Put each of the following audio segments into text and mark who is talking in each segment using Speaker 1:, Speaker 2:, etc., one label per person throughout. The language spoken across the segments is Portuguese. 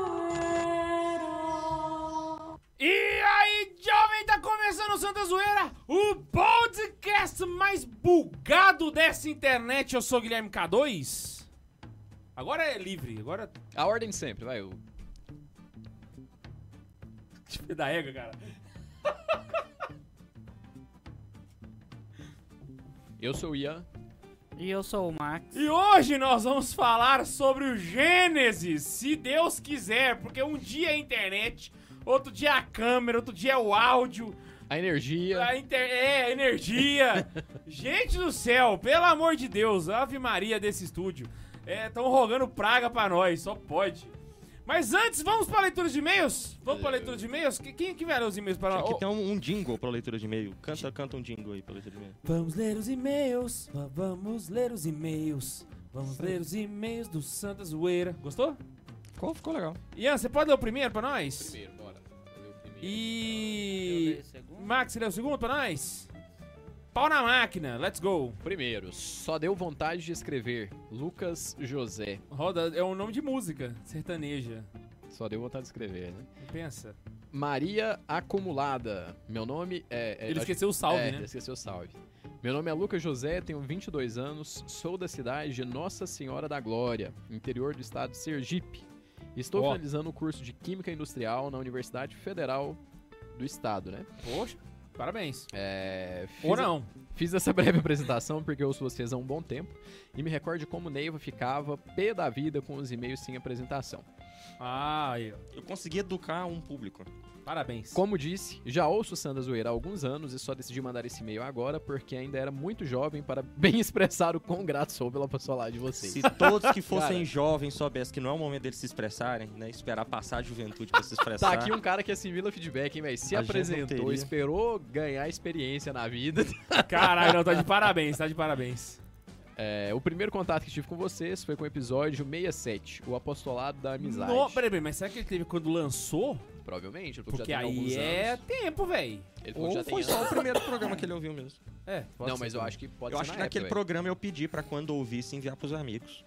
Speaker 1: no tá Santa Zoeira, o podcast mais bugado dessa internet. Eu sou o Guilherme K2. Agora é livre, agora
Speaker 2: A ordem sempre, vai. o-
Speaker 1: é da ega, cara.
Speaker 2: Eu sou o Ian.
Speaker 3: E eu sou o Max.
Speaker 1: E hoje nós vamos falar sobre o Gênesis, se Deus quiser, porque um dia é a internet, outro dia é a câmera, outro dia é o áudio,
Speaker 2: A energia.
Speaker 1: A inter- É, a energia. Gente do céu, pelo amor de Deus, Ave Maria desse estúdio. Estão rogando praga pra nós, só pode. Mas antes, vamos pra leitura de e-mails? Vamos pra leitura de e-mails? Que- Quem que vai ler os e-mails para nós?
Speaker 4: Aqui tem um, um jingle pra leitura de e-mail. Canta, canta um jingle aí pra leitura de e-mail.
Speaker 1: Vamos ler os e-mails, va- vamos ler os e-mails, vamos ler os e-mails do Santa Zoeira. Gostou?
Speaker 4: Qual ficou legal?
Speaker 1: Ian, você pode ler o primeiro pra nós?
Speaker 2: Primeiro, bora. Eu leio o primeiro.
Speaker 1: E... Max, lê o segundo pra nós? Pau na máquina, let's go.
Speaker 2: Primeiro, só deu vontade de escrever Lucas José.
Speaker 1: Roda é um nome de música sertaneja.
Speaker 2: Só deu vontade de escrever, né?
Speaker 1: Pensa.
Speaker 2: Maria Acumulada. Meu nome é. é-
Speaker 1: Ele
Speaker 2: acho-
Speaker 1: esqueceu o salve,
Speaker 2: é,
Speaker 1: né?
Speaker 2: esqueceu o salve. Meu nome é Lucas José, tenho 22 anos, sou da cidade de Nossa Senhora da Glória, interior do estado de Sergipe. Estou
Speaker 1: Ó.
Speaker 2: finalizando o curso de Química Industrial na Universidade Federal do Estado, né?
Speaker 1: Poxa, parabéns.
Speaker 2: É,
Speaker 1: Ou
Speaker 2: fiz a-
Speaker 1: não.
Speaker 2: Fiz essa breve apresentação porque eu ouço vocês há um bom tempo e me recordo de como o Neiva ficava pé da vida com os e-mails sem apresentação.
Speaker 1: Ah, aí, ó.
Speaker 4: Eu consegui educar um público.
Speaker 1: parabéns.
Speaker 2: Como disse, já ouço o Sandra Zoeira há alguns anos e só decidi mandar esse e-mail agora porque ainda era muito jovem para bem expressar o quão grato sou pela lá de vocês.
Speaker 4: Se todos que fossem
Speaker 2: Cara.
Speaker 4: jovens soubessem que não é o momento deles se expressarem, né? Esperar passar a juventude pra se
Speaker 2: Tá
Speaker 4: expressar.
Speaker 2: aqui um cara que assimila feedback, hein, velho? Se
Speaker 4: A gente não
Speaker 2: apresentou,
Speaker 4: teria.
Speaker 2: esperou ganhar experiência na vida.
Speaker 1: Caralho, não, tá de parabéns, tá de parabéns.
Speaker 2: É, o primeiro contato que tive com vocês foi com o episódio 67, o apostolado da amizade.
Speaker 1: No, peraí, peraí, mas será que ele teve quando lançou?
Speaker 2: Provavelmente, porque,
Speaker 1: Porque
Speaker 2: já tem alguns
Speaker 1: aí é
Speaker 2: anos.
Speaker 1: tempo, véi.
Speaker 2: Ele falou que
Speaker 4: Ou
Speaker 2: já tem
Speaker 4: foi só
Speaker 2: anos.
Speaker 4: o primeiro programa que ele ouviu mesmo.
Speaker 1: É, pode
Speaker 2: Não,
Speaker 1: ser
Speaker 2: mas eu
Speaker 1: também.
Speaker 2: acho que pode
Speaker 4: eu
Speaker 2: ser
Speaker 4: acho
Speaker 2: na
Speaker 4: que naquele
Speaker 2: época,
Speaker 4: programa eu pedi pra quando ouvisse enviar pros amigos.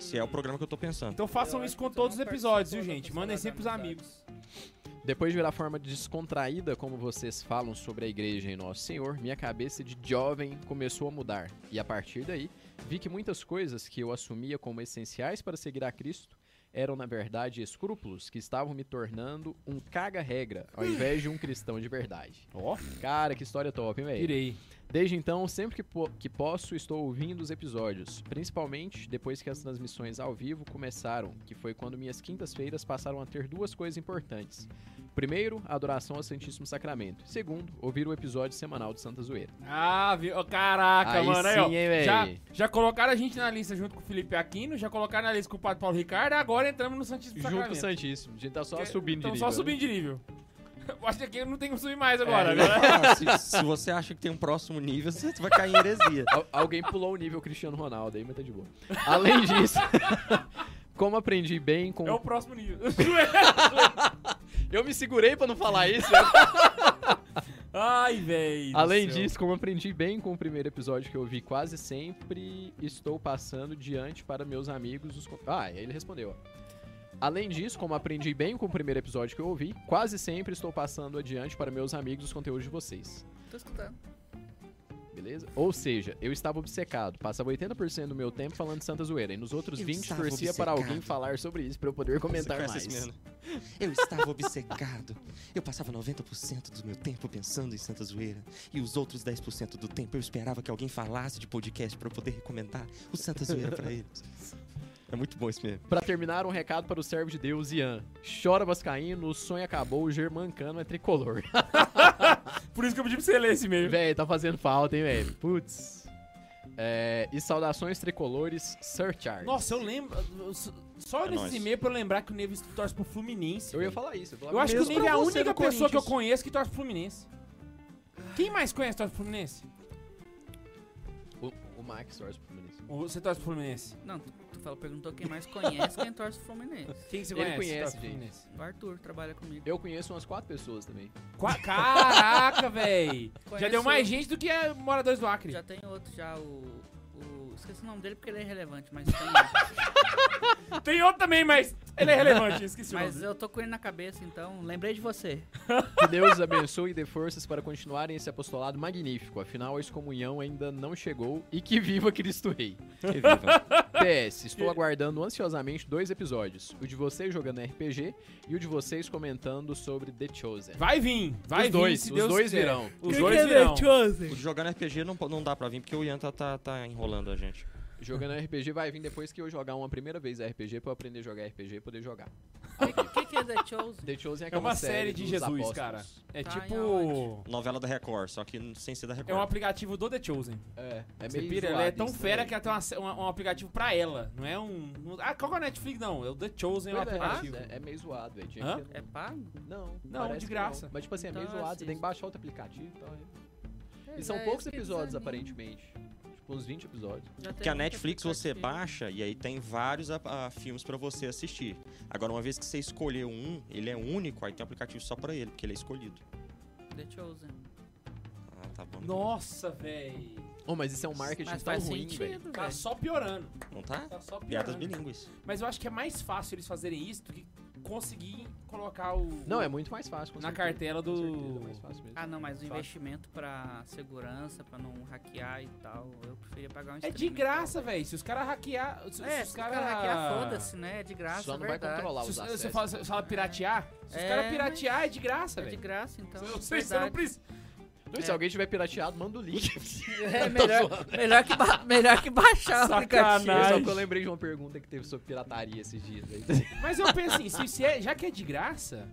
Speaker 4: Se é o programa que eu tô pensando.
Speaker 1: Então façam
Speaker 3: Eu
Speaker 1: isso
Speaker 3: acho
Speaker 1: com
Speaker 3: que
Speaker 1: todos os
Speaker 3: você não
Speaker 1: episódios, viu,
Speaker 3: participou
Speaker 1: gente?
Speaker 3: da
Speaker 1: Mandem
Speaker 3: Apostolado
Speaker 1: sempre pros
Speaker 3: da
Speaker 1: amigos.
Speaker 2: velho. Depois de virar forma descontraída, como vocês falam sobre a igreja em Nosso Senhor, minha cabeça de jovem começou a mudar. E a partir daí, vi que muitas coisas que eu assumia como essenciais para seguir a Cristo eram, na verdade, escrúpulos que estavam me tornando um caga-regra, ao invés de um cristão de verdade.
Speaker 1: Ó,
Speaker 2: Cara, que história top, hein, velho?
Speaker 1: irei.
Speaker 2: Desde então, sempre que, po- que posso, estou ouvindo os episódios, principalmente depois que as transmissões ao vivo começaram, que foi quando minhas quintas-feiras passaram a ter duas coisas importantes. Primeiro, a adoração ao Santíssimo Sacramento. Segundo, ouvir o episódio semanal de Santa Zoeira.
Speaker 1: Ah, viu? Ó, Caraca,
Speaker 2: Tá Aí
Speaker 1: mano.
Speaker 2: sim,
Speaker 1: aí, ó,
Speaker 2: hein, véi?
Speaker 1: já, já colocaram a gente na lista junto com o Felipe Aquino, já colocaram na lista com o Padre Paulo Ricardo, agora entramos no Santíssimo
Speaker 2: Junto com
Speaker 1: Sacramento.
Speaker 2: o Santíssimo. A gente tá só
Speaker 1: Que-
Speaker 2: subindo
Speaker 1: então
Speaker 2: de
Speaker 1: só
Speaker 2: nível,
Speaker 1: subindo
Speaker 2: né?
Speaker 1: de nível. Eu acho que aqui não tem como subir mais agora.
Speaker 2: É,
Speaker 1: né?
Speaker 4: Ah, se, se você acha que tem um próximo nível, você vai cair em heresia.
Speaker 2: Al- alguém pulou o nível Cristiano Ronaldo aí, mas tá de boa. Além disso, como aprendi bem com
Speaker 1: É o próximo nível.
Speaker 2: Eu me segurei pra não falar isso,
Speaker 1: Ai, véi. do
Speaker 2: Além
Speaker 1: céu.
Speaker 2: disso, como aprendi bem com o primeiro episódio que eu vi quase sempre, estou passando diante para meus amigos os. con- Ah, ele respondeu. ó. Além disso, como aprendi bem com o primeiro episódio que eu ouvi, quase sempre estou passando adiante para meus amigos os conteúdos de vocês.
Speaker 3: Tô escutando.
Speaker 2: Beleza? Ou seja, eu estava obcecado, passava 80% do meu tempo falando de Santa Zoeira, e nos outros
Speaker 4: Eu
Speaker 2: 20
Speaker 4: estava
Speaker 2: torcia para
Speaker 4: obcecado.
Speaker 2: alguém falar sobre isso para eu poder comentar
Speaker 4: Você conhece
Speaker 2: mais.
Speaker 4: esse menino? né? Eu estava obcecado. Eu passava 90% do meu tempo pensando em Santa Zoeira. E os outros 10% do tempo eu esperava que alguém falasse de podcast para eu poder recomendar o Santa Zoeira para eles. É muito bom esse meme.
Speaker 2: Pra terminar, um recado para o servo de Deus, Ian. Chora, Vascaíno, o sonho acabou, o Germancano é tricolor.
Speaker 1: Por isso que eu pedi pra você ler esse e-mail.
Speaker 2: Véi, tá fazendo falta, hein, velho? Putz. É, e saudações tricolores, Surchard.
Speaker 1: Nossa, eu lembro. eu s- Só
Speaker 4: É
Speaker 1: nesse
Speaker 4: nóis.
Speaker 1: e-mail pra eu lembrar que o Neves torce pro Fluminense.
Speaker 2: eu ia
Speaker 1: véi.
Speaker 2: falar isso. Eu, falava
Speaker 1: Eu acho que o
Speaker 2: mesmo.
Speaker 4: Mesmo
Speaker 1: Neves é a
Speaker 4: pra você
Speaker 1: única
Speaker 4: do
Speaker 1: pessoa que eu
Speaker 4: Corinthians.
Speaker 1: conheço que torce pro Fluminense. Quem mais conhece que torce pro Fluminense?
Speaker 2: o, o Max torce pro Fluminense.
Speaker 1: Ou você torce pro Fluminense?
Speaker 3: Não, tu, tu falou, perguntou quem mais conhece quem torce pro Fluminense.
Speaker 1: Quem você
Speaker 2: Ele
Speaker 1: conhece? que
Speaker 2: conhece,
Speaker 1: torce pro
Speaker 2: gente.
Speaker 1: Fluminense?
Speaker 3: O Arthur trabalha comigo.
Speaker 2: Eu conheço umas quatro pessoas também.
Speaker 1: Qua- Caraca, véi. Já
Speaker 3: Conheço-
Speaker 1: deu mais gente do que eh, moradores do Acre.
Speaker 3: Já tem outro já, o, o- Esqueci o nome dele porque ele é irrelevante, mas tem.
Speaker 1: Tem outro também, mas ele é relevante, esqueci o
Speaker 3: Mas
Speaker 1: nome.
Speaker 3: eu tô com ele na cabeça, então lembrei de você.
Speaker 2: Que Deus os abençoe e dê forças para continuarem esse apostolado magnífico. Afinal, a excomunhão ainda não chegou e que viva Cristo Rei. PS, estou aguardando ansiosamente dois episódios. O de vocês jogando RPG e o de vocês comentando sobre The Chosen.
Speaker 1: Vai vir, vai
Speaker 2: os
Speaker 1: vir,
Speaker 2: dois,
Speaker 1: se
Speaker 2: os
Speaker 1: Deus
Speaker 2: dois
Speaker 1: quiser.
Speaker 2: virão.
Speaker 1: Os dois virão.
Speaker 4: O de jogar no RPG não, po- não dá pra vir, porque o Ian tá, tá, tá enrolando a gente.
Speaker 2: Jogando RPG vai vir depois que eu jogar uma primeira vez RPG pra eu aprender a jogar RPG e poder jogar.
Speaker 3: O que, que é The Chosen?
Speaker 2: The Chosen é
Speaker 1: É
Speaker 2: aquela
Speaker 1: uma série de
Speaker 2: dos
Speaker 1: Jesus,
Speaker 2: apóstolos.
Speaker 1: cara. É
Speaker 3: Tá, e
Speaker 1: tipo.
Speaker 3: aonde?
Speaker 4: Novela da Record, só que sem ser
Speaker 1: É
Speaker 4: da
Speaker 1: um
Speaker 4: Record.
Speaker 1: aplicativo do The Chosen.
Speaker 2: É, é
Speaker 1: Você
Speaker 2: meio
Speaker 1: pira, ela é
Speaker 2: zoado
Speaker 1: tão
Speaker 2: isso né?
Speaker 1: fera
Speaker 2: também.
Speaker 1: que ela tem uma se- uma- um aplicativo pra ela. Não é um. não- Ah, qual que é o Netflix? Não, é o The Chosen, é um
Speaker 2: Pois é,
Speaker 1: aplicativo.
Speaker 2: mas é, é meio zoado, velho. Tinha
Speaker 1: Hã?
Speaker 2: que ter-
Speaker 3: É pago?
Speaker 2: Não,
Speaker 1: Não,
Speaker 2: parece
Speaker 1: de
Speaker 2: que
Speaker 1: graça.
Speaker 2: Mas, tipo assim, é
Speaker 3: Então
Speaker 2: meio
Speaker 3: eu
Speaker 2: zoado, você tem
Speaker 3: assisto.
Speaker 2: que baixar outro aplicativo e tal. é. E
Speaker 3: É,
Speaker 2: são
Speaker 3: é
Speaker 2: poucos
Speaker 3: isso que
Speaker 2: episódios,
Speaker 3: desanima.
Speaker 2: aparentemente. Tipo, uns 20 episódios.
Speaker 3: Já tem
Speaker 4: Porque a
Speaker 3: muito
Speaker 4: Netflix você
Speaker 3: aplicativo.
Speaker 4: baixa e aí tem vários a- a- filmes pra você assistir. Agora, uma vez que você escolheu um, ele é único, aí tem um aplicativo só pra ele, porque ele é escolhido.
Speaker 3: The Chosen.
Speaker 4: Ah, tá bom.
Speaker 1: Nossa, velho.
Speaker 2: Oh, mas isso é um marketing
Speaker 3: Mas
Speaker 2: tão
Speaker 3: faz
Speaker 2: ruim, velho.
Speaker 3: sentido,
Speaker 1: Tá
Speaker 3: velho.
Speaker 1: só piorando.
Speaker 4: Não tá?
Speaker 1: Tá só
Speaker 4: Piadas
Speaker 1: piorando.
Speaker 4: bilíngues.
Speaker 1: Mas eu acho que é mais fácil eles fazerem isso do que conseguir colocar o.
Speaker 2: Não, é muito mais fácil. com
Speaker 1: Na
Speaker 2: certeza.
Speaker 1: cartela
Speaker 2: Com certeza, é
Speaker 1: do.
Speaker 2: mais fácil mesmo.
Speaker 3: Ah, não, mas o
Speaker 1: Fácil.
Speaker 3: investimento pra segurança, pra não hackear e tal, eu preferia pagar um
Speaker 1: É de
Speaker 3: streaming,
Speaker 1: graça, velho. Se os caras hackear. Se,
Speaker 3: então. É,
Speaker 1: os
Speaker 3: se
Speaker 1: caras
Speaker 3: cara hackear, foda-se, né? É de graça,
Speaker 2: Só não vai
Speaker 3: verdade.
Speaker 2: controlar
Speaker 1: Se
Speaker 2: os
Speaker 1: os-
Speaker 2: acessos.
Speaker 1: Você fala, você fala piratear? Se os
Speaker 3: É,
Speaker 1: caras piratear, é de graça,
Speaker 3: É de
Speaker 1: velho.
Speaker 3: graça, então.
Speaker 1: Eu sei, você não
Speaker 3: verdade.
Speaker 1: precisa.
Speaker 2: Então, se
Speaker 3: É.
Speaker 2: alguém tiver pirateado, manda o link.
Speaker 3: É melhor, melhor, que ba- melhor que baixar o aplicativo.
Speaker 1: Sacanagem.
Speaker 2: Só que eu lembrei de uma pergunta que teve sobre pirataria esses dias aí.
Speaker 1: Mas eu penso assim, se, se é- já que é de graça,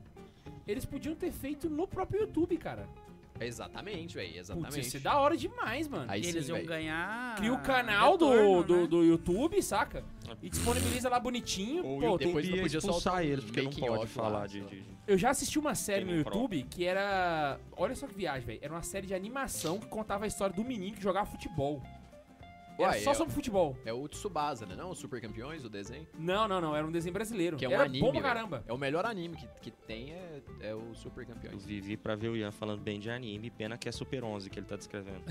Speaker 1: eles podiam ter feito no próprio YouTube, cara.
Speaker 2: exatamente, velho.
Speaker 1: Putz,
Speaker 2: Exatamente.
Speaker 1: ia ser da hora demais, mano.
Speaker 2: Aí
Speaker 3: E
Speaker 2: sim,
Speaker 3: eles iam
Speaker 2: velho.
Speaker 3: ganhar.
Speaker 1: Cria o canal do,
Speaker 3: retorno,
Speaker 1: do,
Speaker 3: né?
Speaker 1: do YouTube, saca? E disponibiliza lá bonitinho.
Speaker 4: Ou
Speaker 1: Pô,
Speaker 4: eu
Speaker 1: tem-
Speaker 2: depois não
Speaker 4: ia
Speaker 2: podia
Speaker 4: expulsar
Speaker 2: soltar um
Speaker 4: eles, porque não
Speaker 2: making
Speaker 4: pode
Speaker 2: of lá,
Speaker 4: falar
Speaker 2: sei
Speaker 4: de,
Speaker 2: lá.
Speaker 4: de-
Speaker 1: Eu já assisti uma série no
Speaker 4: Game Pro.
Speaker 1: YouTube que era. Olha só que viagem, velho. Era uma série de animação que contava a história do menino que jogava futebol. Era
Speaker 2: Ué,
Speaker 1: só
Speaker 2: é-
Speaker 1: sobre futebol.
Speaker 2: É o Tsubasa, né? Não? O Super Campeões, o desenho.
Speaker 1: Não, não, não. Era um desenho brasileiro.
Speaker 2: Que é um
Speaker 1: era
Speaker 2: anime.
Speaker 1: bom pra
Speaker 2: velho.
Speaker 1: caramba.
Speaker 2: É o melhor anime que, que tem é, é o Super
Speaker 4: Eu
Speaker 2: Campeões.
Speaker 4: vivi pra ver o Ian falando bem de anime, pena que é Super 11 que ele tá descrevendo.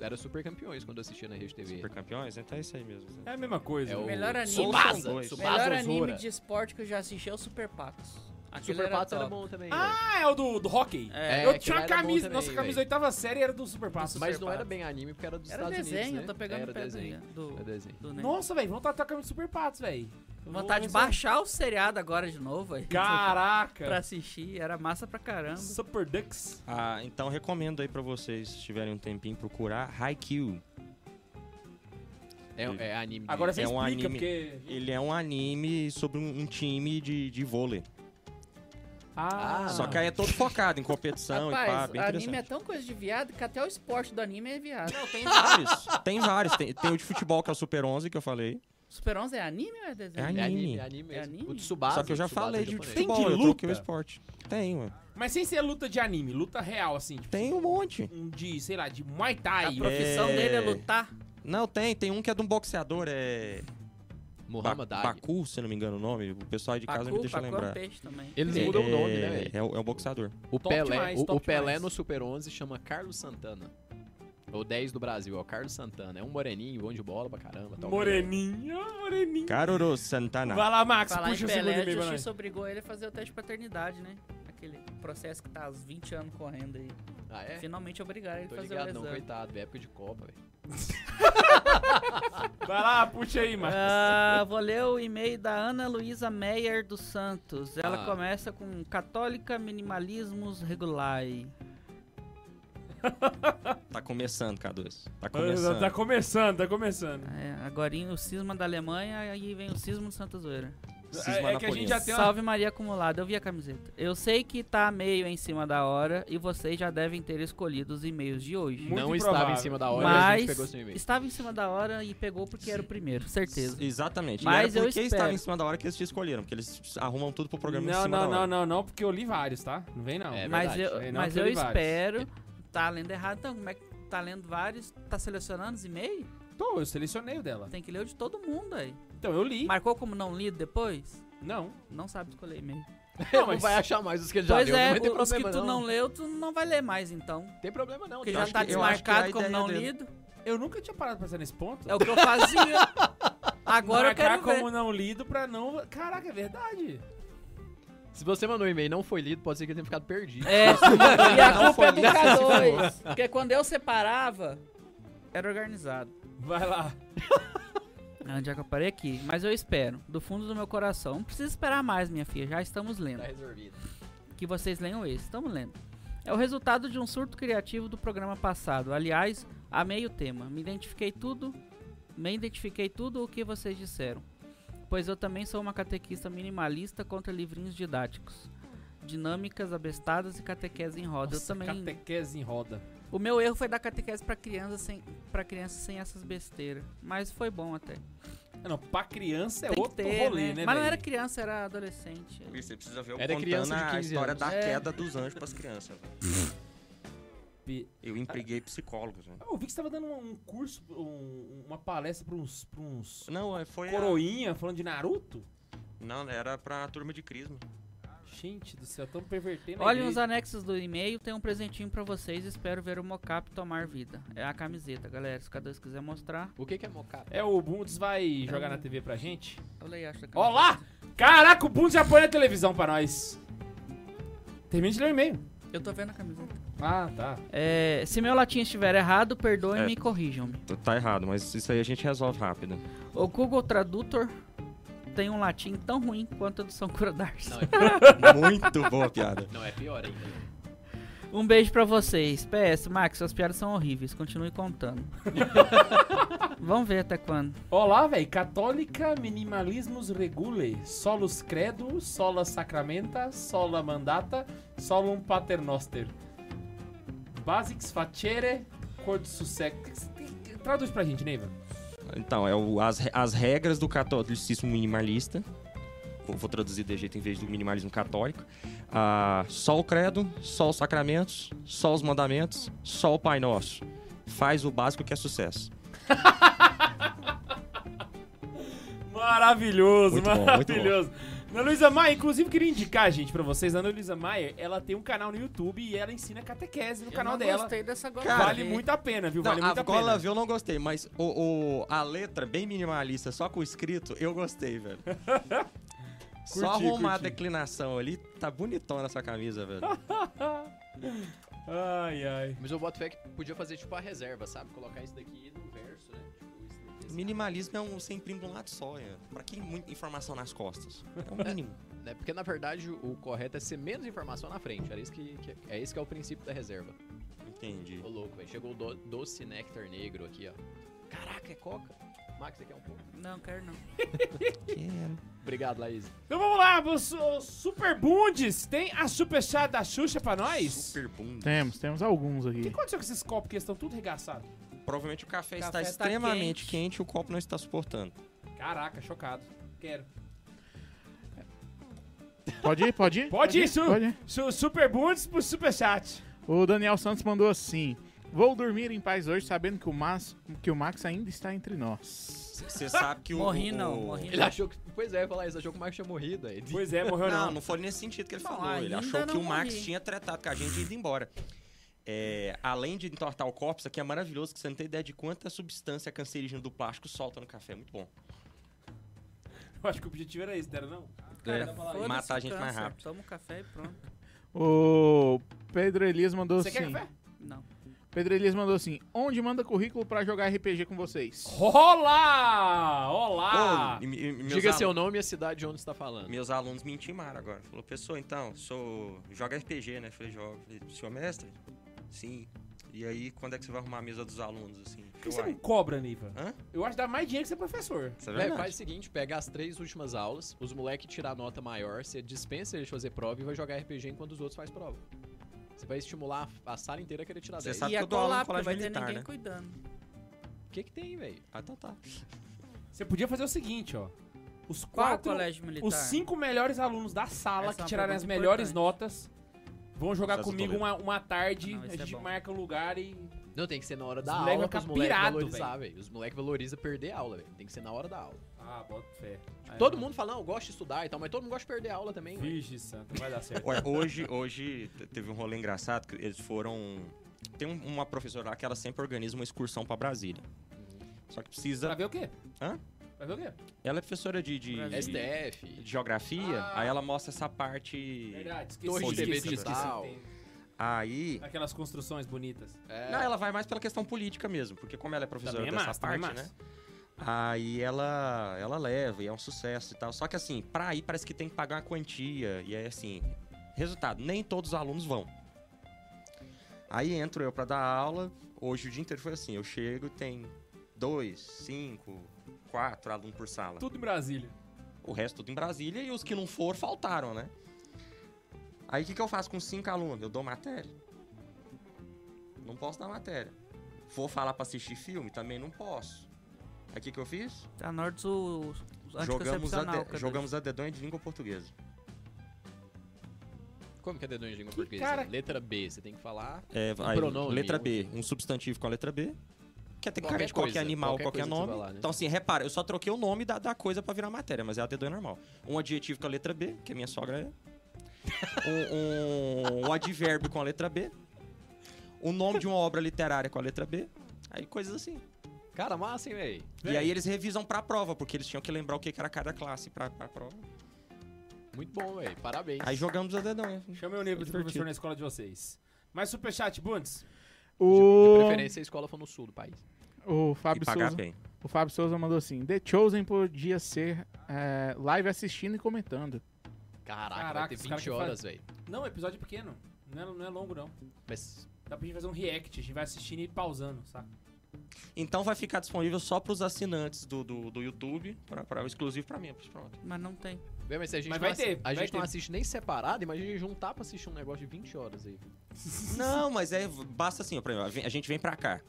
Speaker 2: Era Super Campeões quando eu assistia na Rede TV.
Speaker 4: Super campeões? Então é isso aí mesmo.
Speaker 1: É a mesma coisa.
Speaker 2: É o
Speaker 3: Melhor anime.
Speaker 2: Tsubasa,
Speaker 4: São dois.
Speaker 2: Tsubasa
Speaker 3: Melhor
Speaker 2: Ozora.
Speaker 3: anime de esporte que eu já assisti é o Super Patos. Aquele
Speaker 2: Super
Speaker 3: era
Speaker 2: Patos era
Speaker 3: top.
Speaker 2: bom também. né? velho.
Speaker 1: Ah, é o do, do hockey.
Speaker 3: É,
Speaker 2: É,
Speaker 1: eu
Speaker 2: aquilo
Speaker 1: tinha uma
Speaker 2: era bom
Speaker 1: camisa.
Speaker 2: também,
Speaker 1: nossa camisa
Speaker 2: velho.
Speaker 1: da oitava série era do Super Passo.
Speaker 2: Mas não era bem anime porque era dos
Speaker 3: era
Speaker 2: Estados
Speaker 3: desenho,
Speaker 2: Unidos, né?
Speaker 3: tá pegando
Speaker 2: era
Speaker 3: pé do-
Speaker 2: desenho.
Speaker 3: do,
Speaker 2: Era desenho.
Speaker 3: do
Speaker 4: né?
Speaker 3: Ney.
Speaker 1: Nossa, velho, vontade de ter a camisa do Super Patos, velho.
Speaker 3: Vontade de
Speaker 1: Vou-
Speaker 3: baixar o seriado agora de novo aí. pra
Speaker 1: Caraca!
Speaker 3: assistir, era massa pra caramba.
Speaker 1: Super Ducks.
Speaker 4: Ah, então recomendo aí pra vocês, se tiverem um tempinho, procurar Haikyuu.
Speaker 2: É, é anime. de-
Speaker 1: Agora você
Speaker 4: É um
Speaker 1: explica,
Speaker 4: anime.
Speaker 1: porque.
Speaker 4: Ele é um anime sobre um, um time de, de vôlei.
Speaker 2: Ah.
Speaker 4: Só que aí é todo focado em competição e pá,
Speaker 3: Rapaz,
Speaker 4: bem
Speaker 3: anime é
Speaker 4: interessante.
Speaker 3: tão coisa de viado que até o esporte do anime é viado.
Speaker 4: Não, tem vários. tem vários. Tem, tem o de futebol, que é o Super 11, que eu falei.
Speaker 3: Super 11 é anime ou é desenho?
Speaker 4: É
Speaker 2: É anime,
Speaker 4: anime.
Speaker 2: é anime
Speaker 3: É
Speaker 2: mesmo.
Speaker 3: anime?
Speaker 2: O Tsubasa.
Speaker 4: Só que eu já
Speaker 2: Tsubasa
Speaker 4: falei
Speaker 2: é
Speaker 4: de
Speaker 2: japonês.
Speaker 1: Tem
Speaker 4: futebol,
Speaker 1: de
Speaker 4: eu troquei o
Speaker 1: luta?
Speaker 4: esporte. Tem, ué.
Speaker 1: Mas sem ser luta de anime, luta real, assim. Tipo,
Speaker 4: Tem um monte.
Speaker 1: um de, sei lá, de Muay Thai.
Speaker 3: A profissão
Speaker 4: É.
Speaker 3: dele é lutar.
Speaker 4: Não, tem. Tem um que é de um boxeador, é...
Speaker 2: Muhammad
Speaker 4: Ba-
Speaker 2: Ali.
Speaker 4: Baku, se não me engano o nome. O pessoal aí de casa me
Speaker 3: Pacu,
Speaker 4: deixa
Speaker 3: Pacu é um
Speaker 4: lembrar.
Speaker 3: peixe também.
Speaker 2: Eles
Speaker 4: É-
Speaker 2: mudam o nome, né,
Speaker 4: é-
Speaker 2: velho?
Speaker 4: É, o- é um boxeador.
Speaker 2: O
Speaker 1: Top
Speaker 2: Pelé,
Speaker 1: demais,
Speaker 2: o,
Speaker 1: top
Speaker 2: o Pelé
Speaker 1: demais.
Speaker 2: no Super 11 chama Carlos Santana. Ou 10 do Brasil, é o Carlos Santana. É um moreninho, bom de bola pra caramba. tal,
Speaker 1: Moreninho, ah, moreninho.
Speaker 4: Caruru Santana.
Speaker 1: Vai lá, Max,
Speaker 3: Falar
Speaker 1: puxa
Speaker 3: em
Speaker 1: o segundo né?
Speaker 3: Pelé, a
Speaker 1: e-mail pra nós.
Speaker 3: justiça obrigou ele a fazer o teste de paternidade, né? Aquele processo que tá há uns 20 anos correndo aí.
Speaker 2: mas- Ah, é?
Speaker 3: Finalmente obrigaram ele
Speaker 2: Tô
Speaker 3: a fazer
Speaker 2: ligado
Speaker 3: o
Speaker 2: não,
Speaker 3: exame.
Speaker 2: coitado. É época de Copa, velho.
Speaker 1: Vai lá, puxa aí, Max.
Speaker 3: Ah, vou ler o e-mail da Ana Luísa Meyer dos Santos. Ela
Speaker 2: Ah.
Speaker 3: começa com Católica Minimalismos Regulai.
Speaker 4: Tá começando, K2.
Speaker 1: Ah,
Speaker 4: Tá
Speaker 1: Tá
Speaker 4: começando.
Speaker 1: começando, tá começando.
Speaker 3: É, agora o cisma da Alemanha e vem o cisma do Santa Zoeira.
Speaker 4: Cisma
Speaker 1: é que a gente
Speaker 4: napolitana.
Speaker 1: já tem uma...
Speaker 3: Salve Maria acumulada, eu vi a camiseta. Eu sei que tá meio em cima da hora e vocês já devem ter escolhido os e-mails de hoje.
Speaker 1: Muito
Speaker 2: não
Speaker 1: improvável.
Speaker 2: estava em cima da hora e a gente pegou
Speaker 3: Mas
Speaker 2: seu e-mail.
Speaker 3: estava em cima da hora e pegou porque era o primeiro, certeza.
Speaker 4: Exatamente.
Speaker 3: Mas
Speaker 4: Mas era
Speaker 3: eu
Speaker 4: porque
Speaker 3: espero.
Speaker 4: estava em cima da hora que eles te escolheram, porque eles arrumam tudo pro programa em
Speaker 1: Não,
Speaker 4: cima
Speaker 1: não,
Speaker 4: da hora.
Speaker 1: não, não, não, porque eu li vários, tá? Não vem não.
Speaker 2: É
Speaker 3: mas
Speaker 2: verdade.
Speaker 3: eu,
Speaker 1: É, não
Speaker 3: mas
Speaker 1: que eu
Speaker 3: eu
Speaker 1: li vários.
Speaker 3: espero. Tá lendo errado, então como é que tá lendo vários? Tá selecionando os e-mails?
Speaker 1: Tô, eu selecionei o dela.
Speaker 3: Tem que ler o de todo mundo aí.
Speaker 1: Então, eu li.
Speaker 3: Marcou como não lido depois?
Speaker 1: Não.
Speaker 3: Não sabe escolher e-mail.
Speaker 1: Não,
Speaker 2: Não
Speaker 1: mas-
Speaker 2: vai achar mais os que ele já
Speaker 3: Pois
Speaker 2: leu, não
Speaker 3: é,
Speaker 2: vai ter
Speaker 3: os que
Speaker 2: problema
Speaker 3: tu
Speaker 2: não.
Speaker 3: não leu, tu não vai ler mais então.
Speaker 2: Tem problema não.
Speaker 3: Porque
Speaker 2: tem
Speaker 3: já
Speaker 2: acho
Speaker 3: tá
Speaker 2: que-
Speaker 4: eu acho que é a
Speaker 3: desmarcado como
Speaker 4: ideia
Speaker 3: não
Speaker 4: dele.
Speaker 3: lido.
Speaker 1: Eu nunca tinha parado pra pensar nesse ponto.
Speaker 3: É o que eu fazia. Agora eu
Speaker 1: Marcar
Speaker 3: quero ver.
Speaker 1: como não lido pra não. Caraca, é verdade.
Speaker 2: Se você mandou um e-mail e não foi lido, pode ser que ele tenha ficado perdido.
Speaker 3: É, e a culpa é do
Speaker 4: Não foi
Speaker 3: K2. Porque quando eu separava, era organizado.
Speaker 1: Vai lá.
Speaker 3: Onde é que eu parei aqui? Mas eu espero, do fundo do meu coração. Não precisa esperar mais, minha filha. Já estamos lendo.
Speaker 2: Tá resolvido.
Speaker 3: que vocês leiam esse. Estamos lendo. É o resultado de um surto criativo do programa passado. Aliás, amei o tema. Me identifiquei tudo. Me identifiquei tudo o que vocês disseram. Pois eu também sou uma catequista minimalista contra livrinhos didáticos. Dinâmicas abestadas e catequese em roda. eu
Speaker 1: Nossa,
Speaker 3: também.
Speaker 1: Catequese em roda.
Speaker 3: O meu erro foi dar catequese pra criança sem para criança sem essas besteiras, mas foi bom até.
Speaker 1: Ah, Não, pra criança é
Speaker 3: Tem que
Speaker 1: outro
Speaker 3: ter,
Speaker 1: rolê, né?
Speaker 3: Mas não
Speaker 1: velho?
Speaker 3: era criança, era adolescente.
Speaker 4: E Você precisa ver eu
Speaker 2: Era
Speaker 4: contando
Speaker 2: criança de
Speaker 4: a
Speaker 2: 15
Speaker 4: história
Speaker 2: anos.
Speaker 4: da
Speaker 3: É.
Speaker 4: queda dos anjos pras crianças. velho.
Speaker 1: Pi-
Speaker 4: Eu empreguei psicólogos, velho.
Speaker 1: Eu vi que você tava dando um um curso, um- uma palestra pra uns, pra uns
Speaker 4: Não, é, foi. a-
Speaker 1: coroinha falando de Naruto?
Speaker 4: Não, era pra turma de Crisma.
Speaker 1: Gente do céu, tão pervertendo. a
Speaker 3: Olhem os
Speaker 1: igreja.
Speaker 3: anexos do e-mail, tem um presentinho pra vocês. Espero ver o mocap tomar vida. É a camiseta, galera. Se cada um quiser mostrar,
Speaker 2: O que, que é mocap?
Speaker 1: É, o Bundes vai jogar na TV pra gente?
Speaker 3: eu leio acho que.
Speaker 1: Ó lá! Caraca, o Bundes já põe na televisão pra nós. Termina de ler o e-mail.
Speaker 3: Eu tô vendo a camiseta.
Speaker 1: Ah, tá.
Speaker 3: É, se meu latim estiver errado, perdoem-me
Speaker 4: É.
Speaker 3: e corrijam-me.
Speaker 4: Tá errado, mas isso aí a gente resolve rápido.
Speaker 3: O Google Tradutor tem um latim tão ruim quanto o do São Curodarce.
Speaker 2: Não, é pior,
Speaker 4: Muito boa a piada.
Speaker 2: não, é pior ainda.
Speaker 3: Um beijo pra vocês. PS, Max, suas piadas são horríveis. Continue contando. Vamos ver até quando.
Speaker 1: Olá, velho. Católica, minimalismos regule. Solus credo, sola sacramenta, sola mandata, solum paternoster. Basics facere, cor de sussex. Traduz pra gente, Neiva.
Speaker 4: Então, é o- as, re- as regras do catolicismo minimalista. Vou, vou traduzir de jeito em vez do minimalismo católico. Ah, só o credo, só os sacramentos, só os mandamentos, só o Pai Nosso. Faz o básico que é sucesso.
Speaker 1: Maravilhoso,
Speaker 4: Muito bom, muito
Speaker 1: maravilhoso. Ana Luísa Maia, inclusive, queria indicar, gente, pra vocês. A Ana Luísa Maia, ela tem um canal no YouTube e ela ensina catequese no canal dela.
Speaker 3: gostei dessa gola.
Speaker 4: Cara,
Speaker 1: vale muito a pena, viu? Vale
Speaker 4: Não,
Speaker 1: muito
Speaker 4: a
Speaker 1: a pena.
Speaker 4: gola viu, eu não gostei, mas o, o- a letra bem minimalista, só com o escrito, eu gostei, velho. só
Speaker 1: Curti,
Speaker 4: arrumar
Speaker 1: curti.
Speaker 4: a declinação ali, tá bonitona essa camisa, velho.
Speaker 1: Ai, ai.
Speaker 2: Mas eu boto fé que podia fazer tipo a reserva, sabe? Colocar isso daqui no verso, né? Tipo, isso daqui. assim.
Speaker 4: Minimalismo é um sem primo de um lado só, é. Pra quem muita informação nas costas. É o mínimo.
Speaker 2: Né? Porque na verdade o o correto é ser menos informação na frente. Era isso que, que- é esse que é o princípio da reserva.
Speaker 4: Entendi.
Speaker 2: Ô louco, velho. Chegou o do- doce néctar negro aqui, ó. Caraca, é coca. Max, você quer um pouco?
Speaker 3: Não, quero não.
Speaker 2: Obrigado, Laís.
Speaker 1: Então vamos lá, os- os Super Bundes, tem a superchat da Xuxa pra nós?
Speaker 4: Super bunda.
Speaker 5: Temos, temos alguns
Speaker 1: O que
Speaker 5: aqui.
Speaker 1: aconteceu com esses copos que eles estão tudo regaçados?
Speaker 4: Provavelmente o café,
Speaker 3: Café
Speaker 4: está
Speaker 3: tá
Speaker 4: extremamente
Speaker 3: quente.
Speaker 4: quente. e o copo não está suportando.
Speaker 1: Caraca, chocado. Quero.
Speaker 5: Pode ir, pode ir?
Speaker 1: Pode ir, Su,
Speaker 5: Pode ir.
Speaker 1: Su- Super Bundes pro Superchat.
Speaker 5: O Daniel Santos mandou assim: Vou dormir em paz hoje sabendo que o Max, que o Max ainda está entre nós.
Speaker 4: Você sabe que o.
Speaker 3: Morri
Speaker 4: o-
Speaker 3: não,
Speaker 4: o-
Speaker 3: morri
Speaker 2: Ele achou que. Pois é, eu ia falar isso, achou que o Max tinha morrido. Aí.
Speaker 1: Pois é, morreu não.
Speaker 4: Não, não foi nesse sentido que ele
Speaker 3: Não,
Speaker 4: falou. Ele
Speaker 3: ainda
Speaker 4: achou que
Speaker 3: não
Speaker 4: o Max
Speaker 3: morri.
Speaker 4: tinha tratado com a gente e ido embora. É, além de entortar o copo, isso aqui é maravilhoso, que você não tem ideia de quanta substância cancerígena do plástico solta no café. É Muito bom.
Speaker 1: Eu acho que o objetivo era esse, não era não?
Speaker 4: Cara,
Speaker 3: Foda-se
Speaker 4: É, matar a gente
Speaker 3: câncer,
Speaker 4: mais rápido.
Speaker 3: Toma um café e pronto.
Speaker 5: O Pedro Elias mandou
Speaker 1: Você quer
Speaker 5: assim:
Speaker 1: café?
Speaker 3: Não.
Speaker 5: Pedro Elias mandou assim: Onde manda currículo pra jogar RPG com vocês?
Speaker 1: Olá! Olá!
Speaker 4: Ô, e me- e meus
Speaker 2: Diga
Speaker 4: alu-
Speaker 2: seu nome e a cidade de onde você tá falando.
Speaker 4: Meus alunos me intimaram agora. Falou, pessoa, então, sou. Joga RPG, né? Falei, joga. Falei, senhor mestre? Sim. E aí, quando é que você vai arrumar a mesa dos alunos, assim?
Speaker 1: Por que você
Speaker 4: Uai.
Speaker 1: não cobra, Niva?
Speaker 4: Hã?
Speaker 1: Eu acho que dá mais dinheiro que você é professor.
Speaker 4: Isso é
Speaker 2: Véi,
Speaker 4: verdade.
Speaker 2: faz o seguinte, pega as três últimas aulas, os moleques tiram a nota maior, você dispensa eles de fazer prova e vai jogar RPG enquanto os outros fazem prova. Você vai estimular a a sala inteira a querer tirar
Speaker 4: Você
Speaker 2: 10.
Speaker 4: sabe
Speaker 3: e
Speaker 4: que
Speaker 3: a
Speaker 4: eu dou aula Tá no
Speaker 3: colar, porque
Speaker 4: colégio
Speaker 3: vai
Speaker 4: militar,
Speaker 3: ter ninguém
Speaker 4: né?
Speaker 3: cuidando.
Speaker 2: O que que tem, velho?
Speaker 4: Ah, então tá.
Speaker 1: Você podia fazer o seguinte, ó. Os
Speaker 3: Qual
Speaker 1: quatro,
Speaker 3: colégio militar?
Speaker 1: os cinco melhores alunos da sala
Speaker 3: Essa é
Speaker 1: que
Speaker 3: uma
Speaker 1: tiraram as
Speaker 3: pergunta
Speaker 1: melhores
Speaker 3: importante.
Speaker 1: notas vão jogar
Speaker 4: Essas
Speaker 1: comigo
Speaker 4: eu tô
Speaker 1: uma, uma tarde.
Speaker 3: Não,
Speaker 1: a
Speaker 3: esse é
Speaker 1: gente
Speaker 3: bom.
Speaker 1: marca o lugar e.
Speaker 2: Não, tem que ser na hora
Speaker 1: Os
Speaker 2: da
Speaker 1: moleque
Speaker 2: aula
Speaker 1: vai
Speaker 2: pra os
Speaker 1: ficar
Speaker 2: moleques
Speaker 1: pirado,
Speaker 2: valorizar, velho. Os moleques valorizam perder aula, velho. Tem que ser na hora da aula.
Speaker 1: Ah, bota fé. Aí, ó.
Speaker 2: Todo mundo fala, não, eu gosto de estudar e tal, mas todo mundo gosta de perder aula também, velho.
Speaker 1: Vixe, santo, vai dar certo.
Speaker 4: Olha, hoje, hoje te- teve um rolê engraçado que eles foram. Tem um- uma professora lá que ela sempre organiza uma excursão pra Brasília. Só que
Speaker 1: Pra
Speaker 4: precisa.
Speaker 1: ver o quê?
Speaker 4: Hã?
Speaker 1: Mas o quê?
Speaker 4: Ela é professora de, de,
Speaker 1: Brasil.
Speaker 4: de- de
Speaker 2: STF.
Speaker 4: geografia,
Speaker 1: Ah.
Speaker 4: aí ela mostra essa parte.
Speaker 1: Verdade,
Speaker 2: Torre
Speaker 1: esqueci.
Speaker 4: de TV
Speaker 1: esqueci,
Speaker 2: digital.
Speaker 1: esqueci.
Speaker 4: Aí.
Speaker 1: Aquelas construções bonitas.
Speaker 2: É,
Speaker 4: Não, ela vai mais pela questão política mesmo, porque como ela é professora
Speaker 1: Também é
Speaker 4: dessa
Speaker 1: massa,
Speaker 4: parte,
Speaker 1: também é
Speaker 4: né?
Speaker 1: massa.
Speaker 4: Aí ela, ela leva e é um sucesso e tal. Só que assim, pra ir parece que tem que pagar uma quantia. E aí assim, resultado, nem todos os alunos vão. Aí entro eu pra dar aula. Hoje o dia inteiro foi assim, eu chego tem dois, cinco, quatro alunos por sala.
Speaker 1: Tudo em Brasília.
Speaker 4: O resto tudo em Brasília e os que não foram faltaram, né? Aí o que, que eu faço com cinco alunos? Eu dou matéria. Não posso dar matéria. Vou falar pra assistir filme? Também não posso. Aí o que, que eu fiz?
Speaker 3: Tá na hora dos os
Speaker 4: Jogamos a,
Speaker 3: anticoncepcional.
Speaker 4: de... Jogamos a dedonha de língua portuguesa.
Speaker 2: Como que é dedonho de língua portuguesa?
Speaker 1: cara-
Speaker 2: Letra B, você tem que falar.
Speaker 4: É,
Speaker 2: Um pronome.
Speaker 4: letra B, um substantivo com a letra B. Que é ter
Speaker 2: Qualquer
Speaker 4: qualquer, qualquer
Speaker 2: coisa,
Speaker 4: animal,
Speaker 2: qualquer
Speaker 4: qualquer,
Speaker 2: coisa que você
Speaker 4: nome.
Speaker 2: vai lá, né?
Speaker 4: Então, assim, repara, eu só troquei o nome da, da coisa pra virar matéria, mas é a dedonha normal. Um adjetivo com a letra B, que a minha sogra é. Um, um- um advérbio com a letra B. O nome de uma obra literária com a letra B. Aí coisas assim.
Speaker 2: Cara, massa, hein, véi?
Speaker 4: E aí eles revisam pra prova, porque eles tinham que lembrar o que que era cada classe pra, pra prova.
Speaker 2: Muito bom, véi. Parabéns.
Speaker 4: Aí jogamos né? a dedonha.
Speaker 1: Chamei o nível de
Speaker 4: É divertido.
Speaker 1: professor na escola de vocês. Mais superchat, Bundes.
Speaker 2: De
Speaker 5: O,
Speaker 2: preferência, a escola for no sul do país.
Speaker 5: o
Speaker 4: e
Speaker 5: Fábio
Speaker 4: pagar
Speaker 5: Souza.
Speaker 4: bem.
Speaker 5: O Fábio Souza mandou assim: The Chosen podia ser é, live assistindo e comentando.
Speaker 2: Caraca, vai
Speaker 1: Caraca,
Speaker 2: ter
Speaker 1: os caras
Speaker 2: 20
Speaker 1: que fazem-
Speaker 2: horas, véi.
Speaker 1: Não, o episódio é pequeno. Não é, não é longo, não.
Speaker 2: Mas
Speaker 1: Dá pra gente fazer um react, a gente vai assistindo e pausando, saca?
Speaker 4: Então vai ficar disponível só pros assinantes do, do, do YouTube, pra, pra, exclusivo pra mim. Pronto.
Speaker 3: Mas não tem.
Speaker 2: Vê, mas se a gente,
Speaker 1: Mas
Speaker 2: não,
Speaker 1: vai
Speaker 2: assi-
Speaker 1: ter,
Speaker 2: a
Speaker 1: vai
Speaker 2: gente não
Speaker 1: ter.
Speaker 2: assiste nem separado, imagina juntar pra assistir um negócio de 20 horas aí.
Speaker 4: Não, mas é basta assim, ó, por exemplo, a gente vem pra cá.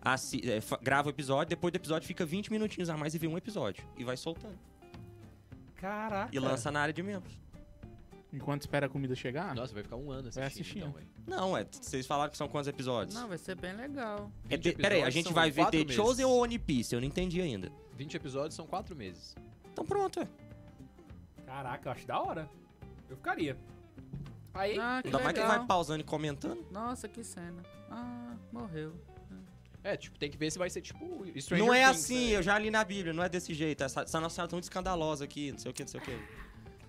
Speaker 4: assi- é, fa- grava o episódio, depois do episódio fica 20 minutinhos a mais e vê um episódio. E vai soltando.
Speaker 1: Caraca.
Speaker 2: É.
Speaker 4: E lança na área de membros.
Speaker 5: Enquanto espera a comida chegar?
Speaker 1: Ah.
Speaker 2: Nossa, vai ficar um ano assistindo,
Speaker 5: Vai
Speaker 2: então,
Speaker 5: assistindo.
Speaker 1: né?
Speaker 2: véi.
Speaker 4: Não, é. t- Vocês falaram que são quantos episódios?
Speaker 3: Não, vai ser bem legal.
Speaker 4: é,
Speaker 2: 20
Speaker 4: de- peraí, a
Speaker 2: episódios
Speaker 4: gente
Speaker 2: são
Speaker 4: vai ver
Speaker 2: quatro
Speaker 4: The
Speaker 2: meses.
Speaker 4: Chosen ou One Piece? Eu não entendi ainda.
Speaker 2: 20 episódios são 4 meses.
Speaker 4: Então pronto, é.
Speaker 1: Caraca, eu acho da hora. Eu ficaria. Aí,
Speaker 3: Ah, que
Speaker 4: Ainda mais que
Speaker 3: legal.
Speaker 4: vai pausando e comentando.
Speaker 3: Nossa, que cena. Ah, morreu.
Speaker 2: É, tipo, tem que ver se vai ser tipo Stranger
Speaker 4: não é
Speaker 2: Things,
Speaker 4: assim,
Speaker 2: né?
Speaker 4: eu já li na Bíblia, não é desse jeito. Essa, essa nossa senhora é tão escandalosa aqui, não sei o que, não sei o que.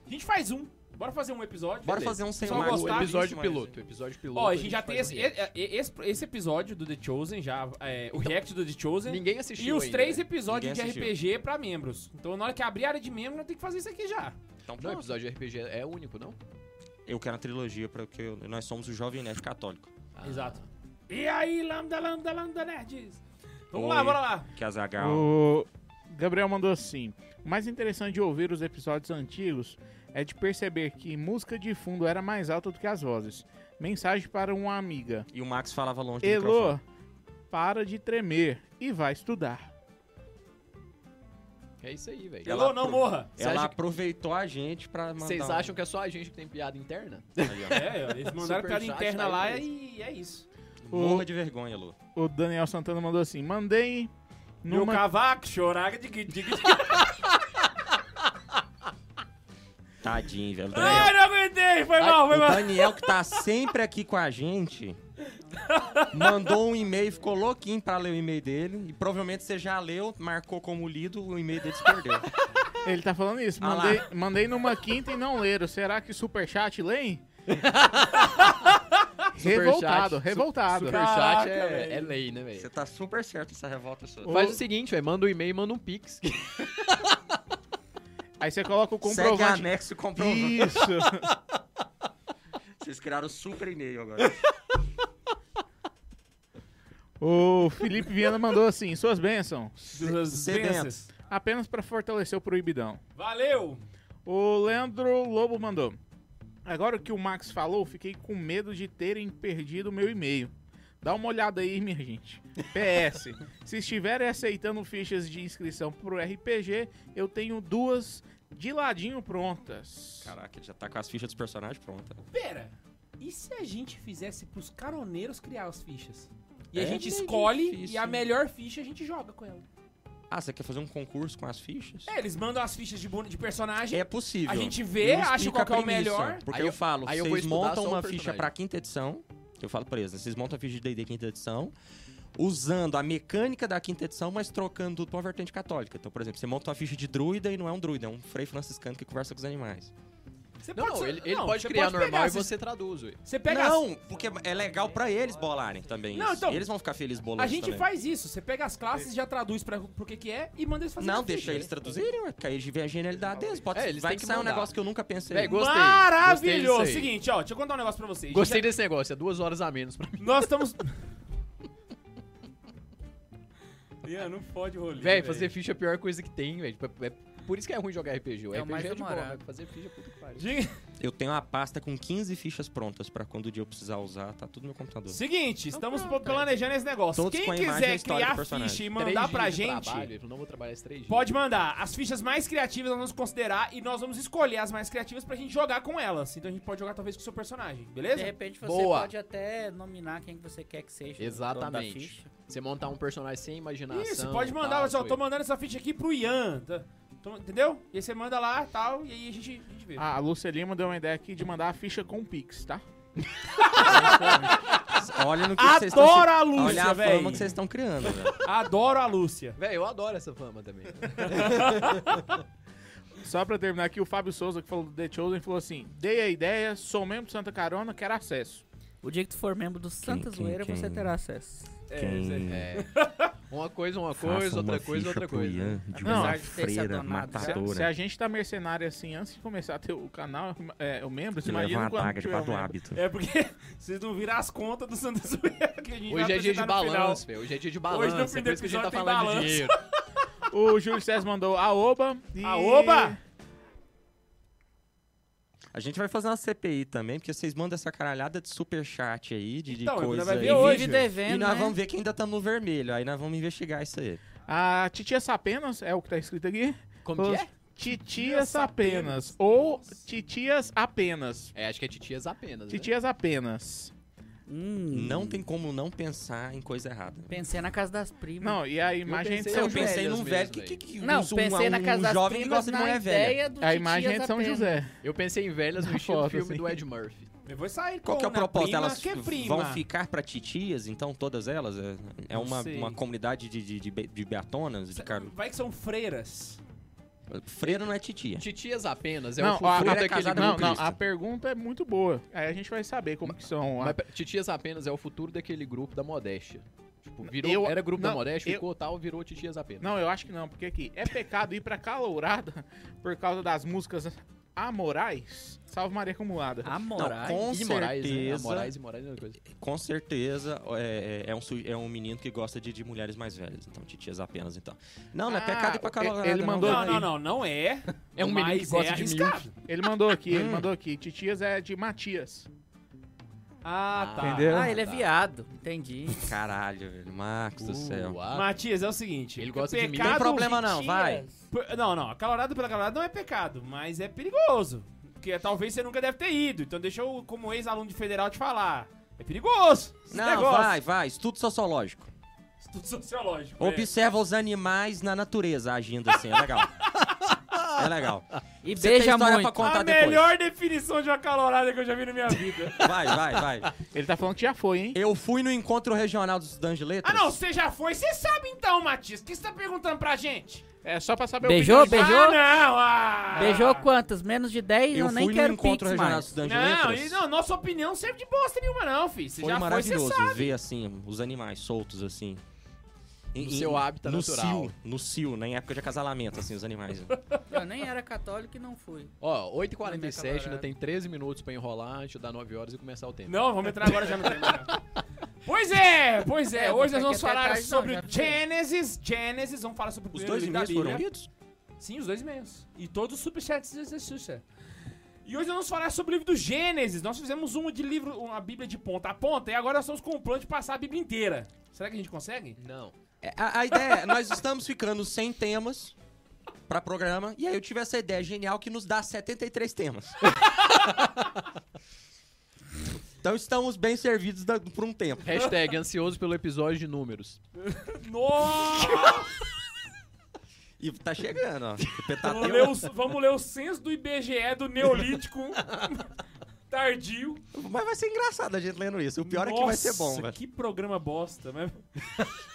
Speaker 1: a gente faz um. Bora fazer um episódio.
Speaker 4: Bora
Speaker 1: Beleza.
Speaker 4: fazer um Então sem
Speaker 1: Só
Speaker 4: marco.
Speaker 1: gostar
Speaker 2: O episódio
Speaker 4: Isso, mas-
Speaker 2: piloto, o episódio piloto.
Speaker 1: Ó, a gente já tem
Speaker 2: faz
Speaker 1: esse,
Speaker 2: um react.
Speaker 1: e- e- esse, esse episódio do The Chosen, já é, o react do The Chosen.
Speaker 2: Ninguém
Speaker 1: E
Speaker 2: assistiu
Speaker 1: os
Speaker 2: ainda,
Speaker 1: três
Speaker 2: né?
Speaker 1: episódios
Speaker 4: Ninguém
Speaker 1: de
Speaker 4: assistiu.
Speaker 1: RPG pra membros. Então na hora que abrir a área de membro, nós temos que fazer isso aqui já.
Speaker 4: Então
Speaker 2: Não, o
Speaker 4: pronto.
Speaker 2: episódio de RPG é único, não?
Speaker 4: Eu quero a trilogia, porque eu- nós somos o Jovem Nerd Católico.
Speaker 2: Ah.
Speaker 1: Exato. E aí, lambda, lambda, lambda, nerds. Vamos
Speaker 4: Oi.
Speaker 1: lá, bora lá.
Speaker 4: Que azagal.
Speaker 5: O Gabriel mandou assim: O mais interessante de ouvir os episódios antigos é de perceber que música de fundo era mais alta do que as vozes. Mensagem para uma amiga:
Speaker 4: E o Max falava longe do microfone.
Speaker 5: Elô, para de tremer e vai estudar.
Speaker 2: É isso aí, velho.
Speaker 1: Ela
Speaker 4: Ela
Speaker 1: não
Speaker 4: apro-
Speaker 1: morra.
Speaker 2: Você
Speaker 4: Ela
Speaker 2: acha que-
Speaker 4: aproveitou a gente pra mandar. um
Speaker 2: Vocês
Speaker 1: um.
Speaker 2: acham que é só a gente que tem piada interna?
Speaker 1: É, eles mandaram
Speaker 2: Super
Speaker 1: piada
Speaker 2: chat
Speaker 1: interna
Speaker 2: tá
Speaker 1: lá
Speaker 2: aí
Speaker 1: e é isso.
Speaker 4: que. Morra de vergonha, Lu.
Speaker 5: O Daniel Santana mandou assim: Mandei
Speaker 1: Meu
Speaker 5: numa
Speaker 1: cavaco choraga de que diga.
Speaker 4: Tadinho, velho.
Speaker 1: Ai,
Speaker 4: Daniel.
Speaker 1: não aguentei, foi mal, foi
Speaker 4: o
Speaker 1: mal.
Speaker 4: Daniel, que tá sempre aqui com a gente, mandou um e-mail, ficou louquinho pra ler o e-mail dele. E provavelmente você já leu, marcou como lido, o e-mail dele se perdeu.
Speaker 5: Ele tá falando isso.
Speaker 4: Ah lá.
Speaker 5: Mandei, mandei numa quinta e não leram. Será que Superchat leem? revoltado,
Speaker 2: Superchat, su-
Speaker 5: revoltado.
Speaker 2: Superchat
Speaker 1: Caraca,
Speaker 2: é,
Speaker 1: velho.
Speaker 2: é lei, né, velho?
Speaker 4: Você tá super certo essa revolta sua.
Speaker 5: Ô,
Speaker 2: Faz o seguinte, velho, manda um e-mail, manda um pix.
Speaker 5: Aí você coloca o
Speaker 4: Segue
Speaker 5: comprovante.
Speaker 4: anexo e comprovante.
Speaker 5: Isso.
Speaker 4: Vocês criaram super e-mail agora.
Speaker 5: o Felipe Viana mandou assim: suas bênçãos.
Speaker 1: Duas
Speaker 4: sedento.
Speaker 1: bênçãos.
Speaker 5: Apenas pra fortalecer o proibidão.
Speaker 1: Valeu.
Speaker 5: O Leandro Lobo mandou. Agora que o Max falou, fiquei com medo de terem perdido o meu e-mail. Dá uma olhada aí, minha gente. PS, se estiverem aceitando fichas de inscrição pro RPG, eu tenho duas de ladinho prontas.
Speaker 4: Caraca, ele já tá com as fichas dos personagens prontas.
Speaker 1: Pera, e se a gente fizesse pros caroneiros criar as fichas? E a
Speaker 4: É
Speaker 1: gente
Speaker 4: meio
Speaker 1: escolhe
Speaker 4: difícil,
Speaker 1: e a
Speaker 4: né?
Speaker 1: melhor ficha a gente joga com ela.
Speaker 4: Ah, você quer fazer um concurso com as fichas?
Speaker 1: É, eles mandam as fichas de, bone- de personagem,
Speaker 4: É possível.
Speaker 1: a gente vê,
Speaker 4: Não
Speaker 1: acha
Speaker 4: explica
Speaker 1: qual que é
Speaker 4: a
Speaker 1: o
Speaker 4: premissa,
Speaker 1: melhor.
Speaker 4: Porque
Speaker 2: Aí eu-
Speaker 4: eu, falo,
Speaker 2: aí eu vou
Speaker 4: vocês
Speaker 2: estudar
Speaker 4: montam
Speaker 2: só o
Speaker 4: uma
Speaker 2: personagem.
Speaker 4: ficha pra quinta edição. Eu falo pra eles, né, vocês montam a ficha de D&D quinta edição. usando a mecânica da quinta edição, mas trocando tudo pra uma vertente católica. Então, por exemplo, você monta uma ficha de druida e não é um druida, é um frei franciscano que conversa com os animais.
Speaker 1: Você
Speaker 2: Não,
Speaker 1: pode-
Speaker 2: ele, ele
Speaker 1: não,
Speaker 2: pode
Speaker 1: você
Speaker 2: criar
Speaker 1: pegar
Speaker 2: normal e
Speaker 1: esses-
Speaker 2: você traduz, ué.
Speaker 1: Você pega as-
Speaker 4: não, porque é legal pra eles bolarem também
Speaker 1: Não,
Speaker 4: isso.
Speaker 1: então,
Speaker 4: eles vão ficar felizes bolando
Speaker 1: A
Speaker 4: isso
Speaker 1: gente
Speaker 4: também.
Speaker 1: faz isso. Você pega as classes, já traduz pra, pro que que é e manda eles fazerem
Speaker 4: Não,
Speaker 1: na
Speaker 4: deixa
Speaker 1: ficha.
Speaker 4: eles traduzirem, ué, porque aí eles veem a genialidade deles. Pode,
Speaker 2: É, eles
Speaker 4: vai
Speaker 2: têm
Speaker 4: que,
Speaker 2: que
Speaker 4: sai um
Speaker 2: mandar.
Speaker 4: negócio que eu nunca pensei.
Speaker 2: Véi, Gostei,
Speaker 1: Maravilhoso.
Speaker 2: gostei disso aí.
Speaker 1: Seguinte, ó, deixa eu contar um negócio pra vocês.
Speaker 2: Gostei desse negócio, é duas horas a menos pra mim.
Speaker 1: Nós estamos. Ian, não pode rolar.
Speaker 2: Véi, fazer ficha é a pior coisa que tem, velho. É por isso que é ruim jogar RPG. O
Speaker 3: É o
Speaker 2: RPG
Speaker 3: mais
Speaker 2: é de boa,
Speaker 3: demorado.
Speaker 2: mas fazer ficha, puta que pariu.
Speaker 1: Diga-
Speaker 4: Eu tenho uma pasta com 15 fichas prontas pra quando o dia eu precisar usar, tá tudo no meu computador.
Speaker 1: Seguinte, estamos planejando esse negócio.
Speaker 4: Todos com
Speaker 1: Quem
Speaker 4: a imagem e a
Speaker 1: quiser
Speaker 4: história do
Speaker 1: criar
Speaker 4: personagem.
Speaker 1: ficha e
Speaker 2: Três
Speaker 1: mandar
Speaker 2: dias
Speaker 1: pra
Speaker 2: de
Speaker 1: gente,
Speaker 2: trabalho, eu não vou trabalhar esses três dias.
Speaker 1: pode mandar. As fichas mais criativas nós vamos considerar e nós vamos escolher as mais criativas pra gente jogar com elas. Então a gente pode jogar talvez com o seu personagem,
Speaker 3: De
Speaker 1: beleza?
Speaker 3: repente você
Speaker 2: Boa.
Speaker 3: pode até nominar quem que você quer que seja. né? o dono da
Speaker 2: Exatamente.
Speaker 3: ficha.
Speaker 2: Você montar um personagem sem imaginação.
Speaker 1: Isso, pode mandar.
Speaker 2: tal,
Speaker 1: Olha só,
Speaker 2: foi.
Speaker 1: tô mandando essa ficha aqui pro Ian. tá? Tô- entendeu? E aí você manda lá tal, e aí a gente, a gente vê.
Speaker 5: Ah, a Lúcia Lima deu uma ideia aqui de mandar a ficha com Pix, tá?
Speaker 4: Olha no que vocês estão...
Speaker 1: Adoro a
Speaker 4: Olha
Speaker 1: Lúcia,
Speaker 4: a fama
Speaker 1: velho.
Speaker 4: que vocês estão criando, né? velho.
Speaker 1: Adoro a Lúcia.
Speaker 2: Véi, eu adoro essa fama também.
Speaker 5: Só pra terminar aqui, o Fábio Souza, que falou do The Chosen, falou assim: Dei a ideia, sou membro do Santa Carona, quero acesso.
Speaker 3: O dia que tu for membro do Santa
Speaker 4: quem,
Speaker 3: Zoeira, você
Speaker 4: quem?
Speaker 3: terá acesso.
Speaker 4: Quem
Speaker 2: É. Uma coisa, uma coisa, outra coisa, outra coisa.
Speaker 4: de
Speaker 5: Não,
Speaker 3: apesar de ter se adonado,
Speaker 5: Se, a- se a gente tá mercenário assim, antes de começar a ter o canal, é, o membro, você
Speaker 4: que leva
Speaker 5: imagina
Speaker 4: uma
Speaker 5: quando
Speaker 4: adaga
Speaker 5: tiver o
Speaker 4: debaixo do
Speaker 5: membro.
Speaker 4: hábito.
Speaker 1: É porque vocês não viram as contas do Santa Zoeira que a gente vai
Speaker 2: Hoje é dia de
Speaker 1: apresentar no final.
Speaker 2: balanço, velho. Hoje é dia de
Speaker 1: Hoje
Speaker 2: balanço.
Speaker 1: no
Speaker 2: é
Speaker 1: fim do
Speaker 2: por isso que a gente
Speaker 1: episódio
Speaker 2: tá
Speaker 1: tem
Speaker 2: falando
Speaker 1: balanço.
Speaker 2: de dinheiro.
Speaker 5: O Júlio César mandou aoba e...
Speaker 1: Ah, Aoba!
Speaker 4: A gente vai fazer uma CPI também, porque vocês mandam essa caralhada de superchat aí, de, de
Speaker 1: Então,
Speaker 4: coisa
Speaker 1: vai ver
Speaker 4: aí.
Speaker 1: hoje.
Speaker 3: Vive
Speaker 4: E
Speaker 3: devendo,
Speaker 4: nós
Speaker 3: né?
Speaker 4: vamos ver que ainda estamos no vermelho. Aí nós vamos investigar isso aí.
Speaker 5: A Titia Sapenas, é o que tá escrito aqui.
Speaker 2: Como que é?
Speaker 5: Titias apenas. Ou Titias apenas.
Speaker 2: É, acho que é titias apenas. né?
Speaker 5: Titias apenas.
Speaker 3: Hum,
Speaker 4: Não tem como não pensar em coisa errada.
Speaker 3: Pensei na casa das primas.
Speaker 5: Não, e a imagem de
Speaker 2: pensei,
Speaker 5: São
Speaker 2: São
Speaker 4: Eu
Speaker 5: José.
Speaker 4: pensei
Speaker 2: velhas
Speaker 4: num velho
Speaker 2: mesmo,
Speaker 4: que, que,
Speaker 2: velho.
Speaker 4: que
Speaker 3: Não,
Speaker 4: um,
Speaker 3: pensei
Speaker 4: um,
Speaker 3: na casa
Speaker 4: um
Speaker 3: das
Speaker 4: jovem que
Speaker 3: primas
Speaker 4: gosta de
Speaker 3: na
Speaker 4: mulher velha.
Speaker 3: ideia do
Speaker 5: A imagem é
Speaker 3: Titias
Speaker 5: de São
Speaker 3: apenas.
Speaker 5: José.
Speaker 2: Eu pensei em velhas no
Speaker 5: Na
Speaker 2: estilo
Speaker 5: foto,
Speaker 2: filme
Speaker 5: assim.
Speaker 2: do Ed Murphy.
Speaker 1: Eu vou sair
Speaker 4: Qual
Speaker 1: com
Speaker 4: que é o
Speaker 1: na
Speaker 4: propósito?
Speaker 1: prima,
Speaker 4: Elas
Speaker 1: que é prima.
Speaker 4: vão ficar pra titias, então, todas elas? É, é
Speaker 1: Não
Speaker 4: uma,
Speaker 1: sei.
Speaker 4: uma comunidade de, de, de, be- de beatonas? De cara...
Speaker 1: Vai que são freiras.
Speaker 4: Freira não é titia.
Speaker 2: Titias apenas é
Speaker 5: Não,
Speaker 2: o
Speaker 5: a,
Speaker 2: futuro
Speaker 5: a-
Speaker 2: daquele
Speaker 4: casada
Speaker 5: não,
Speaker 4: tá com
Speaker 5: não,
Speaker 4: Cristo.
Speaker 5: a pergunta é muito boa. Aí a gente vai saber como que são.
Speaker 2: Mas,
Speaker 5: A...
Speaker 2: pera- Titias apenas é o futuro daquele grupo da modéstia. Tipo, virou,
Speaker 5: Eu-
Speaker 2: era grupo da
Speaker 5: não,
Speaker 2: modéstia,
Speaker 5: eu-
Speaker 2: ficou tal, virou Titias apenas.
Speaker 5: Não, eu acho que não, porque aqui é pecado ir pra calourada por causa das músicas amorais. Salve Maria Acumulada.
Speaker 3: A
Speaker 4: Não,
Speaker 3: moral.
Speaker 4: com
Speaker 2: e Moraes,
Speaker 1: Ah,
Speaker 2: né? A
Speaker 4: certeza.
Speaker 2: Moraes e Moraes é uma coisa.
Speaker 4: Com certeza é, é- é um, suje- é um menino que gosta de, de mulheres mais velhas. Então, titias apenas, então. Não, não é
Speaker 5: Ah,
Speaker 4: pecado ir
Speaker 5: ele-
Speaker 4: pra calorada.
Speaker 5: ele
Speaker 4: não,
Speaker 5: mandou-
Speaker 4: velho.
Speaker 1: Não, não, não, não é.
Speaker 2: É um menino que
Speaker 1: mas
Speaker 2: gosta
Speaker 1: é
Speaker 2: de
Speaker 1: arriscado.
Speaker 5: Ele mandou aqui, ele
Speaker 4: Hum.
Speaker 5: mandou aqui. Titias é de Matias.
Speaker 1: Ah, tá.
Speaker 5: Entendeu?
Speaker 3: Ah, ele é viado. Entendi.
Speaker 4: Caralho, velho. Marcos do céu.
Speaker 2: Uau.
Speaker 1: Matias, é o seguinte.
Speaker 2: Ele gosta de mim.
Speaker 1: pecado-
Speaker 4: Tem problema não, vai.
Speaker 1: P- Não, não. Calorado pela calorada não é pecado, mas é perigoso. Porque talvez você nunca deve ter ido. Então deixa eu, como ex-aluno de federal, te falar. É perigoso. Esse
Speaker 4: Não,
Speaker 1: negócio.
Speaker 4: vai, vai. Estudo sociológico.
Speaker 1: Estudo sociológico. é.
Speaker 4: Observa os animais na natureza agindo assim. É legal. é legal.
Speaker 3: E
Speaker 4: Você tem
Speaker 3: beija
Speaker 4: história
Speaker 3: muito.
Speaker 4: pra contar
Speaker 1: a
Speaker 4: depois.
Speaker 1: melhor definição de uma calorada que eu já vi na minha vida.
Speaker 4: Vai, vai, vai.
Speaker 5: Ele tá falando que já foi, hein?
Speaker 4: Eu fui no encontro regional dos estudantes de
Speaker 1: ah,
Speaker 4: letras.
Speaker 1: não, você já foi, você sabe então, Matias. O que você tá perguntando pra gente?
Speaker 5: É só pra saber
Speaker 3: Beijou,
Speaker 5: o opinião de-
Speaker 3: Beijou?
Speaker 1: Ah, não! Ah.
Speaker 3: Beijou quantas? Menos de 10? Eu,
Speaker 4: Eu
Speaker 3: nem
Speaker 4: fui no
Speaker 3: quero pix
Speaker 4: encontro regional
Speaker 3: mais.
Speaker 4: dos estudantes de
Speaker 1: Não,
Speaker 4: letras.
Speaker 1: e não, nossa opinião não serve de bosta nenhuma, não, filho. Você
Speaker 4: Foi
Speaker 1: já foi, você
Speaker 4: maravilhoso
Speaker 1: sabe.
Speaker 4: ver assim os animais soltos assim.
Speaker 2: No seu hábitat
Speaker 4: no
Speaker 2: natural.
Speaker 4: Cio, no cio, né? Em época de acasalamento, assim, os animais.
Speaker 3: Eu nem era católico e não fui.
Speaker 2: Ó,
Speaker 3: Minha
Speaker 2: 8h47,
Speaker 3: calorada.
Speaker 2: ainda tem 13 minutos pra enrolar, antes de dar 9 horas e começar o tempo.
Speaker 1: Não, vamos entrar agora já no tema. né? Pois é, pois é.
Speaker 3: É,
Speaker 1: Hoje nós
Speaker 3: vou
Speaker 1: vamos
Speaker 3: ficar aqui
Speaker 1: falar
Speaker 3: até tarde, não,
Speaker 1: sobre
Speaker 3: já
Speaker 1: o
Speaker 3: foi.
Speaker 1: Genesis. Genesis, vamos falar sobre o
Speaker 4: Os
Speaker 1: primeiro
Speaker 4: dois
Speaker 1: livro da
Speaker 4: e-mails foram
Speaker 1: Bíblia.
Speaker 4: lidos?
Speaker 1: Sim, os dois e-mails. E todos os superchats da Xuxa. E hoje nós vamos falar sobre o livro do Gênesis. Nós fizemos uma de livro, uma Bíblia de ponta a ponta, e agora nós estamos com o plano de passar a Bíblia inteira. Será que a gente consegue?
Speaker 2: Não.
Speaker 4: É, a, a ideia é, nós estamos ficando sem temas pra programa, e aí eu tive essa ideia genial que nos dá 73 temas. então estamos bem servidos da- por um tempo.
Speaker 2: Hashtag ansioso pelo episódio de números.
Speaker 1: Nossa!
Speaker 4: E tá chegando, ó. O
Speaker 1: vamos,
Speaker 4: Petateu-
Speaker 1: ler os, vamos ler o censo do IBGE do Neolítico. tardio.
Speaker 4: Mas vai ser engraçado a gente lendo isso. O pior é que vai ser bom,
Speaker 1: Nossa,
Speaker 4: velho.
Speaker 1: que programa bosta. Mas...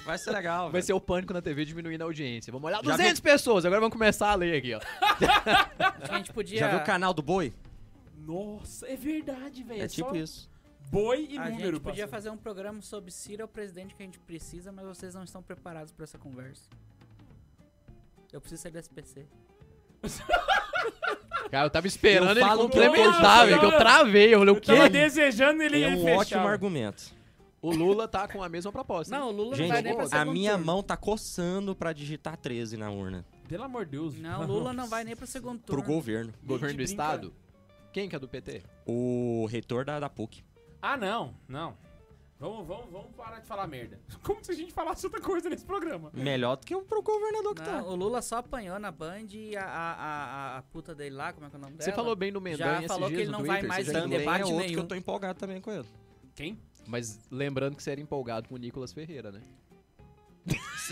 Speaker 4: Vai ser legal,
Speaker 2: Vai
Speaker 4: velho.
Speaker 2: ser o pânico na TV diminuindo a audiência. Vamos olhar
Speaker 4: Já
Speaker 2: 200 pessoas, agora vamos começar a ler aqui, ó.
Speaker 3: A gente podia.
Speaker 4: Já viu o canal do boi?
Speaker 1: Nossa, é verdade, velho.
Speaker 4: É tipo
Speaker 1: só
Speaker 4: isso.
Speaker 1: Boi e
Speaker 3: a
Speaker 1: número.
Speaker 3: gente podia
Speaker 1: passando.
Speaker 3: fazer um programa sobre Ciro é o presidente que a gente precisa, mas vocês não estão preparados pra essa conversa. Eu preciso sair do SPC.
Speaker 2: Cara, eu tava esperando
Speaker 4: Eu
Speaker 2: ele
Speaker 4: falo
Speaker 2: complementar,
Speaker 1: que-
Speaker 2: velho, que eu travei. Eu falei, o
Speaker 1: Eu tava
Speaker 2: quê?
Speaker 1: desejando ele
Speaker 4: É um
Speaker 1: fechar.
Speaker 4: ótimo argumento.
Speaker 2: O Lula tá com a mesma proposta.
Speaker 3: Não, o Lula não vai
Speaker 4: Gente,
Speaker 3: nem pra
Speaker 4: a
Speaker 3: segundo
Speaker 4: minha
Speaker 3: turno.
Speaker 4: mão tá coçando pra digitar 13 na urna.
Speaker 1: Pelo amor de Deus.
Speaker 3: Não, o Lula não vai nem pro segundo turno.
Speaker 4: Pro governo.
Speaker 2: Governo do
Speaker 1: de brincar.
Speaker 2: Estado? Quem que é do PT?
Speaker 4: O reitor da, da PUC.
Speaker 1: Ah, não, não. Vamos, vamos, vamos parar de falar merda. Como se a gente falasse outra coisa nesse programa.
Speaker 4: Melhor do que o pro governador que
Speaker 3: Não,
Speaker 4: tá.
Speaker 3: o Lula só apanhou na Band e a, a, a, a- a puta dele lá, como é que é o nome dela?
Speaker 2: Você falou bem do
Speaker 3: Já
Speaker 2: Mendanha esses
Speaker 3: falou que
Speaker 2: dias
Speaker 3: ele
Speaker 2: no
Speaker 3: não vai
Speaker 2: Twitter,
Speaker 3: mais
Speaker 2: você já
Speaker 3: em
Speaker 2: ignorou.
Speaker 4: Também é
Speaker 3: debate
Speaker 4: outro que
Speaker 3: nenhum.
Speaker 4: eu tô empolgado também com ele.
Speaker 1: Quem?
Speaker 2: Mas lembrando que você era empolgado com o Nicolas Ferreira, né?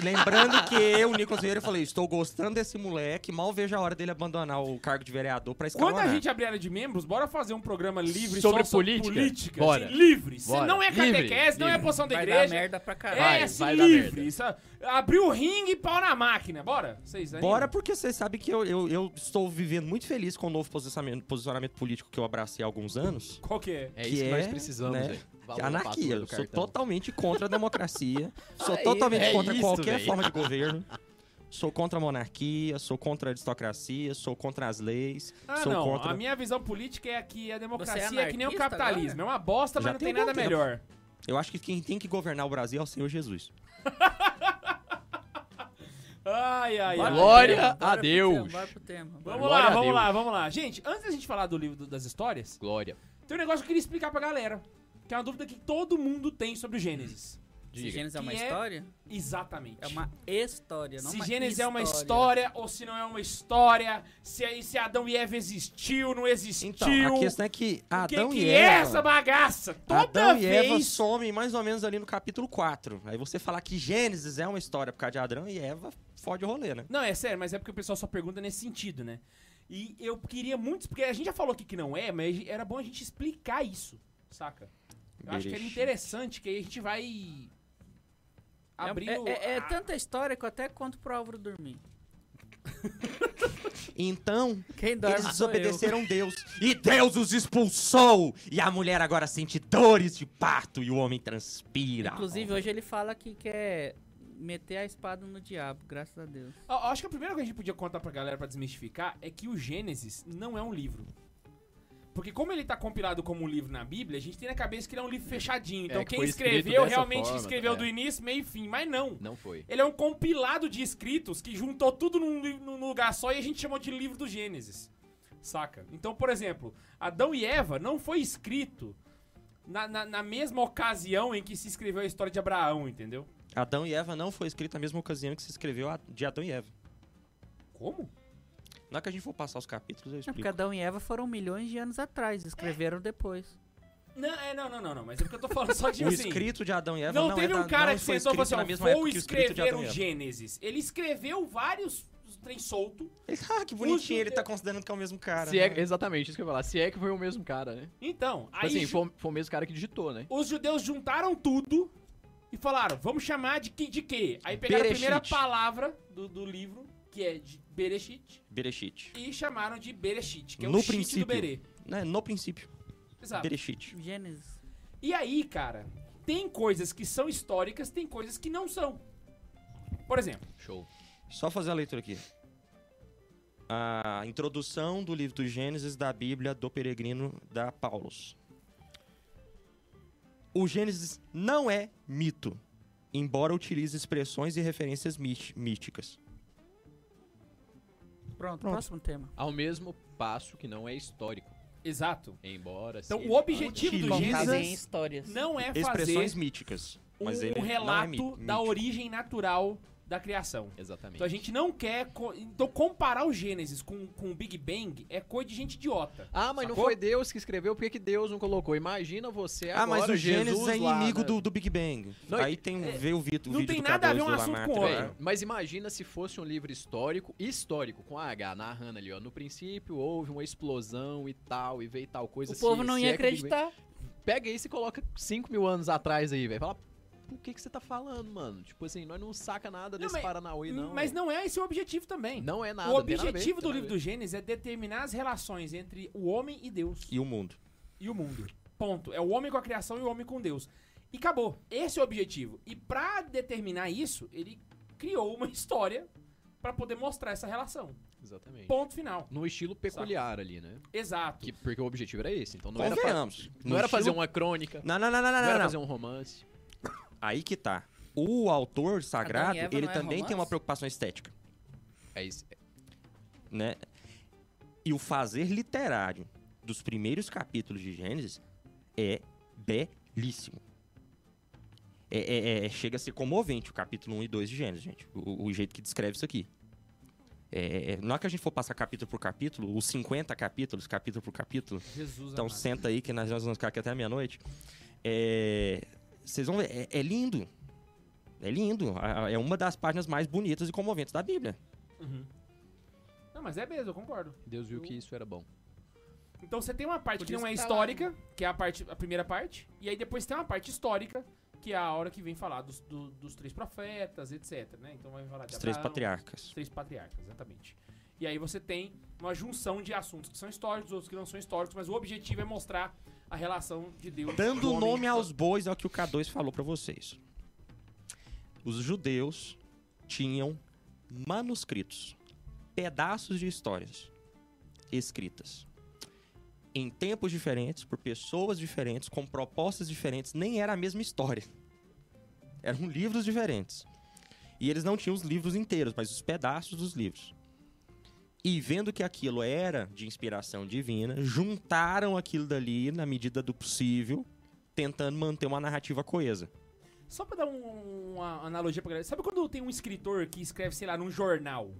Speaker 4: Lembrando que eu, Nicolas Vieira, falei, estou gostando desse moleque, mal vejo a hora dele abandonar o cargo de vereador pra
Speaker 1: Quando
Speaker 4: escalonar.
Speaker 1: a gente abrir a área de membros, bora fazer um programa livre
Speaker 2: né? Sobre
Speaker 1: só sobre
Speaker 2: política?
Speaker 1: política,
Speaker 2: Bora.
Speaker 1: assim, livre. Se
Speaker 2: Bora.
Speaker 1: não é
Speaker 2: Livre,
Speaker 1: catequese, não é
Speaker 2: livre.
Speaker 1: poção da
Speaker 3: Vai dar
Speaker 1: igreja.
Speaker 3: merda pra
Speaker 1: É,
Speaker 3: caralho.
Speaker 2: Vai,
Speaker 1: assim,
Speaker 2: vai dar merda.
Speaker 1: livre. Isso, abrir o ringue e pau na máquina. Bora? Vocês animam?
Speaker 4: Bora, porque vocês sabem que eu, eu, eu estou vivendo muito feliz com o novo posicionamento, posicionamento político que eu abracei há alguns anos.
Speaker 1: Qual que é?
Speaker 2: É
Speaker 4: Que
Speaker 2: isso que nós
Speaker 4: é,
Speaker 2: precisamos,
Speaker 4: né,
Speaker 2: velho.
Speaker 4: Que
Speaker 2: Valor
Speaker 4: é anarquia.
Speaker 2: fatura do
Speaker 4: Eu sou
Speaker 2: cartão.
Speaker 4: totalmente contra a democracia. sou
Speaker 2: Aí,
Speaker 4: totalmente
Speaker 2: é
Speaker 4: contra
Speaker 2: isso,
Speaker 4: qualquer
Speaker 2: véi.
Speaker 4: forma de governo. Sou contra a monarquia, sou contra a aristocracia, sou contra as leis,
Speaker 1: Ah,
Speaker 4: sou
Speaker 1: não.
Speaker 4: contra.
Speaker 1: A minha visão política é que a
Speaker 3: Você
Speaker 1: democracia
Speaker 3: é
Speaker 1: é, que nem o
Speaker 3: anarquista
Speaker 1: capitalismo. É uma bosta,
Speaker 4: Já
Speaker 1: mas não
Speaker 4: tem
Speaker 1: tem
Speaker 4: um bom
Speaker 1: nada
Speaker 4: tempo.
Speaker 1: melhor.
Speaker 4: Eu acho que quem tem que governar o Brasil é o Senhor Jesus.
Speaker 1: Ai, ai, ai.
Speaker 2: Glória
Speaker 3: Bora
Speaker 2: a
Speaker 3: pro tema,
Speaker 2: Deus!
Speaker 3: Bora pro tema. bora.
Speaker 1: Vamos
Speaker 2: Glória
Speaker 1: lá,
Speaker 2: a
Speaker 1: vamos
Speaker 2: Deus.
Speaker 1: lá, vamos lá. Gente, antes da gente falar do livro do- das histórias,
Speaker 2: Glória.
Speaker 1: tem um negócio que eu queria explicar pra galera. Que é uma dúvida que todo mundo tem sobre o Gênesis.
Speaker 3: Se
Speaker 2: Diga.
Speaker 3: Gênesis é uma
Speaker 1: Que é-
Speaker 3: história?
Speaker 1: Exatamente.
Speaker 3: É uma história, não
Speaker 1: se
Speaker 3: uma
Speaker 1: Gênesis é uma história ou se não é uma história, se, aí- se Adão e Eva existiu, não existiu.
Speaker 4: Então, a questão é que
Speaker 1: o que,
Speaker 4: Adão
Speaker 1: que
Speaker 4: e
Speaker 1: é
Speaker 4: Eva.
Speaker 1: essa bagaça? Toda
Speaker 4: Adão e
Speaker 1: vez.
Speaker 4: Eva somem mais ou menos ali no capítulo 4. Aí você falar que Gênesis é uma história por causa de Adão e Eva, fode o rolê, né?
Speaker 1: Não, é sério, mas é porque o pessoal só pergunta nesse sentido, né? E eu queria muito. Porque a gente já falou aqui que não é, mas era bom a gente explicar isso, saca? Eu acho que era
Speaker 4: Beriche.
Speaker 1: interessante, que aí a gente vai. Abrir
Speaker 3: é,
Speaker 1: o.
Speaker 3: é- é
Speaker 1: a-
Speaker 3: tanta história que eu até conto pro Álvaro dormir.
Speaker 4: Então,
Speaker 3: Quem dorme
Speaker 4: eles
Speaker 3: sou eu.
Speaker 4: desobedeceram Deus. E Deus os expulsou! E a mulher agora sente dores de parto e o homem transpira.
Speaker 3: Inclusive, hoje ele fala que quer meter a espada no diabo, graças a Deus.
Speaker 1: Eu acho que a primeira coisa que a gente podia contar pra galera pra desmistificar é que o Gênesis não é um livro. Porque como ele tá compilado como um livro na Bíblia, a gente tem na cabeça que ele é um livro fechadinho. Então
Speaker 2: que
Speaker 1: quem
Speaker 2: foi escrito
Speaker 1: escreveu
Speaker 2: dessa
Speaker 1: realmente
Speaker 2: forma,
Speaker 1: escreveu
Speaker 2: é.
Speaker 1: do início, meio e fim, mas não.
Speaker 2: Não foi.
Speaker 1: Ele é um compilado de escritos que juntou tudo num, li- num lugar só e a gente chamou de livro do Gênesis. Saca? Então, por exemplo, Adão e Eva não foi escrito na, na- na mesma ocasião em que se escreveu a história de Abraão, entendeu?
Speaker 4: Adão e Eva não foi escrito na mesma ocasião que se escreveu a- de Adão e Eva.
Speaker 1: Como?
Speaker 4: Na hora que a gente for passar os capítulos, eu
Speaker 3: É porque
Speaker 4: explico.
Speaker 3: Adão e Eva foram milhões de anos atrás, escreveram depois.
Speaker 1: Não, é, não, não, não, não, Mas é porque eu tô falando só
Speaker 2: Um
Speaker 1: de
Speaker 4: O
Speaker 1: assim,
Speaker 4: escrito de Adão e Eva
Speaker 1: Não,
Speaker 4: não,
Speaker 1: teve
Speaker 4: é da-
Speaker 1: um cara
Speaker 4: não
Speaker 1: que
Speaker 4: foi
Speaker 1: sentou e falou
Speaker 4: escrito
Speaker 1: assim,
Speaker 4: na
Speaker 1: ó,
Speaker 4: mesma época
Speaker 1: vou
Speaker 4: que o escrito de
Speaker 1: escrever um
Speaker 4: Adão
Speaker 1: o
Speaker 4: e Eva.
Speaker 1: Gênesis. Ele escreveu vários trem solto.
Speaker 4: Ele- Ah, que bonitinho, ele tá considerando que é o mesmo cara.
Speaker 2: Se é,
Speaker 4: né?
Speaker 2: exatamente, isso que eu ia falar. Se é que foi o mesmo cara, né?
Speaker 1: Então,
Speaker 2: Tipo
Speaker 1: aí
Speaker 2: assim,
Speaker 1: ju-
Speaker 2: foi, o- foi o mesmo cara que digitou, né?
Speaker 1: os judeus juntaram tudo e falaram, vamos chamar de que, de quê? Aí pegaram
Speaker 4: Bereshit.
Speaker 1: a primeira palavra do, do livro, que é de Bereshit,
Speaker 4: Bereshit.
Speaker 1: e chamaram de Bereshit, que é
Speaker 4: No
Speaker 1: o shit do
Speaker 4: princípio.
Speaker 1: Berê.
Speaker 4: Né, No princípio,
Speaker 1: Exato.
Speaker 4: Bereshit.
Speaker 3: Gênesis.
Speaker 1: E aí, cara, tem coisas que são históricas, tem coisas que não são. Por exemplo,
Speaker 2: Show.
Speaker 4: Só fazer a leitura aqui. A introdução do livro do Gênesis da Bíblia do peregrino da Paulus. O Gênesis não é mito, embora utilize expressões e referências mít- míticas. Pronto.
Speaker 3: Pronto, próximo tema.
Speaker 2: Ao mesmo passo que não é histórico,
Speaker 1: exato.
Speaker 2: embora
Speaker 1: Então,
Speaker 2: seja
Speaker 1: o objetivo do
Speaker 4: Bom,
Speaker 1: Gênesis
Speaker 4: Fazem
Speaker 3: Tipo histórias.
Speaker 1: não é fazer
Speaker 4: Expressões míticas.
Speaker 1: um,
Speaker 4: Mas ele
Speaker 1: um
Speaker 4: não é
Speaker 1: relato
Speaker 4: mí-
Speaker 1: da
Speaker 4: mítico.
Speaker 1: origem natural da criação.
Speaker 2: Exatamente.
Speaker 1: Então a gente não quer. co- Então comparar o Gênesis com, com o Big Bang é coisa de gente idiota.
Speaker 2: Ah, mas não
Speaker 1: Sacou?
Speaker 2: foi Deus que escreveu, por que que Deus não colocou? Imagina você agora,
Speaker 4: Ah, mas o Gênesis
Speaker 2: Jesus
Speaker 4: é
Speaker 2: lá,
Speaker 4: inimigo
Speaker 2: né?
Speaker 4: do, do Big Bang.
Speaker 2: Não,
Speaker 4: Aí tem um, vê o Vitor.
Speaker 1: não tem nada a ver um assunto com o
Speaker 2: Véi,
Speaker 1: outro.
Speaker 2: mas imagina se fosse um livro histórico, histórico, com a H narrando ali, ó. No princípio houve uma explosão e tal, e veio tal coisa.
Speaker 3: O
Speaker 2: se-
Speaker 1: assim,
Speaker 3: povo não
Speaker 2: se
Speaker 3: ia
Speaker 2: é que o Big
Speaker 3: acreditar.
Speaker 2: Bang- Pega isso e coloca 5 mil anos atrás aí, velho. Fala, por que que você tá falando, mano? Tipo assim, nós não saca nada
Speaker 1: Não,
Speaker 2: desse
Speaker 1: mas-
Speaker 2: Paranauê, não.
Speaker 1: Mas
Speaker 2: velho.
Speaker 1: não é esse o objetivo também.
Speaker 2: Não é nada.
Speaker 1: o
Speaker 2: tem nada a ver,
Speaker 1: objetivo do
Speaker 2: tem nada
Speaker 1: livro
Speaker 2: a
Speaker 1: do Gênesis é determinar as relações entre o homem e Deus
Speaker 4: E o mundo.
Speaker 1: e o mundo. Ponto. É o homem com a criação e o homem com Deus. E acabou. Esse é o objetivo. E pra determinar isso, ele criou uma história pra poder mostrar essa relação.
Speaker 2: ver. Exatamente.
Speaker 1: Ponto final.
Speaker 2: No estilo peculiar ali, né?
Speaker 1: Exato.
Speaker 2: Que- porque o objetivo era esse. Então não era, fa-
Speaker 4: Convenhamos.
Speaker 2: não era fazer uma crônica,
Speaker 4: Não, não, não, não, não,
Speaker 2: não,
Speaker 4: não.
Speaker 2: era
Speaker 4: não.
Speaker 2: fazer um romance.
Speaker 4: Aí que tá. O autor sagrado,
Speaker 3: e Eva
Speaker 4: ele
Speaker 3: não é
Speaker 4: também tem uma
Speaker 3: romance?
Speaker 4: preocupação estética,
Speaker 2: É isso.
Speaker 4: né? E o fazer literário dos primeiros capítulos de Gênesis é belíssimo. É- é- é- chega a ser comovente o capítulo 1 e 2 de Gênesis, gente. O, o jeito que descreve isso aqui. É, é, na hora que a gente for passar capítulo por capítulo, os 50 capítulos, capítulo por capítulo,
Speaker 1: Jesus
Speaker 4: Então
Speaker 1: amado.
Speaker 4: senta aí que nós vamos ficar aqui até a meia-noite. É, Vocês vão ver, é, é lindo. É lindo. A- a- É uma das páginas mais bonitas e comoventes da Bíblia.
Speaker 1: Uhum. Não, mas é mesmo, eu concordo.
Speaker 2: Deus viu que isso era bom.
Speaker 1: Então você tem uma parte que
Speaker 3: Podia
Speaker 1: não é
Speaker 3: estar lá, né?
Speaker 1: histórica, que é a, parte, a primeira parte, e aí depois tem uma parte histórica, que é a hora que vem falar dos, do- dos três profetas, etc. né? Então vai falar de
Speaker 4: Os três
Speaker 1: Abraão,
Speaker 4: patriarcas.
Speaker 1: Os três patriarcas, exatamente. E aí você tem uma junção de assuntos que são históricos, outros que não são históricos, mas o objetivo é mostrar a relação de Deus.
Speaker 4: Dando
Speaker 1: com o homem.
Speaker 4: nome aos bois é o que o K2 falou pra vocês. Os judeus tinham manuscritos, pedaços de histórias escritas. Em tempos diferentes, por pessoas diferentes, com propostas diferentes, nem era a mesma história. Eram livros diferentes. E eles não tinham os livros inteiros, mas os pedaços dos livros. E vendo que aquilo era de inspiração divina, juntaram aquilo dali na medida do possível, tentando manter uma narrativa coesa.
Speaker 1: Só pra dar um- uma analogia pra galera. Sabe quando tem um escritor que escreve, sei lá, num jornal?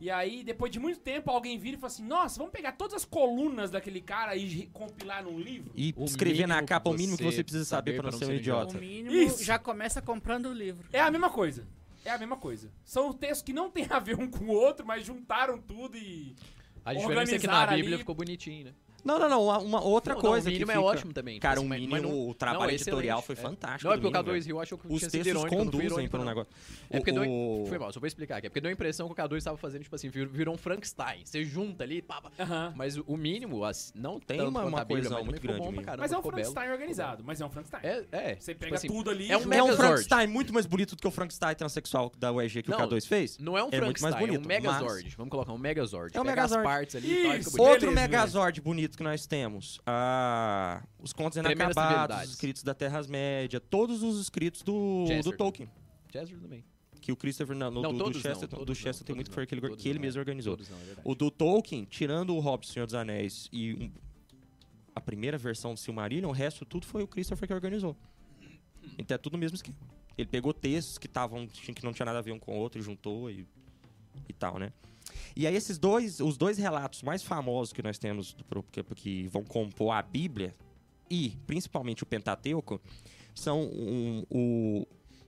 Speaker 1: E aí, depois de muito tempo, alguém vira e fala assim: Nossa, vamos pegar todas as colunas daquele cara e re- compilar num livro?
Speaker 4: E
Speaker 2: O
Speaker 4: escrever na
Speaker 2: mínimo
Speaker 4: capa
Speaker 2: que
Speaker 4: o mínimo que
Speaker 2: você
Speaker 4: você precisa saber para não ser um
Speaker 3: O
Speaker 4: idiota.
Speaker 3: mínimo
Speaker 1: Isso.
Speaker 3: já começa comprando o livro.
Speaker 1: É a mesma coisa. É a mesma coisa. São textos que não tem a ver um com o outro, mas juntaram tudo e.
Speaker 2: A diferença é que na
Speaker 1: Organizar
Speaker 2: Bíblia
Speaker 1: ali-
Speaker 2: ficou bonitinho, né?
Speaker 4: Não, não, não. Uma, uma outra
Speaker 2: Não, não,
Speaker 4: coisa
Speaker 2: o mínimo
Speaker 4: que
Speaker 2: é
Speaker 4: fica-
Speaker 2: ótimo também.
Speaker 4: Cara, o
Speaker 2: Assim, mas- mas
Speaker 4: mínimo,
Speaker 2: não-
Speaker 4: o trabalho
Speaker 2: não, é
Speaker 4: editorial
Speaker 2: excelente,
Speaker 4: foi
Speaker 2: é.
Speaker 4: fantástico.
Speaker 2: Não, é porque o
Speaker 4: do mínimo,
Speaker 2: K2
Speaker 4: velho.
Speaker 2: Rio achou que
Speaker 4: Os
Speaker 2: tinha sido
Speaker 4: textos
Speaker 2: irônico, não foi
Speaker 4: conduzem
Speaker 2: irônico,
Speaker 4: para um
Speaker 2: não.
Speaker 4: negócio.
Speaker 2: É porque deu-
Speaker 4: O-
Speaker 2: Foi mal, só vou explicar aqui. É porque deu a impressão que o K2 estava fazendo, tipo assim, vir- virou um Frankenstein. Você junta ali, pá, pá.
Speaker 1: Aham.
Speaker 2: Mas o- o mínimo, as- não tem
Speaker 4: Tem
Speaker 2: tanto
Speaker 4: uma-
Speaker 2: quanto
Speaker 4: uma
Speaker 2: a Bíblia,
Speaker 4: coesão
Speaker 2: mas
Speaker 4: muito
Speaker 2: também ficou
Speaker 4: grande
Speaker 2: bom pra
Speaker 4: mesmo.
Speaker 2: caramba,
Speaker 1: Mas é um
Speaker 2: ficou belo.
Speaker 1: Frankenstein organizado. Mas é um Frankenstein.
Speaker 2: É, é.
Speaker 1: Você
Speaker 2: Tipo
Speaker 1: pega
Speaker 2: assim,
Speaker 1: tudo ali.
Speaker 2: é um
Speaker 1: junta.
Speaker 4: É um
Speaker 2: Megazord.
Speaker 4: Frankenstein muito mais bonito do que o Frankenstein transexual da UEG que
Speaker 2: Não,
Speaker 4: o K2 fez?
Speaker 2: Não é um
Speaker 4: É muito mais
Speaker 2: Frankenstein, é um
Speaker 4: bonito, mas-
Speaker 2: Megazord. Vamos colocar um Megazord.
Speaker 4: É um
Speaker 2: Pega
Speaker 4: Megazord.
Speaker 2: as partes ali e tal, e
Speaker 1: Isso.
Speaker 2: fica bonito.
Speaker 4: Outro
Speaker 1: Beleza,
Speaker 4: Megazord bonito que nós temos. Ah, os contos
Speaker 2: Primeiras
Speaker 4: inacabados,
Speaker 2: Trivialidades.
Speaker 4: os escritos da Terra-média, todos os escritos do, do
Speaker 2: Chesterton.
Speaker 4: Tolkien.
Speaker 2: Chester também.
Speaker 4: Que o Christopher, não, no-
Speaker 2: Não,
Speaker 4: do, do
Speaker 2: todos não,
Speaker 4: Chesterton, do
Speaker 2: todos não,
Speaker 4: Chesterton tem muito que foi
Speaker 2: todos
Speaker 4: aquele
Speaker 2: não,
Speaker 4: que
Speaker 2: todos
Speaker 4: ele
Speaker 2: não,
Speaker 4: mesmo organizou.
Speaker 2: Todos não, é verdade.
Speaker 4: O do Tolkien, tirando o Hobbit, Senhor dos Anéis e um- a primeira versão do Silmarillion, o resto tudo foi o Christopher que organizou. Então é tudo o mesmo esquema. Ele pegou textos que estavam que não tinha nada a ver um com o outro e juntou e, e tal, né? E aí esses dois, os dois relatos mais famosos que nós temos do- pro- que, que vão compor a Bíblia e principalmente o Pentateuco são um- o,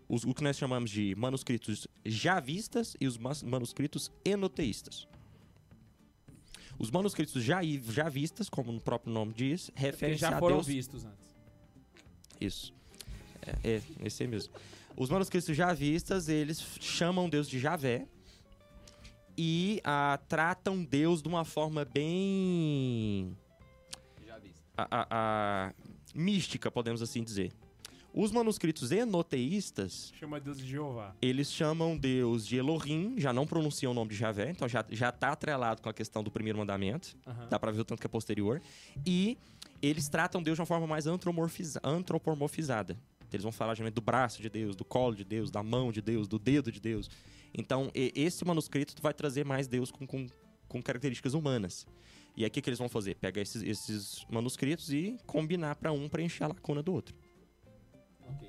Speaker 4: os- o que nós chamamos de manuscritos javistas e os mas- manuscritos enoteístas. Os manuscritos já, já vistas, como o próprio nome diz,
Speaker 1: Porque
Speaker 4: referem
Speaker 1: já
Speaker 4: a
Speaker 1: foram
Speaker 4: Deus.
Speaker 1: vistos antes.
Speaker 4: Isso. É, é, esse aí mesmo. Os manuscritos já vistas, eles f- chamam Deus de Javé e ah, tratam Deus de uma forma bem
Speaker 2: Já vi. isso.
Speaker 4: a- a- a- mística, podemos assim dizer. Os manuscritos enoteístas,
Speaker 1: Chama Deus de Jeová.
Speaker 4: eles chamam Deus de Elohim, já não pronunciam o nome de Javé, então já, já tá atrelado com a questão do primeiro mandamento.
Speaker 1: Aham.
Speaker 2: Tá.
Speaker 4: Dá pra ver o tanto que é posterior. E eles tratam Deus de uma forma mais antromorfiza- antropomorfizada. Eles vão falar geralmente do braço de Deus, do colo de Deus, da mão de Deus, do dedo de Deus. Então, e- esse manuscrito vai trazer mais Deus com, com, com características humanas. E aí, o que, que eles vão fazer? Pegar esses, esses manuscritos e combinar pra um preencher a lacuna do outro.
Speaker 1: Ok.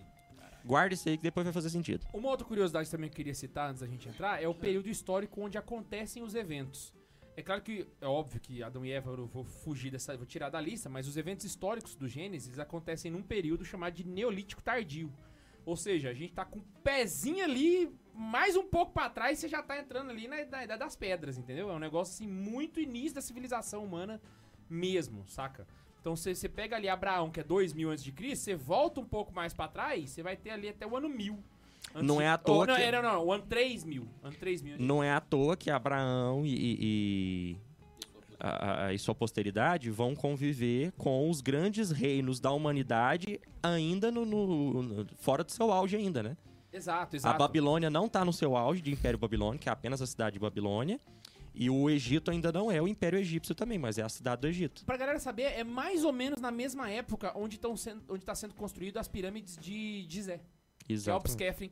Speaker 4: Guarda isso aí que depois vai fazer sentido.
Speaker 1: Uma outra curiosidade também que eu queria citar antes da gente entrar é o período histórico onde acontecem os eventos. É claro que é óbvio que Adão e Eva eu vou fugir dessa, vou tirar da lista, mas os eventos históricos do Gênesis eles acontecem num período chamado de Neolítico Tardio. Ou seja, a gente tá com o pezinho ali, mais um pouco pra trás, você já tá entrando ali na, na Idade das Pedras, entendeu? É um negócio assim, muito início da civilização humana mesmo, saca? Então você você pega ali Abraão, que é 2000 antes de Cristo, você volta um pouco mais pra trás, você vai ter ali até o ano 1000. antes
Speaker 4: Não
Speaker 1: de-
Speaker 4: é à toa
Speaker 1: Ou, não,
Speaker 4: que-
Speaker 1: é, não, não, o ano 3000. Ano 3000.
Speaker 4: Não é à toa que Abraão e, e- e a- a- e sua posteridade vão conviver com os grandes reinos da humanidade ainda no, no- no- fora do seu auge ainda, né?
Speaker 1: Exato,
Speaker 4: A
Speaker 1: exato.
Speaker 4: Babilônia não está no seu auge de Império Babilônico, que é apenas a cidade de Babilônia. E o Egito ainda não é o Império Egípcio também, mas é a cidade do Egito.
Speaker 1: Pra galera saber, é mais ou menos na mesma época onde, tão sendo, onde tá sendo construído as pirâmides de Gizé. Que é
Speaker 4: Exato.
Speaker 1: Alpskefren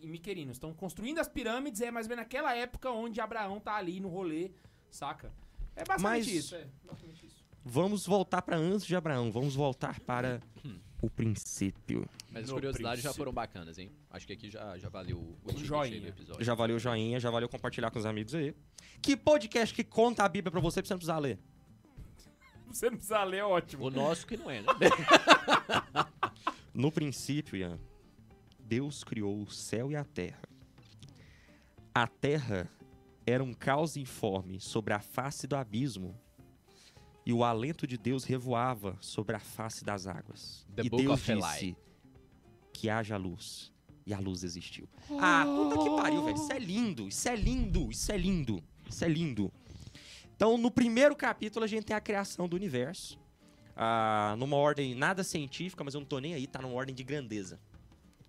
Speaker 1: e Miquerinos. Estão construindo as pirâmides, é mais ou menos naquela época onde Abraão tá ali no rolê, saca? É basicamente
Speaker 4: Mas-
Speaker 1: isso, é. Basicamente isso.
Speaker 4: Vamos voltar para antes de Abraão, vamos voltar para
Speaker 1: Hum.
Speaker 4: o princípio.
Speaker 2: Mas as
Speaker 1: No
Speaker 2: curiosidades já
Speaker 1: princípio.
Speaker 2: foram bacanas, hein? Acho que aqui já, já valeu o ticket
Speaker 1: Um joinha.
Speaker 2: aí do episódio.
Speaker 4: Já valeu o joinha, já valeu compartilhar com os amigos aí. Que podcast que conta a Bíblia pra você pra você não precisar ler?
Speaker 1: Você não precisa ler, é ótimo.
Speaker 2: O nosso que não é, né?
Speaker 4: No princípio, Ian, Deus criou o céu e a terra. A terra era um caos informe sobre a face do abismo. E o alento de Deus revoava sobre a face das águas.
Speaker 2: The
Speaker 4: e
Speaker 2: Book
Speaker 4: Deus
Speaker 2: of Eli.
Speaker 4: disse que haja luz. E a luz existiu. Ah, puta que pariu, velho. Isso é lindo, isso é lindo, isso é lindo, isso é lindo. Então, no primeiro capítulo, a gente tem a criação do universo. Ah, numa ordem nada científica, mas eu não tô nem aí, tá numa ordem de grandeza.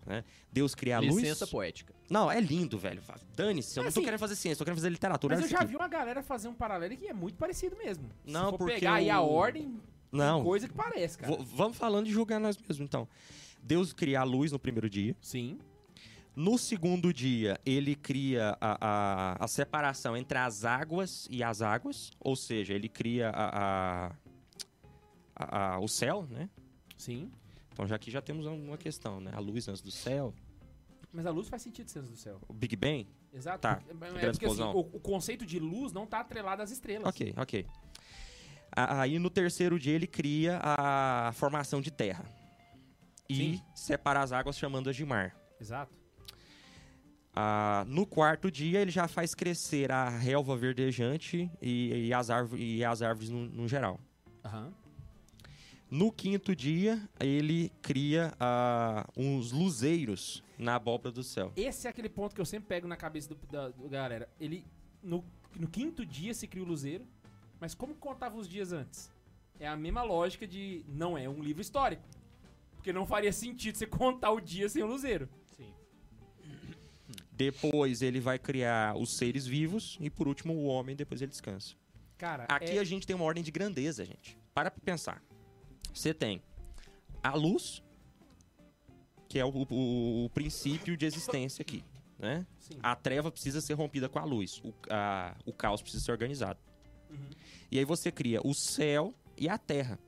Speaker 4: né? Deus cria a
Speaker 2: Licença
Speaker 4: luz.
Speaker 2: poética.
Speaker 4: Não, é lindo, velho. Dane-se, eu
Speaker 1: É
Speaker 4: não tô
Speaker 1: assim,
Speaker 4: querendo fazer ciência, eu quero fazer literatura.
Speaker 1: Mas
Speaker 4: olha
Speaker 1: eu
Speaker 4: isso
Speaker 1: já
Speaker 4: aqui.
Speaker 1: vi uma galera fazer um paralelo que é muito parecido mesmo.
Speaker 4: Não,
Speaker 1: Se for
Speaker 4: porque
Speaker 1: pegar aí a
Speaker 4: o-
Speaker 1: ordem,
Speaker 4: Não,
Speaker 1: coisa que parece, cara.
Speaker 4: v- vamos falando de julgar nós mesmos, então. Deus cria a luz no primeiro dia.
Speaker 1: Sim.
Speaker 4: No segundo dia, ele cria a, a- a separação entre as águas e as águas, ou seja, ele cria a- a- a- a- o céu, né?
Speaker 1: Sim.
Speaker 4: Então já aqui já temos uma questão, né? A luz antes do céu,
Speaker 1: Mas a luz faz sentido sendo do céu.
Speaker 4: o Big Bang.
Speaker 1: Exato.
Speaker 4: Tá,
Speaker 1: É porque,
Speaker 4: grande
Speaker 1: assim,
Speaker 4: explosão.
Speaker 1: o, o conceito de luz não tá atrelado às estrelas.
Speaker 4: Ok, ok. A- Aí no terceiro dia ele cria a formação de terra e
Speaker 1: Sim.
Speaker 4: separa as águas chamando-as de mar.
Speaker 1: Exato.
Speaker 4: Ah, no quarto dia, ele já faz crescer a relva verdejante e, e as, árvo- e as árvores no, no geral.
Speaker 1: Aham.
Speaker 4: No quinto dia, ele cria ah, uns luzeiros na abóbora do céu.
Speaker 1: Esse é aquele ponto que eu sempre pego na cabeça do, da, do galera. Ele, no, no quinto dia se cria o Luzeiro, mas como contava os dias antes? É a mesma lógica de não é um livro histórico. Porque não faria sentido você contar o dia sem o Luzeiro.
Speaker 4: Depois, ele vai criar os seres vivos. E por último, o homem. Depois, ele descansa.
Speaker 1: Cara,
Speaker 4: Aqui
Speaker 1: é,
Speaker 4: a gente tem uma ordem de grandeza, gente. Para pra pensar. Você tem a luz, que é o, o- o princípio de existência aqui, né?
Speaker 1: sim.
Speaker 4: A treva precisa ser rompida com a luz. O, a- o caos precisa ser organizado.
Speaker 1: Uhum.
Speaker 4: E aí você cria o céu e a terra.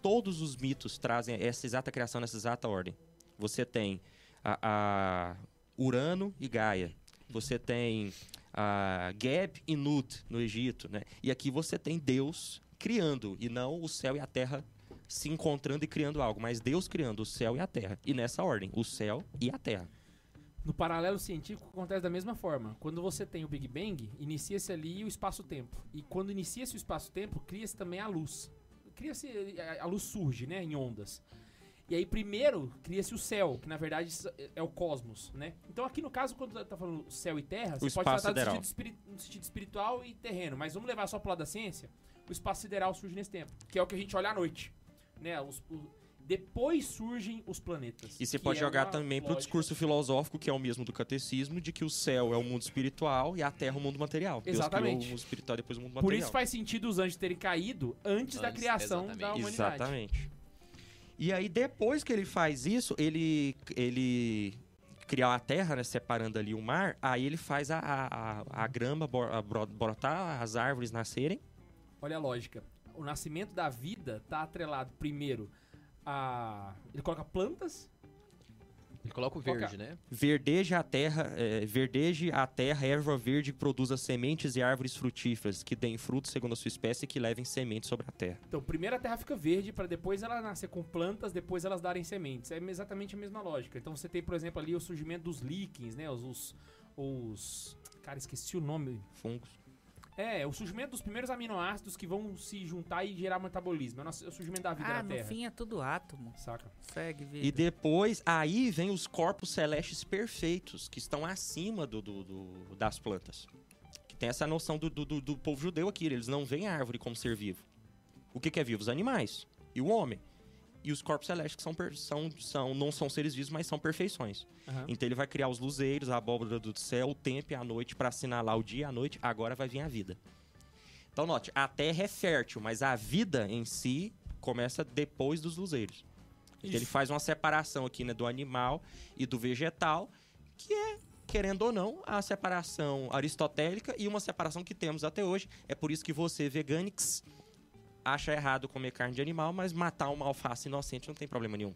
Speaker 4: Todos os mitos trazem essa exata criação nessa exata ordem. Você tem a, a Urano e Gaia. Você tem a Geb e Nut no Egito, né? E aqui você tem Deus criando e não o céu e a terra se encontrando e criando algo, mas Deus criando o céu e a terra. E nessa ordem, o céu e a terra.
Speaker 1: No paralelo científico acontece da mesma forma. Quando você tem o Big Bang, inicia-se ali o espaço-tempo. E quando inicia-se o espaço-tempo, cria-se também a luz. Cria-se a- a luz surge, né, em ondas. E aí primeiro cria-se o céu, que na verdade isso é o cosmos, né? Então aqui no caso quando tá falando céu e terra, você pode
Speaker 4: espaço
Speaker 1: tratar do
Speaker 4: sideral.
Speaker 1: sentido, espiri- no sentido espiritual e terreno, mas vamos levar só pro lado da ciência. O espaço sideral surge nesse tempo, que é o que a gente olha à noite, né? Os- o- depois surgem os planetas.
Speaker 4: E você
Speaker 1: que é
Speaker 4: pode jogar
Speaker 1: uma
Speaker 4: também pro
Speaker 1: lógica.
Speaker 4: discurso filosófico, que é o mesmo do catecismo, de que o céu é o mundo espiritual e a terra é o mundo material. Deus
Speaker 1: Exatamente.
Speaker 4: criou o mundo espiritual e depois o mundo
Speaker 1: Por
Speaker 4: material.
Speaker 1: isso faz sentido os anjos terem caído antes, da
Speaker 2: Antes,
Speaker 1: criação da
Speaker 2: exatamente.
Speaker 1: humanidade.
Speaker 4: Exatamente. E aí, depois que ele faz isso, ele, ele cria a terra, né, separando ali o mar, aí ele faz a, a, a- a grama bo- a bro- brotar, as árvores nascerem.
Speaker 1: Olha a lógica. O nascimento da vida tá atrelado primeiro a. Ele coloca plantas.
Speaker 2: Ele Ele coloca o verde, né?
Speaker 4: Verdeja a terra, é, verdeje a terra, erva verde que produza sementes e árvores frutíferas, que deem frutos segundo a sua espécie e que levem sementes sobre a terra.
Speaker 1: Então, primeiro a terra fica verde para depois ela nascer com plantas, depois elas darem sementes. É exatamente a mesma lógica. Então você tem, por exemplo, ali o surgimento dos líquens, né? Os, os, os- Cara, esqueci o nome.
Speaker 4: Fungos.
Speaker 1: É, o surgimento dos primeiros aminoácidos que vão se juntar e gerar metabolismo. É o nosso- é o surgimento da vida
Speaker 3: Ah,
Speaker 1: na
Speaker 3: no
Speaker 1: Terra.
Speaker 3: fim é tudo átomo.
Speaker 1: Saca?
Speaker 3: Segue, vida.
Speaker 4: E depois, aí vem os corpos celestes perfeitos, que estão acima do, do- do- das plantas. Que tem essa noção do, do- do- do povo judeu aqui, eles não veem a árvore como ser vivo. O que, que é vivo? Os animais e o homem. E os corpos celestes que são, per- são- são- não são seres vivos, mas são perfeições.
Speaker 1: Aham.
Speaker 4: Então ele vai criar os luzeiros, a abóbora do céu, o tempo e a noite para assinalar o dia e a noite. Agora vai vir a vida. Então note, a terra é fértil, mas a vida em si começa depois dos luzeiros. Então, ele faz uma separação aqui né, do animal e do vegetal, que é, querendo ou não, a separação aristotélica e uma separação que temos até hoje. É por isso que você, veganix, acha errado comer carne de animal, mas matar uma alface inocente não tem problema nenhum.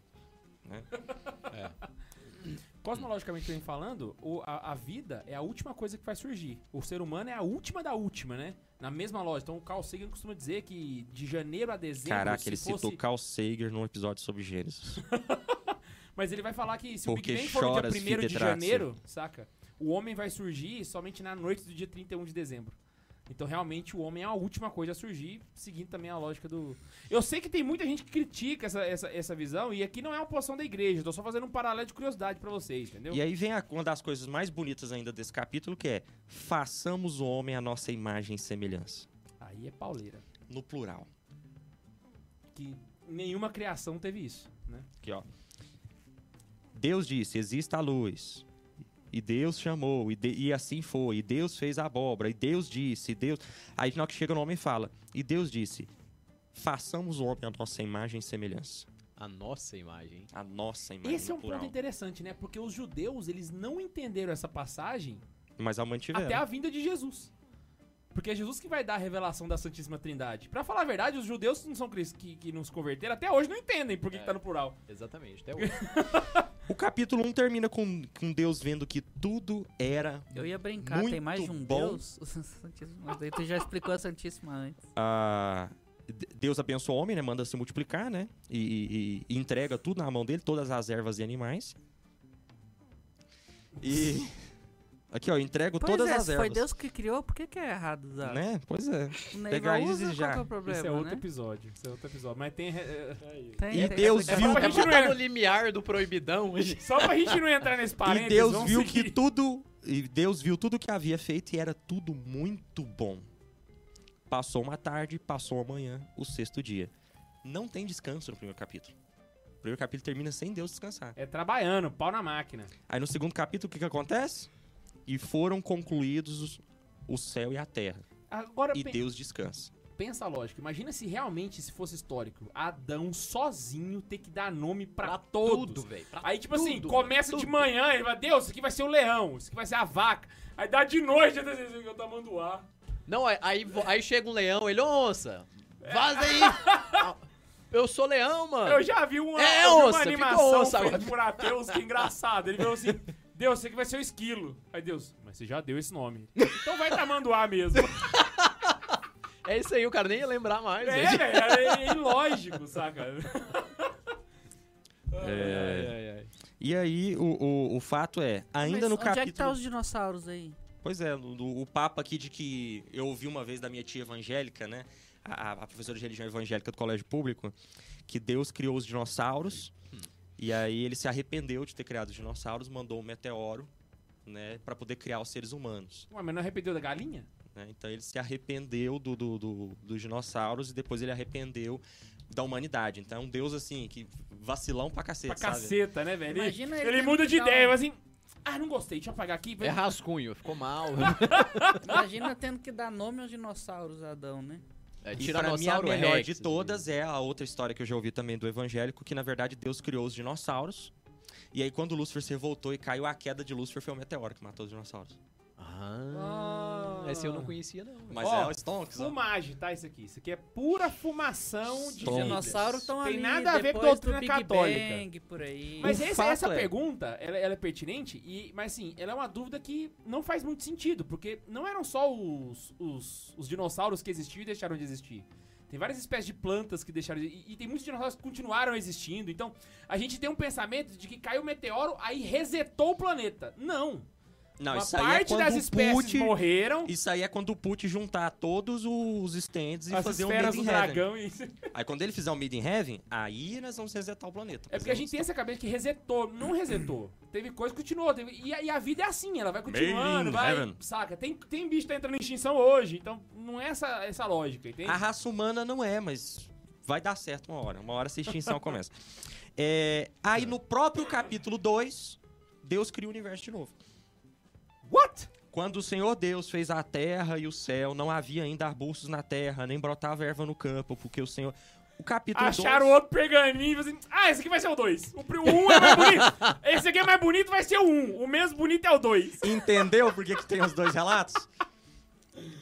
Speaker 1: Cosmologicamente bem falando, o- a, a vida é a última coisa que vai surgir. O ser humano é a última da última, né? Na mesma lógica. Então o Carl Sagan costuma dizer que de janeiro a dezembro.
Speaker 4: Caraca,
Speaker 1: se
Speaker 4: ele
Speaker 1: fosse...
Speaker 4: citou Carl Sager num episódio sobre Gênesis.
Speaker 1: Mas ele vai falar que se
Speaker 4: Porque
Speaker 1: o Big Bang for
Speaker 4: choras,
Speaker 1: o dia 1 de
Speaker 4: Fidetraxia.
Speaker 1: janeiro, saca? O homem vai surgir somente na noite do dia 31 de dezembro. Então, realmente, o homem é a última coisa a surgir, seguindo também a lógica do. Eu sei que tem muita gente que critica essa, essa, essa visão, e aqui não é uma posição da igreja, eu tô só fazendo um paralelo de curiosidade pra vocês, entendeu?
Speaker 4: E é- aí vem a- uma das coisas mais bonitas ainda desse capítulo, que é façamos o homem a nossa imagem e semelhança.
Speaker 1: Aí é pauleira.
Speaker 4: No plural.
Speaker 1: Que nenhuma criação teve isso, né?
Speaker 4: Aqui, ó. Deus disse: exista a luz. E Deus chamou, e, de- e assim foi. E Deus fez a abóbora, e Deus disse, e Deus. Aí na hora que chega no homem e fala: E Deus disse: façamos o homem a nossa imagem e semelhança.
Speaker 2: A nossa imagem. hein?
Speaker 4: A nossa imagem.
Speaker 1: Esse é
Speaker 4: no
Speaker 1: um
Speaker 4: plural.
Speaker 1: ponto interessante, né? Porque os judeus, eles não entenderam essa passagem
Speaker 4: Mas a mantiveram.
Speaker 1: até a vinda de Jesus. Porque é Jesus que vai dar a revelação da Santíssima Trindade. Pra falar a verdade, os judeus que não são crist- que, que não se converteram até hoje não entendem
Speaker 4: É.
Speaker 1: por que, que tá no plural.
Speaker 2: Exatamente, até hoje.
Speaker 4: O capítulo 1 termina com, com Deus vendo que tudo era.
Speaker 3: Eu ia brincar, tem
Speaker 4: Muito
Speaker 3: mais de um
Speaker 4: bom.
Speaker 3: Deus? O Santíssimo. Mas daí tu já explicou a Santíssima antes.
Speaker 4: ah, de- Deus abençoa o homem, né? Manda se multiplicar, né? E, e- e entrega tudo na mão dele, todas as ervas e animais. E. Aqui, ó, eu entrego
Speaker 3: Pois
Speaker 4: todas
Speaker 3: é,
Speaker 4: as
Speaker 3: se
Speaker 4: ervas.
Speaker 3: foi Deus que criou, por que, que é errado usar?
Speaker 4: Né? Pois é.
Speaker 3: O Neiva
Speaker 4: Pegar isso
Speaker 3: usa,
Speaker 4: e
Speaker 3: qual
Speaker 4: já.
Speaker 3: que é o problema,
Speaker 1: Isso é outro
Speaker 3: né?
Speaker 1: episódio. Isso é outro episódio. Mas tem. é, é,
Speaker 3: Tem-
Speaker 4: E
Speaker 3: tem
Speaker 4: Deus
Speaker 3: essa
Speaker 4: viu-
Speaker 3: questão.
Speaker 1: É pra gente não-
Speaker 2: limiar do proibidão. hoje.
Speaker 1: Só pra gente não entrar nesse
Speaker 4: E
Speaker 1: parênteses.
Speaker 4: Deus
Speaker 1: vamos
Speaker 4: viu
Speaker 1: seguir.
Speaker 4: que tudo. E Deus viu tudo que havia feito e era tudo muito bom. Passou uma tarde, passou uma manhã, o sexto dia. Não tem descanso no primeiro capítulo. O primeiro capítulo termina sem Deus descansar.
Speaker 1: É trabalhando, pau na máquina.
Speaker 4: Aí no segundo capítulo, o que, que acontece? E foram concluídos os- o céu e a terra.
Speaker 1: Agora,
Speaker 4: E
Speaker 1: pe-
Speaker 4: Deus descansa.
Speaker 1: pensa a lógica. Imagina se realmente isso fosse histórico. Adão sozinho ter que dar nome pra,
Speaker 2: Pra
Speaker 1: todos.
Speaker 2: tudo, velho. pra
Speaker 1: Aí, tipo assim,
Speaker 2: tudo,
Speaker 1: começa
Speaker 2: tudo.
Speaker 1: de manhã, ele fala, Deus, isso aqui vai ser o leão, isso aqui vai ser a vaca. Aí dá de noite, eu tô assim, mandando ar.
Speaker 2: Não, aí- aí, vo- aí chega um leão, ele, onça, vaza aí. Eu sou leão, mano.
Speaker 1: Eu já vi uma,
Speaker 2: É,
Speaker 1: eu vi uma
Speaker 2: onça, ficou
Speaker 1: animação
Speaker 2: onça
Speaker 1: feita
Speaker 2: agora.
Speaker 1: por ateus, que é engraçado. Ele falou assim, Deus, isso aqui vai ser o esquilo. Aí Deus, mas você já deu esse nome. Então vai tamanduá mesmo.
Speaker 2: É isso aí, o cara nem ia lembrar mais. né?
Speaker 1: é,
Speaker 2: velho.
Speaker 1: velho, é ilógico, saca?
Speaker 2: Ai, ai, ai.
Speaker 4: E aí, o, o, o fato é, ainda
Speaker 3: É. Mas
Speaker 4: no
Speaker 3: onde
Speaker 4: capítulo.
Speaker 3: é que tá os dinossauros aí?
Speaker 4: Pois é, no- no- o papo aqui de que eu ouvi uma vez da minha tia evangélica, né? A, a professora de religião evangélica do colégio público, que Deus criou os dinossauros. E aí ele se arrependeu de ter criado os dinossauros, mandou um meteoro, né, para poder criar os seres humanos.
Speaker 1: Ué, mas não arrependeu da galinha?
Speaker 4: né? Então ele se arrependeu do, do- do- dos dinossauros e depois ele arrependeu da humanidade. Então é um deus assim, que vacilão pra cacete.
Speaker 1: Pra
Speaker 4: sabe?
Speaker 1: caceta, né, velho? Ele,
Speaker 3: Imagina ele
Speaker 1: ele
Speaker 3: tendo
Speaker 1: muda
Speaker 3: que
Speaker 1: de
Speaker 3: dar um-
Speaker 1: ideia, mas assim, ah, não gostei, deixa eu apagar aqui.
Speaker 2: É rascunho, ficou mal.
Speaker 1: tá.
Speaker 3: Imagina tendo que dar nome aos dinossauros, Adão, né?
Speaker 2: É,
Speaker 4: E pra mim a
Speaker 2: tiranossauro
Speaker 4: melhor
Speaker 2: rex,
Speaker 1: assim.
Speaker 4: de todas é a outra história que eu já ouvi também do evangélico, que na verdade Deus criou os dinossauros. E aí quando Lúcifer se revoltou e caiu, a queda de Lúcifer foi o meteoro que matou os dinossauros.
Speaker 2: assim. Ah,
Speaker 1: Ah,
Speaker 2: Essa eu não conhecia, não. velho.
Speaker 4: Mas
Speaker 1: Ó,
Speaker 4: é o Stonks, ó.
Speaker 1: Fumagem, tá? Isso aqui. Isso aqui é pura fumação de
Speaker 4: Tom.
Speaker 3: Os
Speaker 4: Stone.
Speaker 1: vidas.
Speaker 3: dinossauros estão
Speaker 1: Tem
Speaker 3: ali.
Speaker 1: nada a ver com
Speaker 3: depois do
Speaker 1: doutrina
Speaker 3: Big
Speaker 1: católica.
Speaker 3: Bang, por aí.
Speaker 1: Mas
Speaker 2: O
Speaker 1: essa,
Speaker 2: fato
Speaker 1: essa
Speaker 2: é-
Speaker 1: pergunta, ela, ela é pertinente, e, mas assim, ela é uma dúvida que não faz muito sentido, porque não eram só os, os, os dinossauros que existiam e deixaram de existir. Tem várias espécies de plantas que deixaram de... E, e tem muitos dinossauros que continuaram existindo, então a gente tem um pensamento de que caiu o meteoro, aí resetou o planeta. Não!
Speaker 4: Não,
Speaker 1: uma
Speaker 4: isso aí é
Speaker 1: parte
Speaker 4: quando
Speaker 1: das
Speaker 4: o
Speaker 1: espécies
Speaker 4: Put-
Speaker 1: morreram,
Speaker 4: Isso aí é quando o Put juntar todos os stands e
Speaker 1: as
Speaker 4: fazer um
Speaker 1: esferas
Speaker 4: Made
Speaker 1: do
Speaker 4: in Heaven.
Speaker 1: dragão e...
Speaker 4: Aí quando ele fizer um Made in Heaven, aí nós vamos resetar o planeta.
Speaker 1: É porque a gente tem essa cabeça que resetou, não resetou. Teve coisa que continuou. teve- e, a- e a vida é assim, ela vai
Speaker 4: Made
Speaker 1: continuando,
Speaker 4: in
Speaker 1: vai.
Speaker 4: heaven.
Speaker 1: Saca? Tem, tem bicho que tá entrando em extinção hoje, então não é essa, essa lógica, entende?
Speaker 4: A raça humana não é, mas vai dar certo uma hora. Uma hora essa extinção começa. É, aí no próprio capítulo 2, Deus cria o universo de novo.
Speaker 1: What?
Speaker 4: Quando o Senhor Deus fez a terra e o céu, não havia ainda arbustos na terra, nem brotava erva no campo, porque o Senhor. O capítulo 2.
Speaker 1: Acharam o outro pergaminho e assim, ah, esse aqui vai ser o 2. O 1 um é mais bonito. Esse aqui é mais bonito, vai ser o 1. Um. O menos bonito é o 2.
Speaker 4: Entendeu por que, que tem os dois relatos?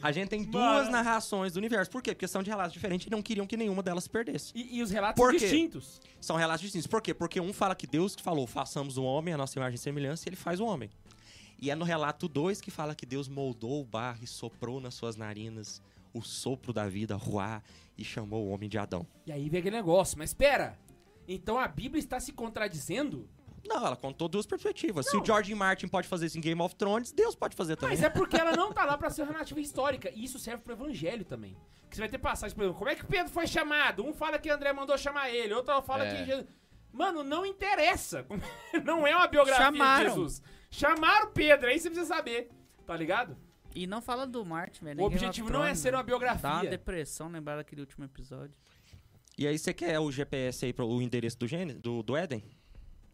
Speaker 4: A gente tem duas
Speaker 1: Mano.
Speaker 4: narrações do universo. Por quê? Porque são de relatos diferentes e não queriam que nenhuma delas perdesse.
Speaker 1: E, e os relatos
Speaker 4: Por
Speaker 1: são
Speaker 4: quê?
Speaker 1: distintos.
Speaker 4: São relatos distintos. Por quê? Porque um fala que Deus falou, façamos o homem, a nossa imagem e semelhança, e ele faz o homem. E é no relato 2 que fala que Deus moldou o barro e soprou nas suas narinas o sopro da vida, ruá, e chamou o homem de Adão.
Speaker 1: E aí vem aquele negócio, mas espera. Então a Bíblia está se contradizendo?
Speaker 4: Não, ela contou duas perspectivas. Se o George Martin pode fazer isso em Game of Thrones, Deus pode fazer também.
Speaker 1: Mas é porque ela não tá lá pra ser uma narrativa histórica. E isso serve pro evangelho também. Que você vai ter passagem, por exemplo, como é que Pedro foi chamado? Um fala que André mandou chamar ele, outro fala
Speaker 2: É.
Speaker 1: que Jesus. Mano, não interessa. Não é uma biografia
Speaker 3: Chamaram.
Speaker 1: de Jesus. Chamaram Pedro, aí você precisa saber. Tá ligado?
Speaker 3: E não fala do Martin, velho.
Speaker 1: o objetivo não é ser uma
Speaker 3: né? Dá uma
Speaker 1: biografia.
Speaker 3: depressão lembrar daquele último episódio.
Speaker 4: E aí você quer o GPS aí, pro, o endereço do, Gênesis, do, do Éden?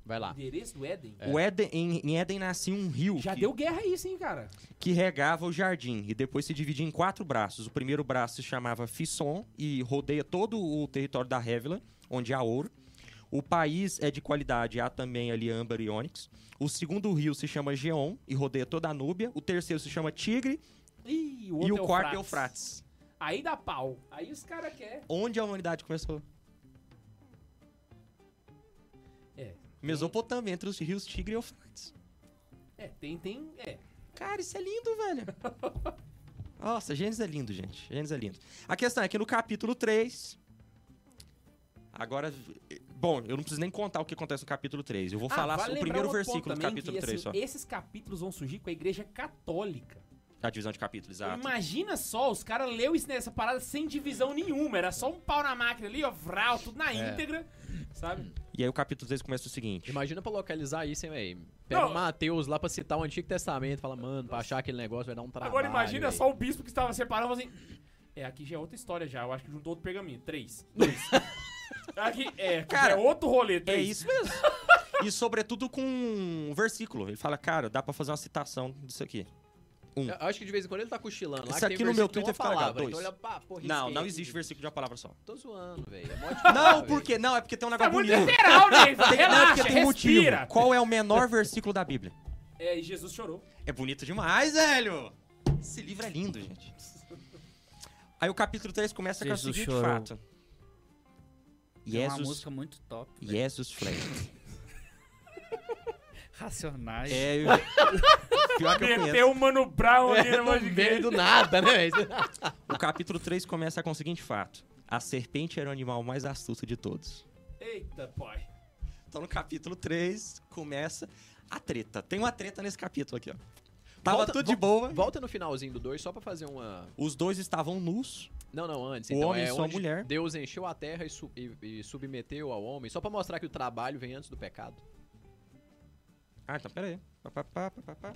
Speaker 2: Vai lá.
Speaker 1: Endereço do Éden.
Speaker 2: É.
Speaker 4: O Éden, em, em Éden nascia um rio
Speaker 1: Já
Speaker 4: que,
Speaker 1: deu guerra isso, hein, cara?
Speaker 4: que regava o jardim e depois se dividia em quatro braços. O primeiro braço se chamava Fisson e rodeia todo o território da Révila, onde há ouro. O país é de qualidade, há também ali âmbar e ônix. O segundo rio se chama Geon e rodeia toda a Núbia. O terceiro se chama Tigre
Speaker 1: Ih,
Speaker 4: e
Speaker 1: outro
Speaker 4: o quarto é Eufrates.
Speaker 1: Aí dá pau. Aí os caras querem.
Speaker 4: Onde a humanidade começou?
Speaker 1: É.
Speaker 4: Mesopotâmia, entre os rios Tigre e Eufrates.
Speaker 1: É, tem, tem. É.
Speaker 4: Cara, isso é lindo, velho. Nossa, Gênesis é lindo, gente. Gênesis é lindo. A questão é que no capítulo 3. Agora. Bom, eu não preciso nem contar o que acontece no capítulo 3. Eu vou
Speaker 1: Ah,
Speaker 4: falar
Speaker 1: vale
Speaker 4: só o
Speaker 1: lembrar
Speaker 4: primeiro
Speaker 1: um outro
Speaker 4: versículo
Speaker 1: ponto
Speaker 4: do
Speaker 1: também,
Speaker 4: capítulo
Speaker 1: que,
Speaker 4: 3
Speaker 1: assim,
Speaker 4: só.
Speaker 1: Esses capítulos vão surgir com a igreja católica.
Speaker 4: A divisão de capítulos, exato.
Speaker 1: Imagina só, os caras leu isso nessa parada sem divisão nenhuma. Era só um pau na máquina ali, ó, vral, tudo na
Speaker 2: É.
Speaker 1: íntegra, sabe?
Speaker 4: E aí o capítulo 3 começa o seguinte.
Speaker 2: Imagina pra localizar isso, hein, velho. Pega
Speaker 1: Não.
Speaker 2: o Mateus lá pra citar o Antigo Testamento. Fala, mano, pra achar aquele negócio vai dar um trabalho.
Speaker 1: Agora imagina
Speaker 2: véi."
Speaker 1: só o bispo que estava separando assim. É, aqui já é outra história já. Eu acho que juntou outro pergaminho. Três. Dois. aqui, é, cara,
Speaker 4: Cara,
Speaker 1: é outro rolê.
Speaker 4: É
Speaker 1: Três.
Speaker 4: isso mesmo. e sobretudo com um versículo. Ele fala, cara, dá pra fazer uma citação disso aqui.
Speaker 2: Eu acho que de vez em quando ele tá cochilando. Lá,
Speaker 4: Isso
Speaker 2: que tem
Speaker 4: aqui no meu
Speaker 2: versículo,
Speaker 4: Twitter
Speaker 2: uma
Speaker 4: fica legal,
Speaker 2: palavra,
Speaker 4: dois.
Speaker 2: Então olha, pá, porra,
Speaker 4: Não,
Speaker 2: risquei
Speaker 4: não
Speaker 2: aqui.
Speaker 4: existe versículo de uma palavra só.
Speaker 2: Tô zoando, velho. É mó de
Speaker 4: Não,
Speaker 2: palavra,
Speaker 4: por quê? Não, é porque tem um
Speaker 1: Tá
Speaker 4: negócio
Speaker 1: muito
Speaker 4: bonito.
Speaker 1: literal, Ney.
Speaker 4: Tem- não, é
Speaker 1: Relaxa,
Speaker 4: porque tem um
Speaker 1: respira.
Speaker 4: motivo. Qual é o menor versículo da Bíblia?
Speaker 1: É, e Jesus chorou.
Speaker 4: É bonito demais, velho! Esse livro é lindo, gente. Aí o capítulo 3 começa com o
Speaker 3: Jesus
Speaker 4: seguinte
Speaker 3: chorou.
Speaker 4: fato.
Speaker 3: É uma
Speaker 4: Jesus,
Speaker 3: música muito top. velho.
Speaker 4: Jesus Flash.
Speaker 3: Racionais.
Speaker 4: É, eu... pior que eu conheço. É,
Speaker 1: Meteu o Mano Brown ali
Speaker 2: velho.
Speaker 1: no monte
Speaker 2: No
Speaker 1: é de
Speaker 2: meio do nada, né, velho?
Speaker 4: O capítulo 3 começa com o seguinte fato. A serpente era o animal mais astuto de todos.
Speaker 1: Eita, pai.
Speaker 4: Então no capítulo 3 começa a treta. Tem uma treta nesse capítulo aqui, ó. Tava
Speaker 2: Volta-
Speaker 4: tudo de
Speaker 2: vo-
Speaker 4: boa.
Speaker 2: Volta no finalzinho do 2 só pra fazer uma.
Speaker 4: Os dois estavam nus.
Speaker 2: Não, não, antes.
Speaker 4: O
Speaker 2: então,
Speaker 4: homem
Speaker 2: é
Speaker 4: e sua
Speaker 2: onde
Speaker 4: mulher.
Speaker 2: Deus encheu a terra e, su- e- e submeteu ao homem, só pra mostrar que o trabalho vem antes do pecado.
Speaker 4: Ah, então peraí. Pá, pá, pá, pá, pá, pá.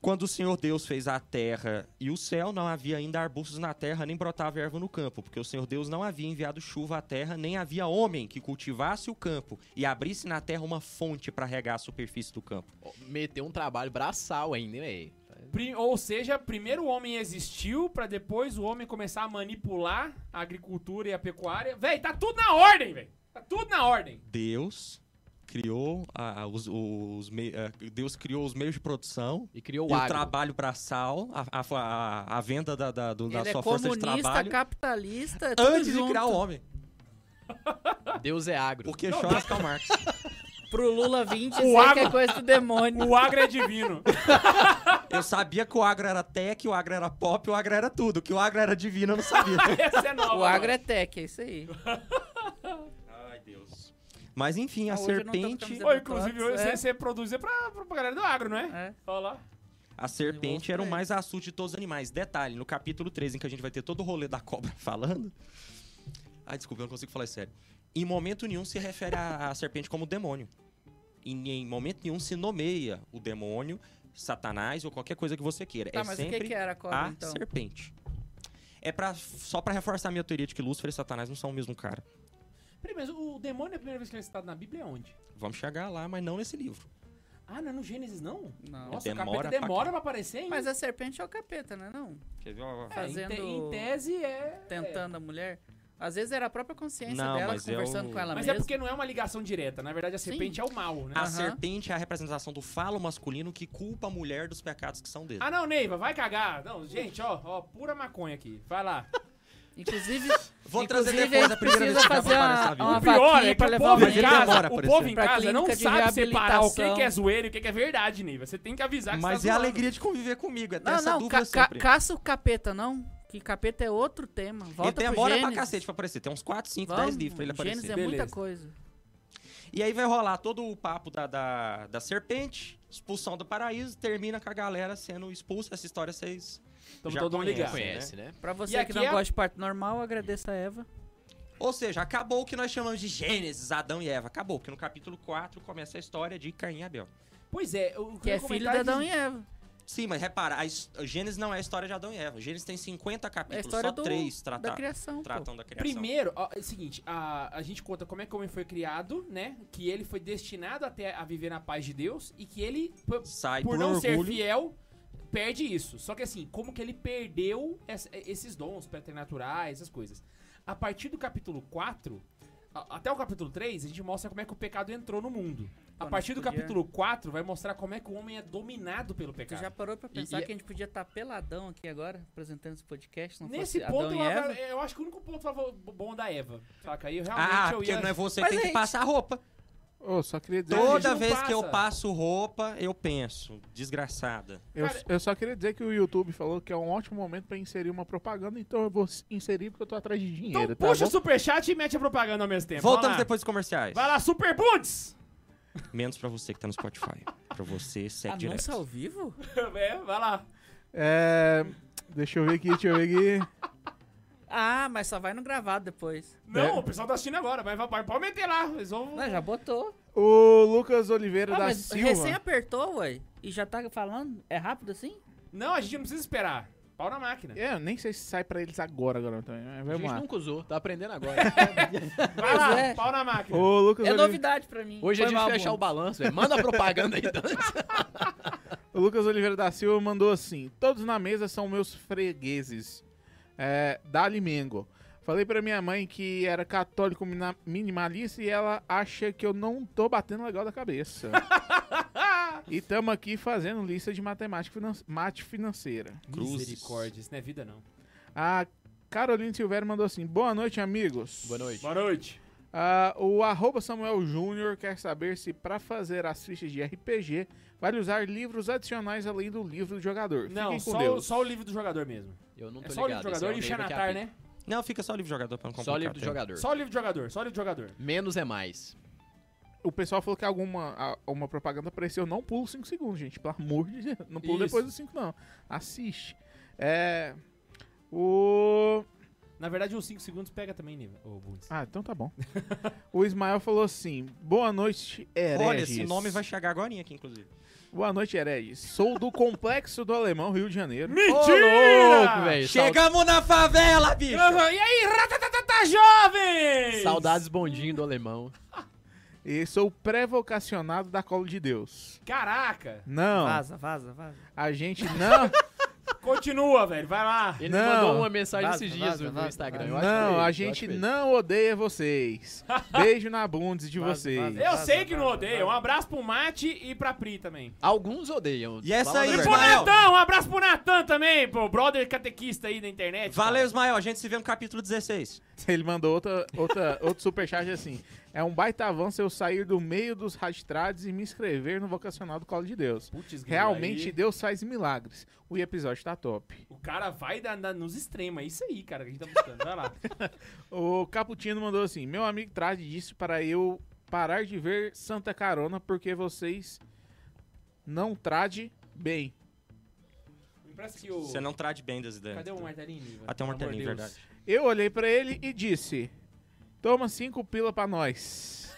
Speaker 4: Quando o Senhor Deus fez a terra e o céu, não havia ainda arbustos na terra, nem brotava erva no campo, porque o Senhor Deus não havia enviado chuva à terra, nem havia homem que cultivasse o campo e abrisse na terra uma fonte para regar a superfície do campo.
Speaker 2: Ó, Meteu um trabalho braçal ainda, hein, velho?
Speaker 1: Pri- Ou seja, primeiro o homem existiu pra depois o homem começar a manipular a agricultura e a pecuária. Véi, tá tudo na ordem, véi. Tá tudo na ordem.
Speaker 4: Deus criou a- a- os, os mei- a- Deus criou os meios de produção
Speaker 2: E criou
Speaker 4: e
Speaker 2: o
Speaker 4: o
Speaker 2: agro.
Speaker 4: trabalho para sal, a, a- a- a venda da, da- do- da
Speaker 3: Ele é
Speaker 4: sua força de
Speaker 3: comunista,
Speaker 4: trabalho
Speaker 3: capitalista, é tudo
Speaker 4: antes de
Speaker 3: junto.
Speaker 4: criar o homem.
Speaker 2: Deus é agro.
Speaker 4: Porque chora Karl Marx.
Speaker 3: Pro Lula 20
Speaker 1: O
Speaker 3: dizer que é
Speaker 1: agro-
Speaker 3: coisa do demônio.
Speaker 1: O agro é divino.
Speaker 4: Eu sabia que o agro era tech, o agro era pop, o agro era tudo. Que o agro era divino, eu não sabia.
Speaker 1: Essa é nova.
Speaker 3: O agro é tech, é isso aí.
Speaker 4: Ai, Deus. Mas enfim, a
Speaker 3: Ah, hoje eu não tô com
Speaker 4: serpente,
Speaker 3: camiseta.
Speaker 1: Ô, inclusive, hoje
Speaker 3: É.
Speaker 1: você, você produz é pra, pra galera do agro, não é?
Speaker 3: É.
Speaker 1: Olha lá.
Speaker 4: a serpente era o mais assusto de todos os animais. Detalhe, no capítulo 13, em que a gente vai ter todo o rolê da cobra falando. Ai, desculpa, eu não consigo falar isso sério. Em momento nenhum se refere à, à serpente como demônio. E em momento nenhum se nomeia o demônio, Satanás ou qualquer coisa que você queira.
Speaker 3: Tá,
Speaker 4: é
Speaker 3: mas o
Speaker 4: sempre
Speaker 3: que, que era a
Speaker 4: a
Speaker 3: cobra, então?
Speaker 4: serpente. É para só pra reforçar a minha teoria de que Lúcifer e Satanás não são o mesmo cara.
Speaker 1: Peraí, mas o demônio é a primeira vez que ele é citado na Bíblia é onde?
Speaker 4: Vamos chegar lá, mas não nesse livro.
Speaker 1: Ah, não é no Gênesis, não?
Speaker 3: Não.
Speaker 1: Nossa, o
Speaker 4: Demora
Speaker 1: capeta
Speaker 4: pra
Speaker 1: demora pra,
Speaker 4: cá.
Speaker 1: aparecer, hein?
Speaker 3: Mas a serpente é o capeta, né? Não.
Speaker 4: Quer ver? ó, ó, ó.
Speaker 1: É, em te-
Speaker 3: fazendo-
Speaker 1: em tese é...
Speaker 3: Tentando a mulher. Às vezes era a própria consciência
Speaker 4: Não,
Speaker 3: dela
Speaker 4: mas
Speaker 3: conversando
Speaker 4: eu-
Speaker 3: com ela Ah,
Speaker 1: Mas é
Speaker 3: mesma.
Speaker 1: porque não é uma ligação direta. Na verdade, a
Speaker 3: Sim.
Speaker 1: serpente é o mal, né?
Speaker 4: A
Speaker 3: Aham.
Speaker 4: serpente é a representação do falo masculino que culpa a mulher dos pecados que são dele.
Speaker 1: Ah, não, Neiva, vai cagar. Não, gente, ó, ó, pura maconha aqui. Vai lá.
Speaker 3: Inclusive,
Speaker 4: Vou
Speaker 3: inclusive,
Speaker 4: trazer depois a
Speaker 3: ele
Speaker 4: primeira vez
Speaker 3: precisa
Speaker 4: que
Speaker 3: fazer
Speaker 4: aparece na
Speaker 3: uma, uma
Speaker 4: vida. é
Speaker 3: vaquinha pra
Speaker 1: é o
Speaker 3: levar
Speaker 1: povo
Speaker 3: o
Speaker 4: mas
Speaker 1: em
Speaker 4: ele
Speaker 1: casa,
Speaker 4: demora
Speaker 1: o
Speaker 4: pra
Speaker 1: povo em
Speaker 3: aparecer.
Speaker 1: casa
Speaker 3: Pra
Speaker 1: não
Speaker 3: clínica de
Speaker 1: sabe separar o que
Speaker 3: reabilitação.
Speaker 1: que é zoeira e o que que é verdade, Neiva. Você tem que avisar que
Speaker 4: Mas
Speaker 1: você
Speaker 4: é
Speaker 1: tá
Speaker 4: a
Speaker 1: zoando.
Speaker 4: alegria de conviver comigo, é ter
Speaker 3: Não,
Speaker 4: essa
Speaker 3: não,
Speaker 4: dúvida
Speaker 3: ca- ca-
Speaker 4: sempre.
Speaker 3: caça o capeta, não. Que capeta é outro tema.
Speaker 4: Ele
Speaker 3: Volta pro
Speaker 4: demora
Speaker 3: Gênesis.
Speaker 4: pra cacete pra aparecer. Tem uns 4, 5, 10
Speaker 3: Vamos,
Speaker 4: livros pra ele
Speaker 3: Gênesis
Speaker 4: aparecer.
Speaker 3: é muita
Speaker 1: Beleza.
Speaker 3: coisa.
Speaker 4: E aí vai rolar todo o papo da, da, da serpente, expulsão do paraíso, termina com a galera sendo expulsa. Essa história vocês.
Speaker 1: Tamo
Speaker 4: já
Speaker 1: todo mundo
Speaker 4: conhecem,
Speaker 1: ligado.
Speaker 2: Conhece, né?
Speaker 3: Pra
Speaker 1: E
Speaker 3: você que
Speaker 1: aqui
Speaker 3: não
Speaker 1: é-
Speaker 3: gosta de parte normal, agradeça a Eva.
Speaker 4: Ou seja, acabou o que nós chamamos de Gênesis, Adão e Eva. Acabou, porque no capítulo 4 começa a história de Caim e Abel.
Speaker 1: Pois é, o
Speaker 3: Que é filho da Adão e Eva.
Speaker 4: Sim, mas repara, a his- a Gênesis não é a história de Adão e Eva. Gênesis tem 50
Speaker 3: É a
Speaker 4: capítulos,
Speaker 3: história
Speaker 4: só
Speaker 3: do,
Speaker 4: 3
Speaker 2: Ah,
Speaker 3: da
Speaker 2: tá.
Speaker 4: tratam,
Speaker 3: criação. pô.
Speaker 4: tratam da criação.
Speaker 1: Primeiro, ó, é o seguinte, a, a gente conta como é que o homem foi criado, né? Que ele foi destinado até a viver na paz de Deus e que ele, p-
Speaker 4: Sai
Speaker 1: por
Speaker 4: por,
Speaker 1: não ser
Speaker 4: orgulho.
Speaker 1: fiel, perde isso. Só que assim, como que ele perdeu es- esses dons preternaturais, essas coisas. A partir do capítulo 4, a- até o capítulo 3, a gente mostra como é que o pecado entrou no mundo. A
Speaker 3: Quando
Speaker 1: partir do
Speaker 3: podia-
Speaker 1: capítulo 4, vai mostrar como é que o homem é dominado pelo
Speaker 3: Tu
Speaker 1: pecado.
Speaker 3: já parou pra pensar
Speaker 2: e-
Speaker 3: que a gente podia estar peladão aqui agora, apresentando esse podcast, se não
Speaker 1: Nesse
Speaker 3: fosse
Speaker 1: ponto,
Speaker 3: Adão
Speaker 1: eu,
Speaker 3: e Eva?
Speaker 1: eu acho que o único ponto favor- bom da Eva. Saca? Aí eu realmente
Speaker 4: Ah,
Speaker 1: eu
Speaker 4: porque
Speaker 1: ia.
Speaker 4: não é você
Speaker 3: Mas
Speaker 4: que tem
Speaker 3: a
Speaker 4: que passar roupa.
Speaker 5: Ô, só queria dizer.
Speaker 1: Todo-
Speaker 4: Toda
Speaker 1: não
Speaker 4: vez que eu
Speaker 1: passa.
Speaker 4: passo roupa, eu penso. Desgraçada.
Speaker 5: Eu,
Speaker 1: Cara-
Speaker 5: eu só queria dizer que o YouTube falou que é um ótimo momento pra inserir uma propaganda, então eu vou inserir porque eu tô atrás de
Speaker 1: Então
Speaker 5: dinheiro, tá
Speaker 1: puxa o
Speaker 5: bom?
Speaker 1: superchat e mete a propaganda ao mesmo tempo.
Speaker 4: Voltamos
Speaker 1: Vai É, lá.
Speaker 4: depois dos comerciais.
Speaker 1: Vai lá, Super Bundes!
Speaker 4: Menos pra você que tá no Spotify. pra você,
Speaker 1: Ah,
Speaker 4: segue direto.
Speaker 3: Anúncio Ah, ao vivo?
Speaker 1: é, vai lá.
Speaker 5: É, deixa eu ver aqui, deixa eu ver aqui.
Speaker 3: Ah, mas só vai no gravado depois.
Speaker 1: Não,
Speaker 5: É.
Speaker 1: o pessoal tá assistindo agora, mas vai- pode meter lá. Eles vão.
Speaker 3: Não, já botou.
Speaker 5: O Lucas Oliveira
Speaker 3: Ah,
Speaker 5: da
Speaker 3: mas
Speaker 5: Silva.
Speaker 3: recém apertou, ué, e já tá falando? É rápido assim?
Speaker 1: Não, a gente não precisa esperar. Pau na máquina.
Speaker 5: É, eu nem sei se sai pra eles agora, agora também. mas
Speaker 2: A
Speaker 5: Vamos
Speaker 2: gente
Speaker 5: lá.
Speaker 2: nunca usou, tá aprendendo agora.
Speaker 1: Vai lá,
Speaker 3: é.
Speaker 1: pau na máquina.
Speaker 5: O Lucas,
Speaker 3: É
Speaker 5: Oli-
Speaker 3: novidade pra mim.
Speaker 2: Hoje
Speaker 3: Foi
Speaker 2: a gente
Speaker 3: mal,
Speaker 2: fechar o
Speaker 3: Bruno.
Speaker 2: balanço, velho. Manda a propaganda aí, Dante.
Speaker 5: o Lucas Oliveira da Silva mandou assim: Todos na mesa são meus fregueses. É, Dali Mengo. Falei pra minha mãe que era católico mina- minimalista e ela acha que eu não tô batendo legal da cabeça. e tamo aqui fazendo lista de matemática finan mate financeira.
Speaker 4: Cruzes.
Speaker 1: Misericórdia, isso não é vida, não.
Speaker 5: A Carolina Silveira mandou assim: Boa noite, amigos.
Speaker 2: Boa noite.
Speaker 1: Boa noite.
Speaker 5: Ah, o arroba Samuel Júnior quer saber se para fazer as fichas de RPG vale usar livros adicionais além do livro do jogador.
Speaker 1: Não,
Speaker 5: Fiquem com
Speaker 1: só, o-
Speaker 5: Deus.
Speaker 1: só o livro do jogador mesmo.
Speaker 2: Eu não tô
Speaker 1: É só o livro
Speaker 2: ligado.
Speaker 1: do
Speaker 2: esse é
Speaker 1: jogador e o
Speaker 2: Neiva que
Speaker 1: Xanatar,
Speaker 2: apita.
Speaker 1: né?
Speaker 4: Não, fica só o livro do jogador pra não
Speaker 2: Só
Speaker 4: complicar. tá?
Speaker 2: o livro do
Speaker 4: até.
Speaker 2: jogador.
Speaker 1: Só o livro do jogador, só o livro do jogador.
Speaker 2: Menos é mais.
Speaker 5: O pessoal falou que alguma a- uma propaganda apareceu. Não pulo 5 segundos, gente. Pelo amor de Deus. Não pulo
Speaker 1: Isso.
Speaker 5: depois dos 5, não. Assiste. É. O.
Speaker 1: Na verdade, os 5 segundos pega também, Niva. Ô, Bundes.
Speaker 5: Ah, então tá bom. o Ismael falou assim: Boa noite, hereges.
Speaker 4: Olha, esse nome vai chegar agora aqui, inclusive.
Speaker 5: Boa noite, hereges. Sou do Complexo do Alemão, Rio de Janeiro.
Speaker 2: Ô, louco, velho.
Speaker 4: Chegamos na favela, bicho!
Speaker 1: E aí, ratatatata jovens!
Speaker 3: É
Speaker 2: Saud- Saudades bondinho do alemão.
Speaker 5: E sou pré-vocacionado da Cola de Deus.
Speaker 1: Caraca!
Speaker 5: Não,
Speaker 3: Vaza, vaza, vaza.
Speaker 5: a gente não.
Speaker 1: Continua, velho. Vai lá.
Speaker 2: Ele me
Speaker 5: Não.
Speaker 2: mandou uma mensagem
Speaker 3: Vaza,
Speaker 2: esses dias
Speaker 3: vaza,
Speaker 2: no
Speaker 3: vaza,
Speaker 2: Instagram.
Speaker 3: vaza.
Speaker 2: eu acho que
Speaker 5: Não,
Speaker 2: foi ele,
Speaker 5: a
Speaker 2: eu
Speaker 5: gente
Speaker 2: acho que foi ele.
Speaker 5: não odeia vocês. Beijo na bundes de vocês.
Speaker 3: vaza.
Speaker 1: Eu sei que não odeia. Um abraço pro Mate e pra Pri também.
Speaker 2: Alguns odeiam.
Speaker 4: E essa
Speaker 2: fala a
Speaker 4: aí,
Speaker 1: E pro
Speaker 2: verdade.
Speaker 4: Ismael.
Speaker 1: Natan, um abraço pro Natan também, pro brother catequista aí da internet.
Speaker 4: Valeu,
Speaker 1: cara.
Speaker 4: Ismael. A gente se vê no capítulo 16.
Speaker 5: Ele mandou outra, outra, outro superchat assim. É um baita avanço eu sair do meio dos rastrades e me inscrever no vocacional do Colo de Deus.
Speaker 1: Putz, grilo,
Speaker 5: Realmente
Speaker 1: aí
Speaker 5: Deus faz milagres. O episódio tá top.
Speaker 1: O cara vai da- da- nos extremos, é isso aí, cara, que a gente tá buscando. Vai lá.
Speaker 5: O Caputino mandou assim: Meu amigo Trade disse para eu parar de ver Santa Carona porque vocês não trade bem.
Speaker 1: Me parece que o.
Speaker 4: Você não trate bem das ideias.
Speaker 1: Cadê o martelinho? velho?
Speaker 4: Até o
Speaker 1: Pelo amor
Speaker 4: Ah, um martelinho,
Speaker 1: de Deus.
Speaker 4: verdade.
Speaker 5: Eu olhei pra ele e disse: Toma cinco pila pra nós.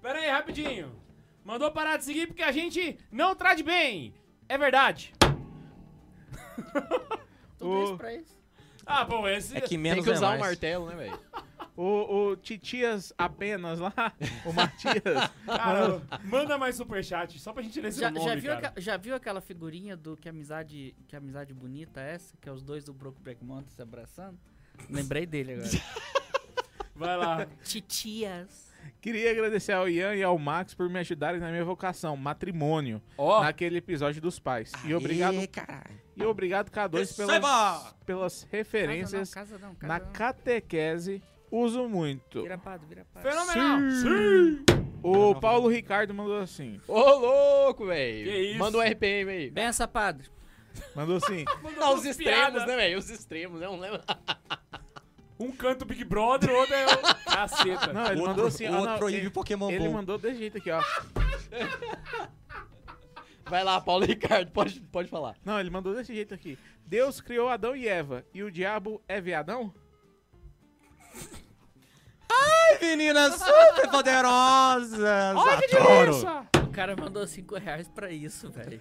Speaker 1: Pera aí, rapidinho. Mandou parar de seguir porque a gente não trade bem. É verdade.
Speaker 3: Tudo
Speaker 5: Ô.
Speaker 3: isso pra isso.
Speaker 1: Ah, bom, esse.
Speaker 4: É que
Speaker 2: Tem
Speaker 4: menos
Speaker 2: que
Speaker 4: é
Speaker 2: usar o
Speaker 4: mais.
Speaker 2: martelo, né, velho?
Speaker 5: O, o Titias apenas lá, o Matias.
Speaker 1: Cara, Ah, manda mais superchat, só pra gente ler seu
Speaker 3: Já,
Speaker 1: nome,
Speaker 3: já viu
Speaker 1: cara.
Speaker 3: aca- já viu aquela figurinha do que amizade, que amizade bonita é essa? Que é os dois do Brokeback Mountain se abraçando? Lembrei dele agora.
Speaker 1: Vai lá.
Speaker 3: Titias.
Speaker 5: Queria agradecer ao Ian e ao Max por me ajudarem na minha vocação, matrimônio,
Speaker 1: Ó,
Speaker 5: naquele episódio dos pais. E
Speaker 4: Aê,
Speaker 5: obrigado,
Speaker 4: caralho.
Speaker 5: e obrigado K2 pelas,
Speaker 4: Receba!
Speaker 5: pelas referências
Speaker 3: Casa não, casa
Speaker 5: na
Speaker 3: não, casa
Speaker 5: catequese. Uso muito.
Speaker 3: não. Vira padre, vira padre.
Speaker 1: fenomenal.
Speaker 5: O Paulo Ricardo mandou assim.
Speaker 2: Ô, louco,
Speaker 1: Que
Speaker 2: velho.
Speaker 1: isso?
Speaker 2: Manda um RPM aí.
Speaker 3: Bença, padre.
Speaker 5: Mandou assim.
Speaker 2: Não, os
Speaker 1: Mandou
Speaker 2: extremos,
Speaker 1: piada.
Speaker 2: né, velho? Os extremos, né? Não lembro.
Speaker 1: Um canta o Big Brother, o outro é o. Caceta.
Speaker 5: Não, ele
Speaker 4: Outro,
Speaker 5: mandou assim. ah,
Speaker 4: outro
Speaker 5: não,
Speaker 4: proíbe
Speaker 5: ele,
Speaker 4: Pokémon
Speaker 5: ele
Speaker 4: Go.
Speaker 5: mandou desse jeito aqui, ó.
Speaker 2: Vai lá, Paulo Ricardo, pode, pode falar.
Speaker 5: Não, ele mandou desse jeito aqui. Deus criou Adão e Eva, e o diabo é viadão?
Speaker 4: Ai, meninas super poderosas. Adoro.
Speaker 3: O cara mandou 5 reais pra isso, velho.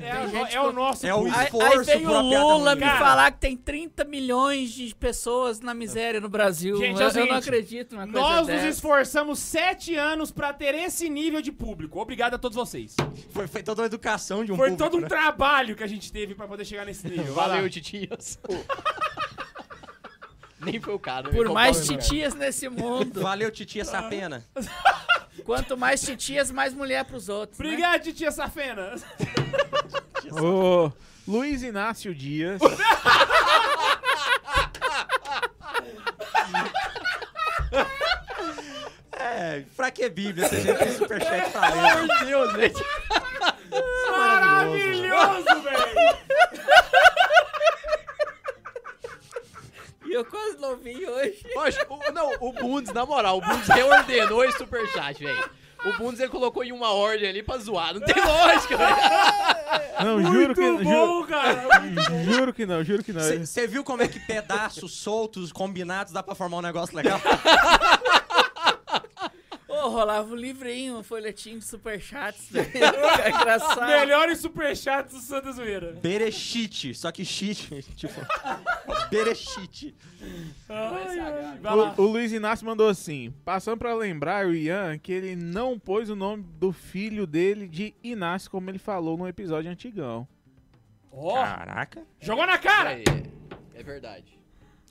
Speaker 1: É, o-
Speaker 3: gente
Speaker 1: é o
Speaker 3: que-
Speaker 1: nosso.
Speaker 4: É o
Speaker 1: público.
Speaker 3: Aí, aí
Speaker 4: Força
Speaker 3: vem
Speaker 4: por
Speaker 3: o
Speaker 4: uma piada
Speaker 3: Lula
Speaker 4: ruim.
Speaker 3: me
Speaker 1: Cara.
Speaker 3: falar que tem 30 milhões de pessoas na miséria no Brasil.
Speaker 1: Gente, é o
Speaker 3: eu, eu
Speaker 1: seguinte,
Speaker 3: não acredito numa coisa
Speaker 1: Nós nos
Speaker 3: dessa.
Speaker 1: esforçamos sete anos pra ter esse nível de público. Obrigado a todos vocês.
Speaker 4: Foi, foi toda uma educação de um
Speaker 1: Foi
Speaker 4: público,
Speaker 1: todo um
Speaker 4: né?
Speaker 1: trabalho que a gente teve pra poder chegar nesse nível. Vai lá.
Speaker 2: Valeu, Titias. Nem foi o cara.
Speaker 3: Por
Speaker 2: né?
Speaker 3: mais
Speaker 2: Foi o Paulo
Speaker 3: titias nesse mundo.
Speaker 4: Valeu, titia Sapena.
Speaker 3: Quanto mais titias, mais mulher pros outros. né?
Speaker 1: Obrigado, titia Safena.
Speaker 5: Ô, Luiz Inácio Dias.
Speaker 4: É, pra que Bíblia? Se a gente tem superchat tá pra ler.
Speaker 2: Ricardo. Meu Deus, gente.
Speaker 1: Maravilhoso, velho.
Speaker 3: E eu quase não vi hoje.
Speaker 2: Poxa, o- não, o Bundes, na moral, o Bundes reordenou esse superchat, velho. O Bundes ele colocou em uma ordem ali pra zoar. Não tem lógica, né? velho.
Speaker 5: Não, juro que,
Speaker 1: Muito
Speaker 5: ju-
Speaker 1: bom, cara.
Speaker 5: juro que não, juro que não.
Speaker 4: Você viu como é que pedaços soltos, combinados, dá pra formar um negócio legal?
Speaker 3: Ô, rolava um livrinho, um folhetinho de superchats. né? É engraçado.
Speaker 1: Melhores superchats do Santa Zoeira.
Speaker 4: Berechite, só que cheat, tipo... Berechite.
Speaker 1: Ai, ai. Vai lá.
Speaker 5: O, o Luiz Inácio mandou assim: passando pra lembrar o Ian que ele não pôs o nome do filho dele de Inácio, como ele falou no episódio antigão.
Speaker 1: Ó,
Speaker 4: Caraca.
Speaker 1: jogou na cara.
Speaker 2: Aí, É verdade.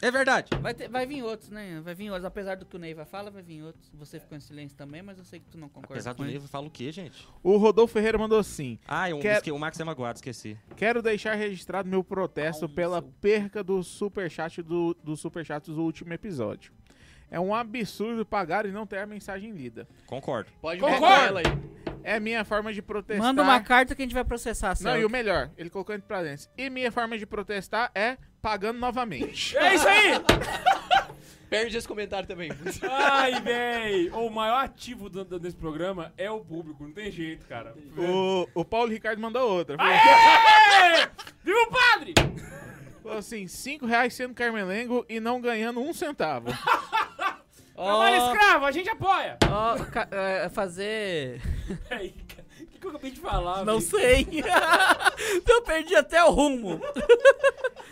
Speaker 4: É verdade.
Speaker 3: Vai, ter- vai vir outros, né? Vai vir outros. Apesar do que o Neiva fala, vai vir outros. Você ficou em silêncio também, mas eu sei que tu não concorda
Speaker 4: Apesar
Speaker 3: com
Speaker 4: do
Speaker 3: ele.
Speaker 4: livro, fala o quê, gente?
Speaker 5: O Rodolfo Ferreira mandou assim:
Speaker 4: Ah, eu,
Speaker 5: Quer-
Speaker 4: esque- o Max é magoado, esqueci.
Speaker 5: Quero deixar registrado meu protesto pela perca do superchat do, do superchat do último episódio. É um absurdo pagar e não ter a mensagem lida.
Speaker 4: Concordo.
Speaker 2: Pode
Speaker 1: Concordo.
Speaker 2: marcar ela aí.
Speaker 5: É minha forma de protestar.
Speaker 3: Manda uma carta que a gente vai processar,
Speaker 5: Não,
Speaker 3: Celso.
Speaker 5: e o melhor, ele colocou entre parênteses. E minha forma de protestar é pagando novamente.
Speaker 1: É isso aí.
Speaker 2: Perde esse comentário também. Bundes.
Speaker 1: Ai, véi. O maior ativo do- do- desse programa é o público. Não tem jeito, cara.
Speaker 5: o, o Paulo Ricardo mandou outra. Falou, assim,
Speaker 1: Aê! Viva o padre!
Speaker 5: falou assim, 5 reais sendo carmelengo e não ganhando um centavo.
Speaker 1: Trabalho escravo, a gente apoia.
Speaker 3: Ó, ca- é, fazer.
Speaker 1: Peraí, É cara. O que, que eu acabei de falar?
Speaker 3: Não
Speaker 1: velho?
Speaker 3: sei. eu perdi até o rumo.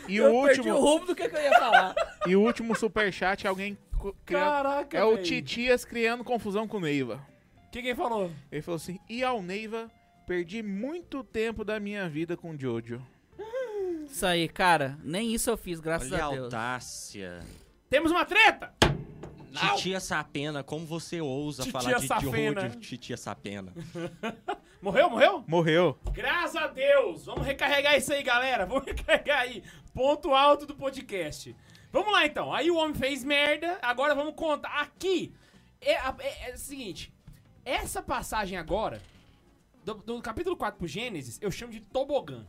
Speaker 5: E o
Speaker 3: eu perdi o
Speaker 5: último,
Speaker 3: rumo do que, que eu ia falar.
Speaker 5: e o último superchat, alguém... co- cria-
Speaker 1: Caraca,
Speaker 5: É o
Speaker 1: véi.
Speaker 5: Titias criando confusão com o Neiva.
Speaker 1: Quem que falou?
Speaker 5: Ele falou assim, e ao Neiva, perdi muito tempo da minha vida com o Jojo.
Speaker 3: Isso aí, cara. Nem isso eu fiz, graças
Speaker 4: Olha a
Speaker 3: a Deus.
Speaker 4: audácia.
Speaker 1: Temos uma treta!
Speaker 4: Titia Sapena, como você ousa
Speaker 1: Titia
Speaker 4: falar de
Speaker 1: Safena.
Speaker 4: Joe de Titia Sapena?
Speaker 1: Morreu, morreu?
Speaker 5: Morreu.
Speaker 1: Graças a Deus! Vamos recarregar isso aí, galera. Vamos recarregar aí. Ponto alto do podcast. Vamos lá, então. Aí o homem fez merda. Agora vamos contar. Aqui, é, a- é- é o seguinte. Essa passagem agora, do, do capítulo 4 pro Gênesis, eu chamo de tobogã.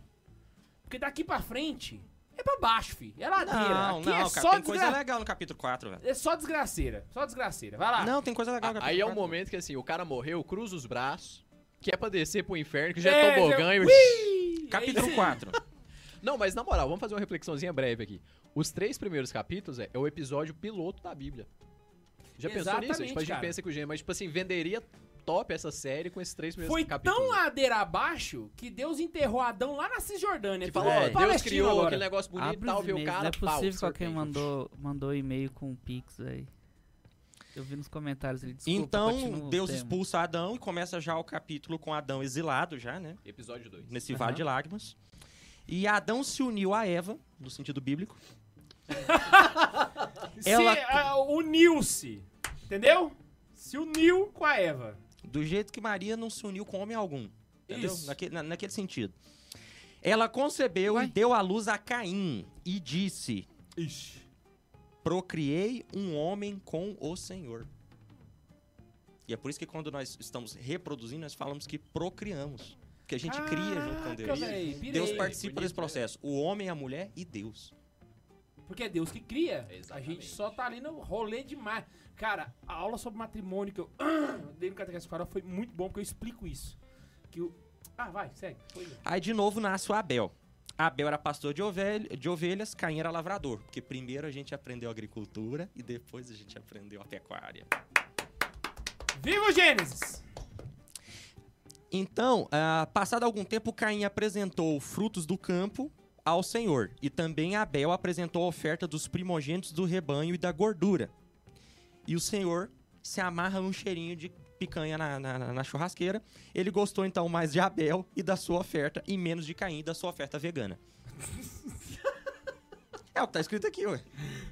Speaker 1: Porque daqui pra frente, é pra baixo, fi. É ladeira.
Speaker 4: Não,
Speaker 1: Aqui
Speaker 4: não,
Speaker 1: é
Speaker 4: cara,
Speaker 1: só
Speaker 4: tem coisa
Speaker 1: desgra...
Speaker 4: legal no capítulo 4, velho. Ah,
Speaker 1: É só desgraceira. Só desgraceira. Vai
Speaker 3: Ah.
Speaker 1: lá.
Speaker 4: Não, tem coisa legal no
Speaker 3: tá
Speaker 4: capítulo
Speaker 2: Aí é o
Speaker 4: 4.
Speaker 2: momento que assim, o cara morreu, cruza os braços, que é pra descer pro inferno, que já
Speaker 1: É,
Speaker 2: é tobogã
Speaker 1: já-
Speaker 2: e.
Speaker 1: Ui! É
Speaker 4: Capítulo
Speaker 1: isso aí.
Speaker 4: 4.
Speaker 2: Não, mas na moral, vamos fazer uma reflexãozinha breve aqui. Os três primeiros capítulos é, é o episódio piloto da Bíblia. Já pensou nisso?
Speaker 1: Exatamente,
Speaker 2: Tipo, a gente
Speaker 1: cara.
Speaker 2: pensa que o gênero, mas tipo assim, venderia top essa série com esses três primeiros
Speaker 1: Foi
Speaker 2: capítulos.
Speaker 1: tão ladeira abaixo que Deus enterrou Adão lá na Cisjordânia.
Speaker 2: Que falou,
Speaker 1: Ficou
Speaker 2: ó,
Speaker 1: no
Speaker 2: Deus
Speaker 1: É. Palestina
Speaker 2: criou
Speaker 1: agora.
Speaker 2: aquele negócio bonito e
Speaker 3: Abre
Speaker 2: tal,
Speaker 3: os
Speaker 2: viu o
Speaker 3: e-mails.
Speaker 2: cara,
Speaker 3: Não é
Speaker 2: pau,
Speaker 3: possível que alguém
Speaker 2: serpente.
Speaker 3: mandou, mandou e-mail com um pix aí. Eu vi nos comentários ali, desculpa, continua
Speaker 4: Então,
Speaker 3: o
Speaker 4: Deus
Speaker 3: tema.
Speaker 4: expulsa Adão e começa já o capítulo com Adão exilado já, né?
Speaker 2: Episódio 2.
Speaker 4: Nesse
Speaker 3: Aham.
Speaker 4: vale de lágrimas. E Adão se uniu a Eva, no sentido bíblico.
Speaker 1: Se
Speaker 4: Ela-
Speaker 1: ah, uniu-se, entendeu? Se uniu com a Eva.
Speaker 4: Do jeito que Maria não se uniu com homem algum. Entendeu?
Speaker 1: Isso.
Speaker 4: Naquele, na- naquele sentido. Ela concebeu
Speaker 3: Uai.
Speaker 4: e deu à luz a Caim e disse:
Speaker 1: Ixi.
Speaker 4: Procriei um homem com o Senhor. E é por isso que quando nós estamos reproduzindo, nós falamos que procriamos. Porque a gente cria junto com Deus. Deus participa desse processo. O homem, a mulher e Deus.
Speaker 1: Porque é Deus que cria. A
Speaker 2: Exatamente.
Speaker 1: gente só tá ali no rolê demais. Cara, a aula sobre matrimônio que eu dei no Catequese Farol foi muito bom, porque eu explico isso. Que o... Ah, vai, segue. Foi.
Speaker 4: Aí de novo nasce o Abel. Abel era pastor de, ovelha- de ovelhas, Caim era lavrador. Porque primeiro a gente aprendeu agricultura e depois a gente aprendeu a pecuária.
Speaker 1: Viva o Gênesis!
Speaker 4: Então, ah, passado algum tempo, Caim apresentou frutos do campo ao Senhor. E também Abel apresentou a oferta dos primogênitos do rebanho e da gordura. E o Senhor se amarra num cheirinho de picanha na, na- na- na churrasqueira. Ele gostou então mais de Abel e da sua oferta, e menos de Caim e da sua oferta vegana. é o que tá escrito aqui, ué.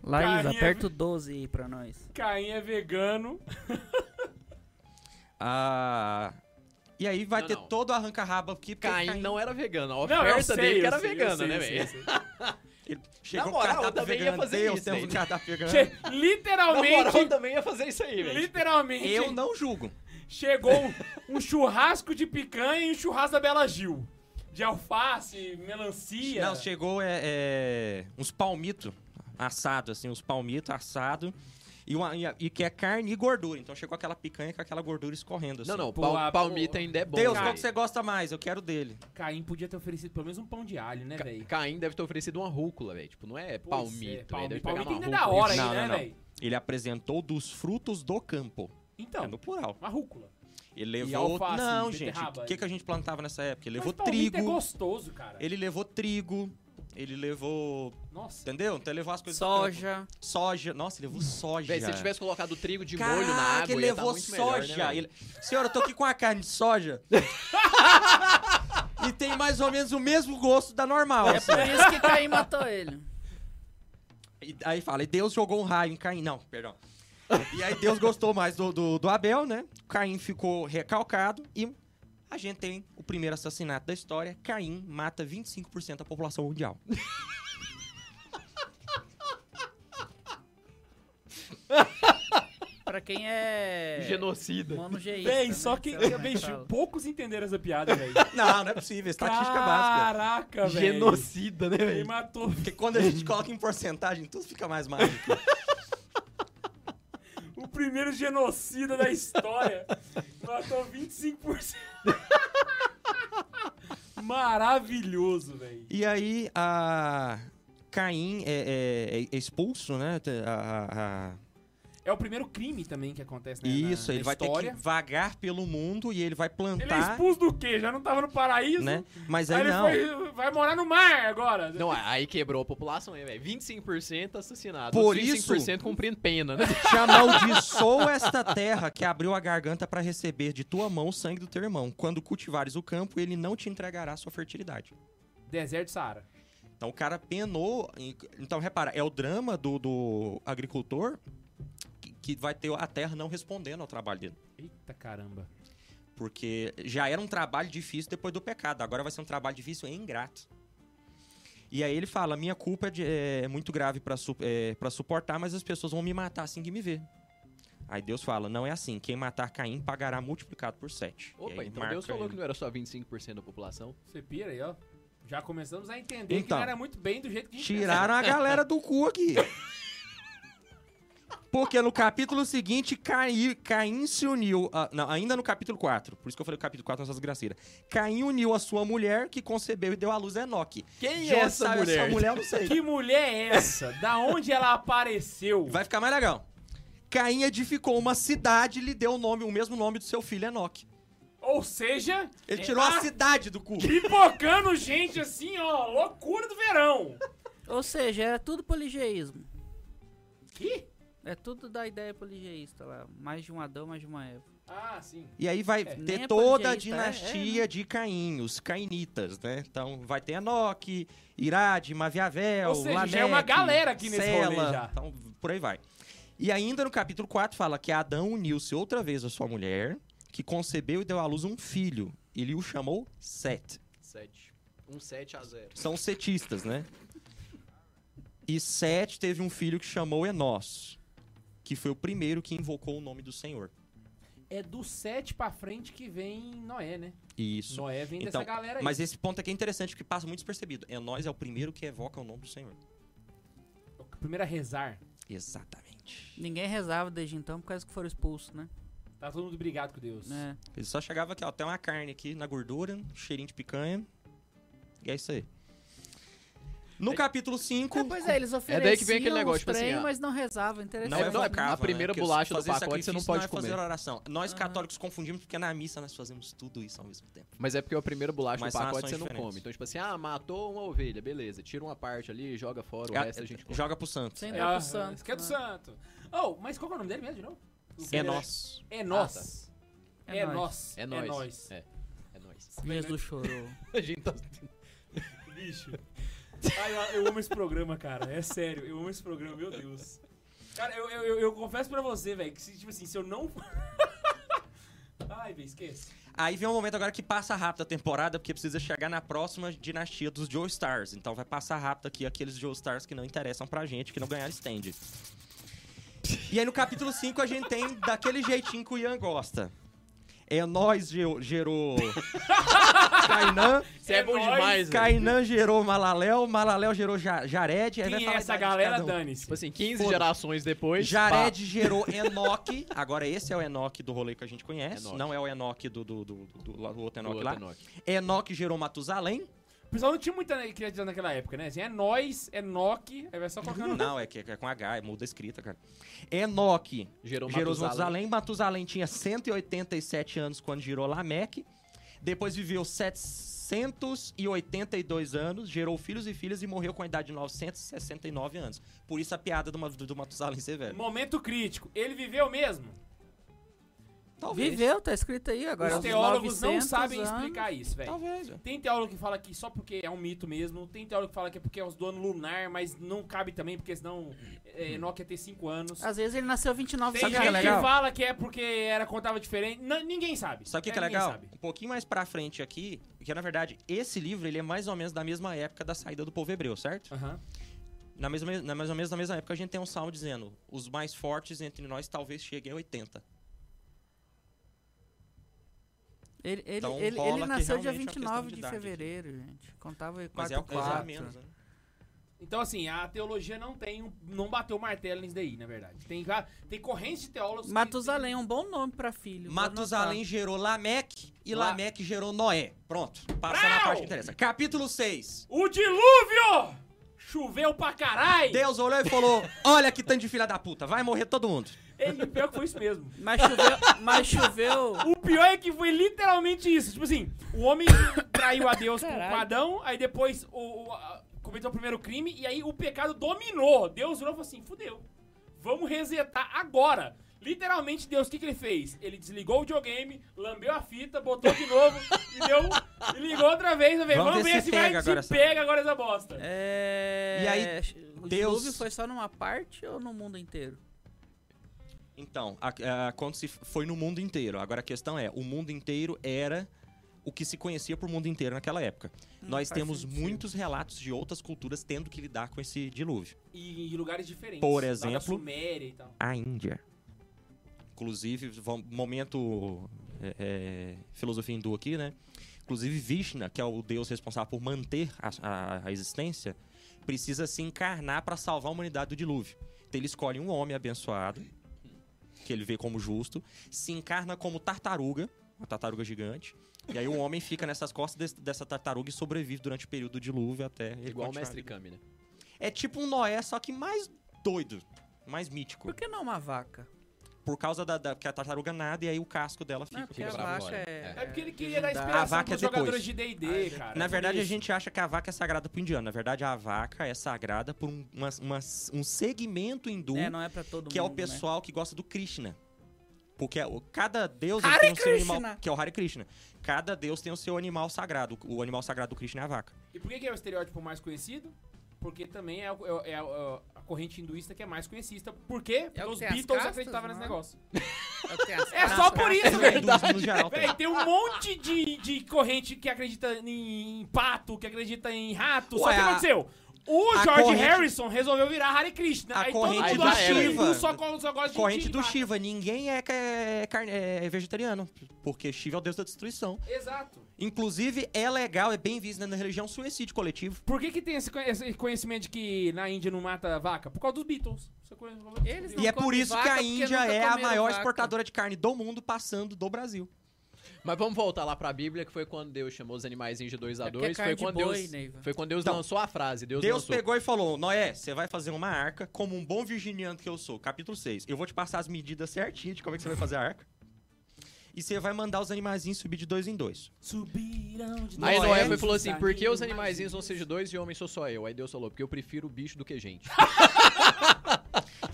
Speaker 3: Laís,
Speaker 1: Carinha-
Speaker 3: aperta o 12 aí pra nós.
Speaker 1: Caim é vegano.
Speaker 4: Ah, e aí vai
Speaker 2: Não,
Speaker 4: ter
Speaker 2: não.
Speaker 4: todo o arranca-raba que porque
Speaker 2: Caim não era vegano, a
Speaker 1: Não, eu
Speaker 2: oferta
Speaker 1: sei,
Speaker 2: dele que
Speaker 1: eu
Speaker 2: era
Speaker 1: sei, eu
Speaker 2: vegana,
Speaker 1: sei,
Speaker 2: né,
Speaker 1: eu sei, eu
Speaker 2: velho?
Speaker 1: sei.
Speaker 4: Ele chegou
Speaker 2: Na
Speaker 4: um
Speaker 2: moral, eu
Speaker 4: cardápio
Speaker 2: também ia
Speaker 4: vegano.
Speaker 2: fazer
Speaker 4: Deus,
Speaker 2: isso né?
Speaker 4: temos
Speaker 2: aí.
Speaker 4: um cardápio vegano.
Speaker 1: Che-
Speaker 2: Na moral, eu
Speaker 1: literalmente,
Speaker 2: também ia fazer isso aí, velho. Tipo
Speaker 1: literalmente,
Speaker 4: Eu não julgo.
Speaker 1: chegou um, um churrasco de picanha e um churrasco da Bela Gil. De alface, melancia.
Speaker 4: Não, chegou é, é, uns palmito assado, assim, uns palmito assado. E, uma- e a- e que é carne e gordura. Então chegou aquela picanha com aquela gordura escorrendo. Assim.
Speaker 2: Não, não,
Speaker 1: Pô,
Speaker 2: pal-
Speaker 1: a-
Speaker 2: palmito ainda é bom.
Speaker 4: Deus,
Speaker 2: velho.
Speaker 4: qual que você gosta mais? Eu quero dele.
Speaker 1: Caim podia ter oferecido pelo menos um pão de alho,
Speaker 4: É,
Speaker 1: né,
Speaker 2: Ca-
Speaker 1: velho?
Speaker 2: Caim deve ter oferecido uma rúcula, velho. Tipo, não
Speaker 1: Pois é,
Speaker 2: é palmito, velho.
Speaker 1: palmito.
Speaker 2: Deve pegar
Speaker 1: Palmito ainda
Speaker 2: uma
Speaker 1: é da
Speaker 2: rúcula.
Speaker 1: hora
Speaker 4: Não,
Speaker 1: ainda,
Speaker 4: não,
Speaker 1: né,
Speaker 4: não.
Speaker 1: velho?
Speaker 4: Ele apresentou dos frutos do campo.
Speaker 1: Então,
Speaker 4: É no plural.
Speaker 1: uma rúcula.
Speaker 4: Ele
Speaker 1: E
Speaker 4: levou.
Speaker 1: alface,
Speaker 4: não, gente.
Speaker 1: beterraba,
Speaker 4: O que, que a gente plantava nessa época? Ele levou
Speaker 1: Mas palmito
Speaker 4: trigo.
Speaker 1: é gostoso, cara.
Speaker 4: Ele levou trigo. Ele levou.
Speaker 1: Nossa.
Speaker 4: Entendeu? Então ele levou as coisas. do campo.
Speaker 3: Soja.
Speaker 4: Soja. Nossa, ele levou soja.
Speaker 2: Véi, se ele tivesse colocado trigo de
Speaker 4: Caraca,
Speaker 2: molho na água,
Speaker 4: ele
Speaker 2: ia tá
Speaker 4: levou
Speaker 2: muito melhor, né,
Speaker 4: soja.
Speaker 2: velho?
Speaker 4: Ele- Senhora, eu tô aqui com a carne de soja. e tem mais ou menos o mesmo gosto da normal.
Speaker 3: É por isso que Caim matou ele.
Speaker 4: E aí fala, e Deus jogou um raio em Caim. Não, perdão. E aí Deus gostou mais do, do, do Abel, né? Caim ficou recalcado e a gente tem o primeiro assassinato da história. Caim mata 25% da população mundial.
Speaker 3: Pra quem é...
Speaker 2: Genocida.
Speaker 3: Monogeísta.
Speaker 1: Véi,
Speaker 3: né?
Speaker 1: só que.
Speaker 3: Sei lá como é
Speaker 1: Véi,
Speaker 3: fala.
Speaker 1: poucos entenderam essa piada, velho.
Speaker 4: Não, não é possível. Estatística básica.
Speaker 1: Caraca, velho.
Speaker 2: Genocida, né,
Speaker 1: Ele
Speaker 2: velho?
Speaker 1: matou.
Speaker 4: Porque quando a gente coloca em porcentagem, tudo fica mais mágico.
Speaker 1: O primeiro genocida da história. Matou 25%. Maravilhoso, velho.
Speaker 4: E aí, a Caim é, é- é expulso, né? A- a- a-
Speaker 1: É o primeiro crime também que acontece, né? na-
Speaker 4: Isso,
Speaker 1: na
Speaker 4: ele vai
Speaker 1: história.
Speaker 4: ter que vagar pelo mundo e ele vai
Speaker 1: Ele é
Speaker 4: plantar,
Speaker 1: expulso do quê? Já não tava no paraíso?
Speaker 4: né? Mas
Speaker 1: Aí
Speaker 4: aí
Speaker 1: ele
Speaker 4: não.
Speaker 1: foi- vai morar no mar agora.
Speaker 2: Não, aí quebrou a população, hein, velho. 25% assassinado.
Speaker 4: Por
Speaker 2: 25% cumprindo pena, né?
Speaker 4: Te amaldiçoou esta terra que abriu a garganta para receber de tua mão o sangue do teu irmão. Quando cultivares o campo, ele não te entregará sua fertilidade.
Speaker 1: Deserto Saara.
Speaker 4: Então o cara penou. em- Então, repara, é o drama do, do agricultor que, que vai ter a terra não respondendo ao trabalho dele.
Speaker 1: Eita caramba.
Speaker 4: Porque já era um trabalho difícil depois do pecado, agora vai ser um trabalho difícil e ingrato. E aí ele fala: minha culpa é, de- é muito grave para suportar, mas as pessoas vão me matar assim que me ver. Aí Deus fala: não é assim, quem matar Caim pagará multiplicado por sete. E
Speaker 2: Opa,
Speaker 4: aí
Speaker 2: então
Speaker 4: marca
Speaker 2: Deus falou
Speaker 4: ele.
Speaker 2: que não era só 25% da população.
Speaker 1: Você pira aí, ó. Já começamos a entender que
Speaker 4: Então.
Speaker 1: não era muito bem do jeito que a gente
Speaker 4: Tiraram a galera do cu aqui. Porque no capítulo seguinte, Caí, Caim se uniu. a- não, ainda no capítulo 4. Por isso que eu falei que o capítulo 4 é uma desgraceira. Caim uniu a sua mulher, que concebeu e deu à luz Enoque.
Speaker 2: Quem
Speaker 4: Já sabe, é Essa mulher eu não sei.
Speaker 1: Que mulher é essa? da onde ela apareceu?
Speaker 4: Vai ficar mais legal. Caim edificou uma cidade e lhe deu o nome, o mesmo nome do seu filho Enoque.
Speaker 1: Ou seja,
Speaker 4: Ele tirou a cidade do cu.
Speaker 1: pipocando gente assim, ó. Loucura do verão.
Speaker 3: Ou seja, era tudo poligeísmo.
Speaker 1: Que?
Speaker 3: É tudo da ideia poligeísta lá. Mais de um Adão, mais de uma Eva.
Speaker 1: Ah, sim.
Speaker 4: E aí vai
Speaker 3: Nem é
Speaker 4: ter toda
Speaker 1: né?
Speaker 4: a
Speaker 3: panteísta, é,
Speaker 4: dinastia de Caim, os cainitas, né? Então vai ter Enoque, Irade, Maviavel,
Speaker 1: Ou seja,
Speaker 4: Lameque,
Speaker 1: já é uma galera aqui nesse
Speaker 4: Sela,
Speaker 1: rolê já.
Speaker 4: Então por aí vai. E ainda no capítulo 4 fala que Adão uniu-se outra vez à sua mulher, que concebeu e deu à luz um filho. Ele o chamou Set.
Speaker 2: 7. Um 7 a 0.
Speaker 4: São setistas, né? E Set teve um filho que chamou Enos, que foi o primeiro que invocou o nome do Senhor.
Speaker 1: É do 7 pra frente que vem Noé, né?
Speaker 4: Isso.
Speaker 1: Noé vem
Speaker 4: Então,
Speaker 1: dessa galera aí.
Speaker 4: Mas esse ponto aqui é interessante, porque passa muito despercebido. Enós é o primeiro que evoca o nome do Senhor.
Speaker 1: Primeiro É a rezar.
Speaker 4: Exatamente.
Speaker 3: Ninguém rezava desde então por causa que foram expulsos, né?
Speaker 1: Tá todo mundo brigado com Deus.
Speaker 3: É.
Speaker 4: Ele só chegava aqui, ó, tem uma carne aqui na gordura, um cheirinho de picanha. E é isso aí. No capítulo 5,
Speaker 3: É, pois é, eles ofereciam
Speaker 2: daí que vem aquele negócio,
Speaker 3: os
Speaker 2: tipo assim,
Speaker 3: trem,
Speaker 2: ó.
Speaker 3: mas não rezavam. Interessante.
Speaker 4: não
Speaker 2: é- não,
Speaker 4: evocava,
Speaker 2: a primeira
Speaker 4: né? Porque
Speaker 2: bolacha do
Speaker 4: fazer
Speaker 2: pacote você não
Speaker 4: sacrifício
Speaker 2: pode
Speaker 4: é fazer
Speaker 2: comer. Ah.
Speaker 4: oração. Nós
Speaker 3: Aham.
Speaker 4: católicos confundimos porque na missa nós fazemos tudo isso ao mesmo tempo.
Speaker 2: Mas é porque é o primeiro bolacho do
Speaker 4: Mas são
Speaker 2: pacote
Speaker 4: ações
Speaker 2: você não
Speaker 4: diferentes.
Speaker 2: come. Então, tipo assim, ah, matou uma ovelha, beleza. Tira uma parte ali, joga fora, o
Speaker 4: Ah,
Speaker 2: resto a gente come.
Speaker 4: Joga pro santo.
Speaker 3: Sem
Speaker 1: É,
Speaker 3: dar pro
Speaker 1: ah,
Speaker 3: santo,
Speaker 1: isso que é do
Speaker 3: né?
Speaker 1: santo. Oh, mas qual que é o nome dele mesmo de novo? O
Speaker 4: É
Speaker 1: primeiro-
Speaker 4: nós.
Speaker 1: É nós.
Speaker 3: É
Speaker 1: É
Speaker 3: nóis.
Speaker 1: nós.
Speaker 2: É nóis. É, é nóis.
Speaker 3: Jesus
Speaker 1: né?
Speaker 3: chorou.
Speaker 2: A gente
Speaker 4: assim.
Speaker 2: tá...
Speaker 1: Bicho. Ai, Ah, eu, eu amo esse programa, cara. É sério, eu amo esse programa, meu Deus. Cara, eu, eu, eu- eu confesso pra você, velho, que se, tipo assim, se eu não. Ai, velho, esquece.
Speaker 4: Aí vem um momento agora que passa rápido a temporada, porque precisa chegar na próxima dinastia dos Joe Stars. Então vai passar rápido aqui aqueles Joe Stars que não interessam pra gente, que não ganharam stand. E aí no capítulo 5 a gente tem daquele jeitinho que o Ian gosta. É nós gerou. Kainan.
Speaker 1: Você é bom demais,
Speaker 4: Kainan gerou Malaléu, Malaléu gerou Ja- Jared. aí vai
Speaker 1: Quem é
Speaker 4: falar a
Speaker 1: essa
Speaker 4: idade de
Speaker 1: galera,
Speaker 4: cada um.
Speaker 1: dane-se.
Speaker 2: Tipo assim, 15
Speaker 4: Foda-se.
Speaker 2: gerações depois...
Speaker 4: Jared gerou Enoque. Agora esse é o Enoque do rolê que a gente conhece.
Speaker 2: Enoque.
Speaker 4: Não é o Enoque do, do, do, do- do outro
Speaker 2: Pá, o
Speaker 4: Enoque
Speaker 2: outro
Speaker 4: lá.
Speaker 2: Enoque.
Speaker 4: Enoque gerou Matusalém.
Speaker 1: O pessoal não tinha muita criatividade naquela época, né? Assim, é nós, é Nock, aí vai só colocando.
Speaker 4: Não, é que é com H, é muda a escrita, cara. Enoque
Speaker 2: Gerou,
Speaker 4: gerou
Speaker 2: Matusalém.
Speaker 4: Matusalém. Matusalém tinha 187 anos quando gerou Lameque. Depois viveu 782 anos, gerou filhos e filhas e morreu com a idade de 969 anos. Por isso a piada do, Ma- do Matusalém ser velho.
Speaker 1: Momento crítico. Ele viveu mesmo?
Speaker 3: Viveu, tá escrito aí agora.
Speaker 1: Os
Speaker 3: uns
Speaker 1: teólogos não
Speaker 3: 900
Speaker 1: sabem
Speaker 3: anos.
Speaker 1: explicar isso, velho.
Speaker 4: Talvez. velho.
Speaker 1: Tem teólogo que fala que só porque é um mito mesmo, tem teólogo que fala que é porque é os do ano lunar, mas não cabe também, porque senão
Speaker 4: Hum.
Speaker 1: é, Enoch ia ter 5 anos.
Speaker 3: Às vezes ele nasceu
Speaker 1: Tem
Speaker 3: 29
Speaker 4: Sabe o
Speaker 1: gente
Speaker 4: que é
Speaker 1: que,
Speaker 4: legal?
Speaker 1: fala que é porque era contava diferente. N- ninguém sabe.
Speaker 4: Sabe o que, que é
Speaker 1: ninguém
Speaker 4: legal?
Speaker 1: sabe.
Speaker 4: Um pouquinho mais pra frente aqui, que na verdade esse livro ele é mais ou menos da mesma época da saída do povo hebreu, certo?
Speaker 1: Aham.
Speaker 4: Na mesma, na mais ou menos na mesma época, a gente tem um salmo dizendo: os mais fortes entre nós talvez cheguem a 80.
Speaker 3: Ele, ele,
Speaker 4: Então,
Speaker 3: ele,
Speaker 4: rola
Speaker 3: ele
Speaker 4: que
Speaker 3: nasceu dia
Speaker 4: realmente é uma questão
Speaker 3: 29
Speaker 4: de
Speaker 3: de,
Speaker 4: idade aqui.
Speaker 3: fevereiro, gente. Contava
Speaker 4: Mas
Speaker 3: 4
Speaker 4: é, é mais ou
Speaker 3: 4.
Speaker 4: menos, né?
Speaker 1: Então, assim, a teologia não tem. um- Não bateu o martelo nisso daí, na verdade. Tem, va- tem correntes de teólogos. que-
Speaker 3: Matusalém é um bom nome pra filho. vou
Speaker 4: Matusalém
Speaker 3: anotar.
Speaker 4: gerou Lameque e
Speaker 1: Lá-
Speaker 4: Lameque gerou Noé. Pronto. Passa na
Speaker 1: Brau!
Speaker 4: parte que interessa. Capítulo 6.
Speaker 1: O dilúvio! Choveu pra caralho!
Speaker 4: Deus olhou e falou: Olha que tanto de filha da puta, vai morrer todo mundo.
Speaker 1: Ele, pior que foi isso mesmo.
Speaker 3: Mas choveu, mas choveu.
Speaker 1: O pior é que foi literalmente isso. Tipo assim, o homem traiu a Deus com o
Speaker 3: Caralho.
Speaker 1: Adão, aí depois o, o- a- cometeu o primeiro crime, e aí o pecado dominou. Deus virou e falou assim: fudeu. Vamos resetar agora. Literalmente, Deus, o que, que ele fez? Ele desligou o videogame, lambeu a fita, botou de novo e deu. E ligou outra vez. Vamos,
Speaker 4: Vamos
Speaker 1: vamos ver, se, vai,
Speaker 4: pega
Speaker 1: se
Speaker 4: agora essa-
Speaker 1: pega agora essa bosta.
Speaker 3: É...
Speaker 4: E aí,
Speaker 3: o
Speaker 4: Deus-
Speaker 3: dilúvio foi só numa parte ou no mundo inteiro?
Speaker 4: Então, a, a, quando se f- foi no mundo inteiro. Agora a questão é, o mundo inteiro era o que se conhecia por mundo inteiro naquela época. Nós
Speaker 3: Hum, faz
Speaker 4: temos
Speaker 3: sentido.
Speaker 4: muitos relatos de outras culturas tendo que lidar com esse dilúvio.
Speaker 1: E em lugares diferentes.
Speaker 4: Por
Speaker 1: lá da
Speaker 4: exemplo-
Speaker 1: Suméria e tal.
Speaker 4: A Índia. Inclusive, vão- momento é, é, filosofia hindu aqui, né? Inclusive, Vishnu, que é o deus responsável por manter a, a- a existência, precisa se encarnar para salvar a humanidade do dilúvio. Então, ele escolhe um homem abençoado, que ele vê como justo, se encarna como tartaruga, uma tartaruga gigante, e aí o homem fica nessas costas des- dessa tartaruga e sobrevive durante o período do dilúvio até. ele
Speaker 2: Igual o
Speaker 4: continuar.
Speaker 2: Mestre Kami, né?
Speaker 4: É tipo um Noé, só que mais doido, mais mítico.
Speaker 3: Por que não uma vaca?
Speaker 4: Por causa da, da- Porque a tartaruga nada e aí o casco dela
Speaker 3: Não,
Speaker 4: fica.
Speaker 3: é porque a
Speaker 2: bravo
Speaker 3: vaca
Speaker 2: agora.
Speaker 3: é... Ah,
Speaker 1: É porque ele queria dar
Speaker 3: legendária.
Speaker 4: A
Speaker 1: inspiração
Speaker 4: vaca
Speaker 1: pros
Speaker 4: é depois.
Speaker 1: jogadores de D&D, cara.
Speaker 4: Na
Speaker 1: Por
Speaker 4: verdade, a
Speaker 1: isso.
Speaker 4: gente acha que a vaca é sagrada pro indiano. Na verdade, a vaca é sagrada por um, uma- uma- um segmento hindu
Speaker 3: É, não é pra todo mundo,
Speaker 4: que é o
Speaker 3: né?
Speaker 4: pessoal que gosta do Krishna. Porque o- cada deus ele
Speaker 3: Hare
Speaker 4: tem o seu
Speaker 3: Krishna!
Speaker 4: animal. Que é o Hare Krishna. Cada deus tem o seu animal sagrado. O animal sagrado do Krishna é a vaca.
Speaker 1: E por que que é o estereótipo mais conhecido? Porque também é, o- é o- é o- a corrente hinduísta que é mais conhecida. Por quê? Porque
Speaker 3: É o que
Speaker 1: os
Speaker 3: tem as
Speaker 1: Beatles
Speaker 3: castas,
Speaker 1: acreditavam nesse
Speaker 3: não é?
Speaker 1: negócio.
Speaker 3: Eu tenho as
Speaker 1: É
Speaker 3: castas.
Speaker 1: só por isso, velho.
Speaker 4: Hindus, no geral, tá? tem.
Speaker 1: Véi, tem um monte de, de corrente que acredita em pato, que acredita em rato. Só
Speaker 4: Ué,
Speaker 1: que o que
Speaker 4: a-
Speaker 1: aconteceu? O
Speaker 4: a
Speaker 1: George
Speaker 4: corrente-
Speaker 1: Harrison resolveu virar Hare Krishna.
Speaker 4: A
Speaker 1: aí todo
Speaker 4: corrente
Speaker 1: mundo
Speaker 2: do
Speaker 1: acha que
Speaker 4: Shiva.
Speaker 1: hindu só, co- só gosta de
Speaker 4: Corrente
Speaker 1: de
Speaker 4: do
Speaker 1: vaca.
Speaker 4: Shiva. Ninguém é, ca- é carne- é vegetariano. Porque Shiva é o deus da destruição.
Speaker 1: Exato.
Speaker 4: Inclusive, é legal, é bem visto na religião suicídio coletivo.
Speaker 1: Por que, que tem esse conhe- esse conhecimento de que na Índia não mata vaca? Por causa dos Beatles. Você conhece-
Speaker 3: Eles não
Speaker 4: E é
Speaker 3: comem
Speaker 4: por isso
Speaker 3: vaca
Speaker 4: que a
Speaker 3: porque
Speaker 4: Índia
Speaker 3: nunca
Speaker 4: é a
Speaker 3: comeram
Speaker 4: maior
Speaker 3: vaca.
Speaker 4: exportadora de carne do mundo, passando do Brasil.
Speaker 2: Mas vamos voltar lá pra Bíblia, que foi quando Deus chamou os animais de dois a
Speaker 3: É porque
Speaker 2: dois. foi,
Speaker 3: é carne de
Speaker 2: quando
Speaker 3: boi,
Speaker 2: Deus,
Speaker 3: Neiva.
Speaker 2: foi quando Deus
Speaker 4: Então,
Speaker 2: lançou a frase. Deus,
Speaker 4: Deus
Speaker 2: lançou.
Speaker 4: pegou e falou: Noé, você vai fazer uma arca como um bom virginiano que eu sou. Capítulo 6. Eu vou te passar as medidas certinhas de como é que você vai fazer a arca. E você vai mandar os animaizinhos subir de dois em dois.
Speaker 1: Subiram de
Speaker 2: Aí
Speaker 4: Noé
Speaker 2: Noé foi e
Speaker 4: dos
Speaker 2: falou assim: por que os animaizinhos vão ser de dois e homem sou só eu? Aí Deus falou: porque eu prefiro o bicho do que gente.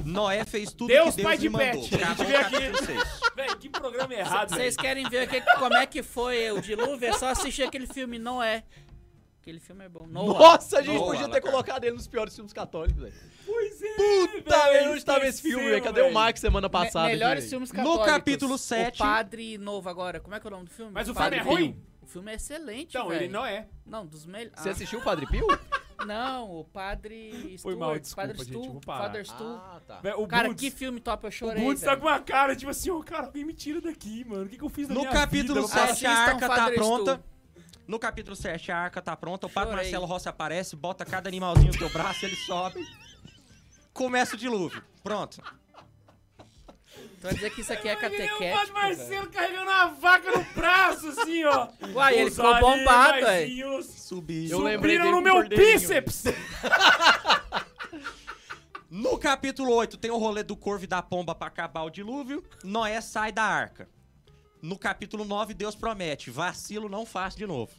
Speaker 4: Noé fez tudo
Speaker 1: Deus,
Speaker 4: que Deus
Speaker 1: pai
Speaker 4: lhe
Speaker 1: de
Speaker 4: mandou.
Speaker 1: pet.
Speaker 4: Acabou o
Speaker 1: Vem aqui.
Speaker 4: capítulo 6.
Speaker 1: Véi, que programa errado,
Speaker 3: Vocês
Speaker 1: velho.
Speaker 3: querem ver o que- como é que foi o dilúvio? É só assistir aquele filme Noé. Aquele filme é bom. Noah.
Speaker 2: Nossa, a gente
Speaker 4: Noah,
Speaker 2: podia
Speaker 4: lá,
Speaker 2: ter
Speaker 4: cara.
Speaker 2: colocado ele nos piores filmes católicos, velho.
Speaker 1: Pois é,
Speaker 2: Puta,
Speaker 1: velho,
Speaker 2: velho, onde tava esse filme,
Speaker 1: esquecemos,
Speaker 2: velho? Cadê o
Speaker 1: velho.
Speaker 2: Max semana
Speaker 3: Me-
Speaker 2: passada?
Speaker 3: melhores
Speaker 2: aqui, velho?
Speaker 3: filmes
Speaker 4: No
Speaker 3: católicos.
Speaker 4: capítulo sete-
Speaker 3: O Padre Novo agora. Como é que é o nome do filme?
Speaker 1: Mas o filme
Speaker 3: Padre
Speaker 1: é
Speaker 3: Pio.
Speaker 1: ruim?
Speaker 3: O filme é excelente,
Speaker 1: Então,
Speaker 3: velho.
Speaker 1: ele não é.
Speaker 3: Não, dos melhores.
Speaker 2: Você assistiu o Padre Pio?
Speaker 1: Ah,
Speaker 3: Não, o Padre Stuart.
Speaker 1: Foi mal, desculpa,
Speaker 3: Padre
Speaker 1: gente,
Speaker 3: Stu,
Speaker 1: vou parar.
Speaker 3: Father Stu.
Speaker 2: tá.
Speaker 1: Véi, o
Speaker 3: Cara,
Speaker 1: Bundes-
Speaker 3: que filme top, eu
Speaker 1: O
Speaker 3: chorei,
Speaker 1: Bundes tá
Speaker 3: velho.
Speaker 1: com uma cara, tipo assim, ô, cara, alguém me tira daqui, mano. O que, que eu fiz na
Speaker 4: No
Speaker 1: minha
Speaker 4: capítulo
Speaker 1: vida?
Speaker 3: sete.
Speaker 1: Cara,
Speaker 4: 7, a
Speaker 3: Assistam
Speaker 4: arca tá
Speaker 3: Father Stu.
Speaker 4: pronta. No capítulo 7, a arca tá pronta. O Padre
Speaker 3: Chorei.
Speaker 4: Marcelo Rossi aparece, bota cada animalzinho no teu braço, ele sobe. Começa o dilúvio. Pronto.
Speaker 3: Tu vai dizer que isso aqui é
Speaker 1: Imaginei o
Speaker 3: catequético,
Speaker 1: Padre
Speaker 3: velho.
Speaker 1: Marcelo carregando uma vaca no braço, assim, ó.
Speaker 3: Uai, ele
Speaker 1: Os
Speaker 3: ficou bombado, velho.
Speaker 1: animaizinhos
Speaker 4: Subiu.
Speaker 2: Eu lembro- Lembrei
Speaker 1: Subiram
Speaker 2: dele
Speaker 1: no
Speaker 2: com
Speaker 1: meu
Speaker 2: cordeirinho.
Speaker 1: bíceps.
Speaker 4: No capítulo 8 tem o rolê do corvo e da pomba pra acabar o dilúvio. Noé sai da arca. No capítulo 9, Deus promete: vacilo não faço de novo.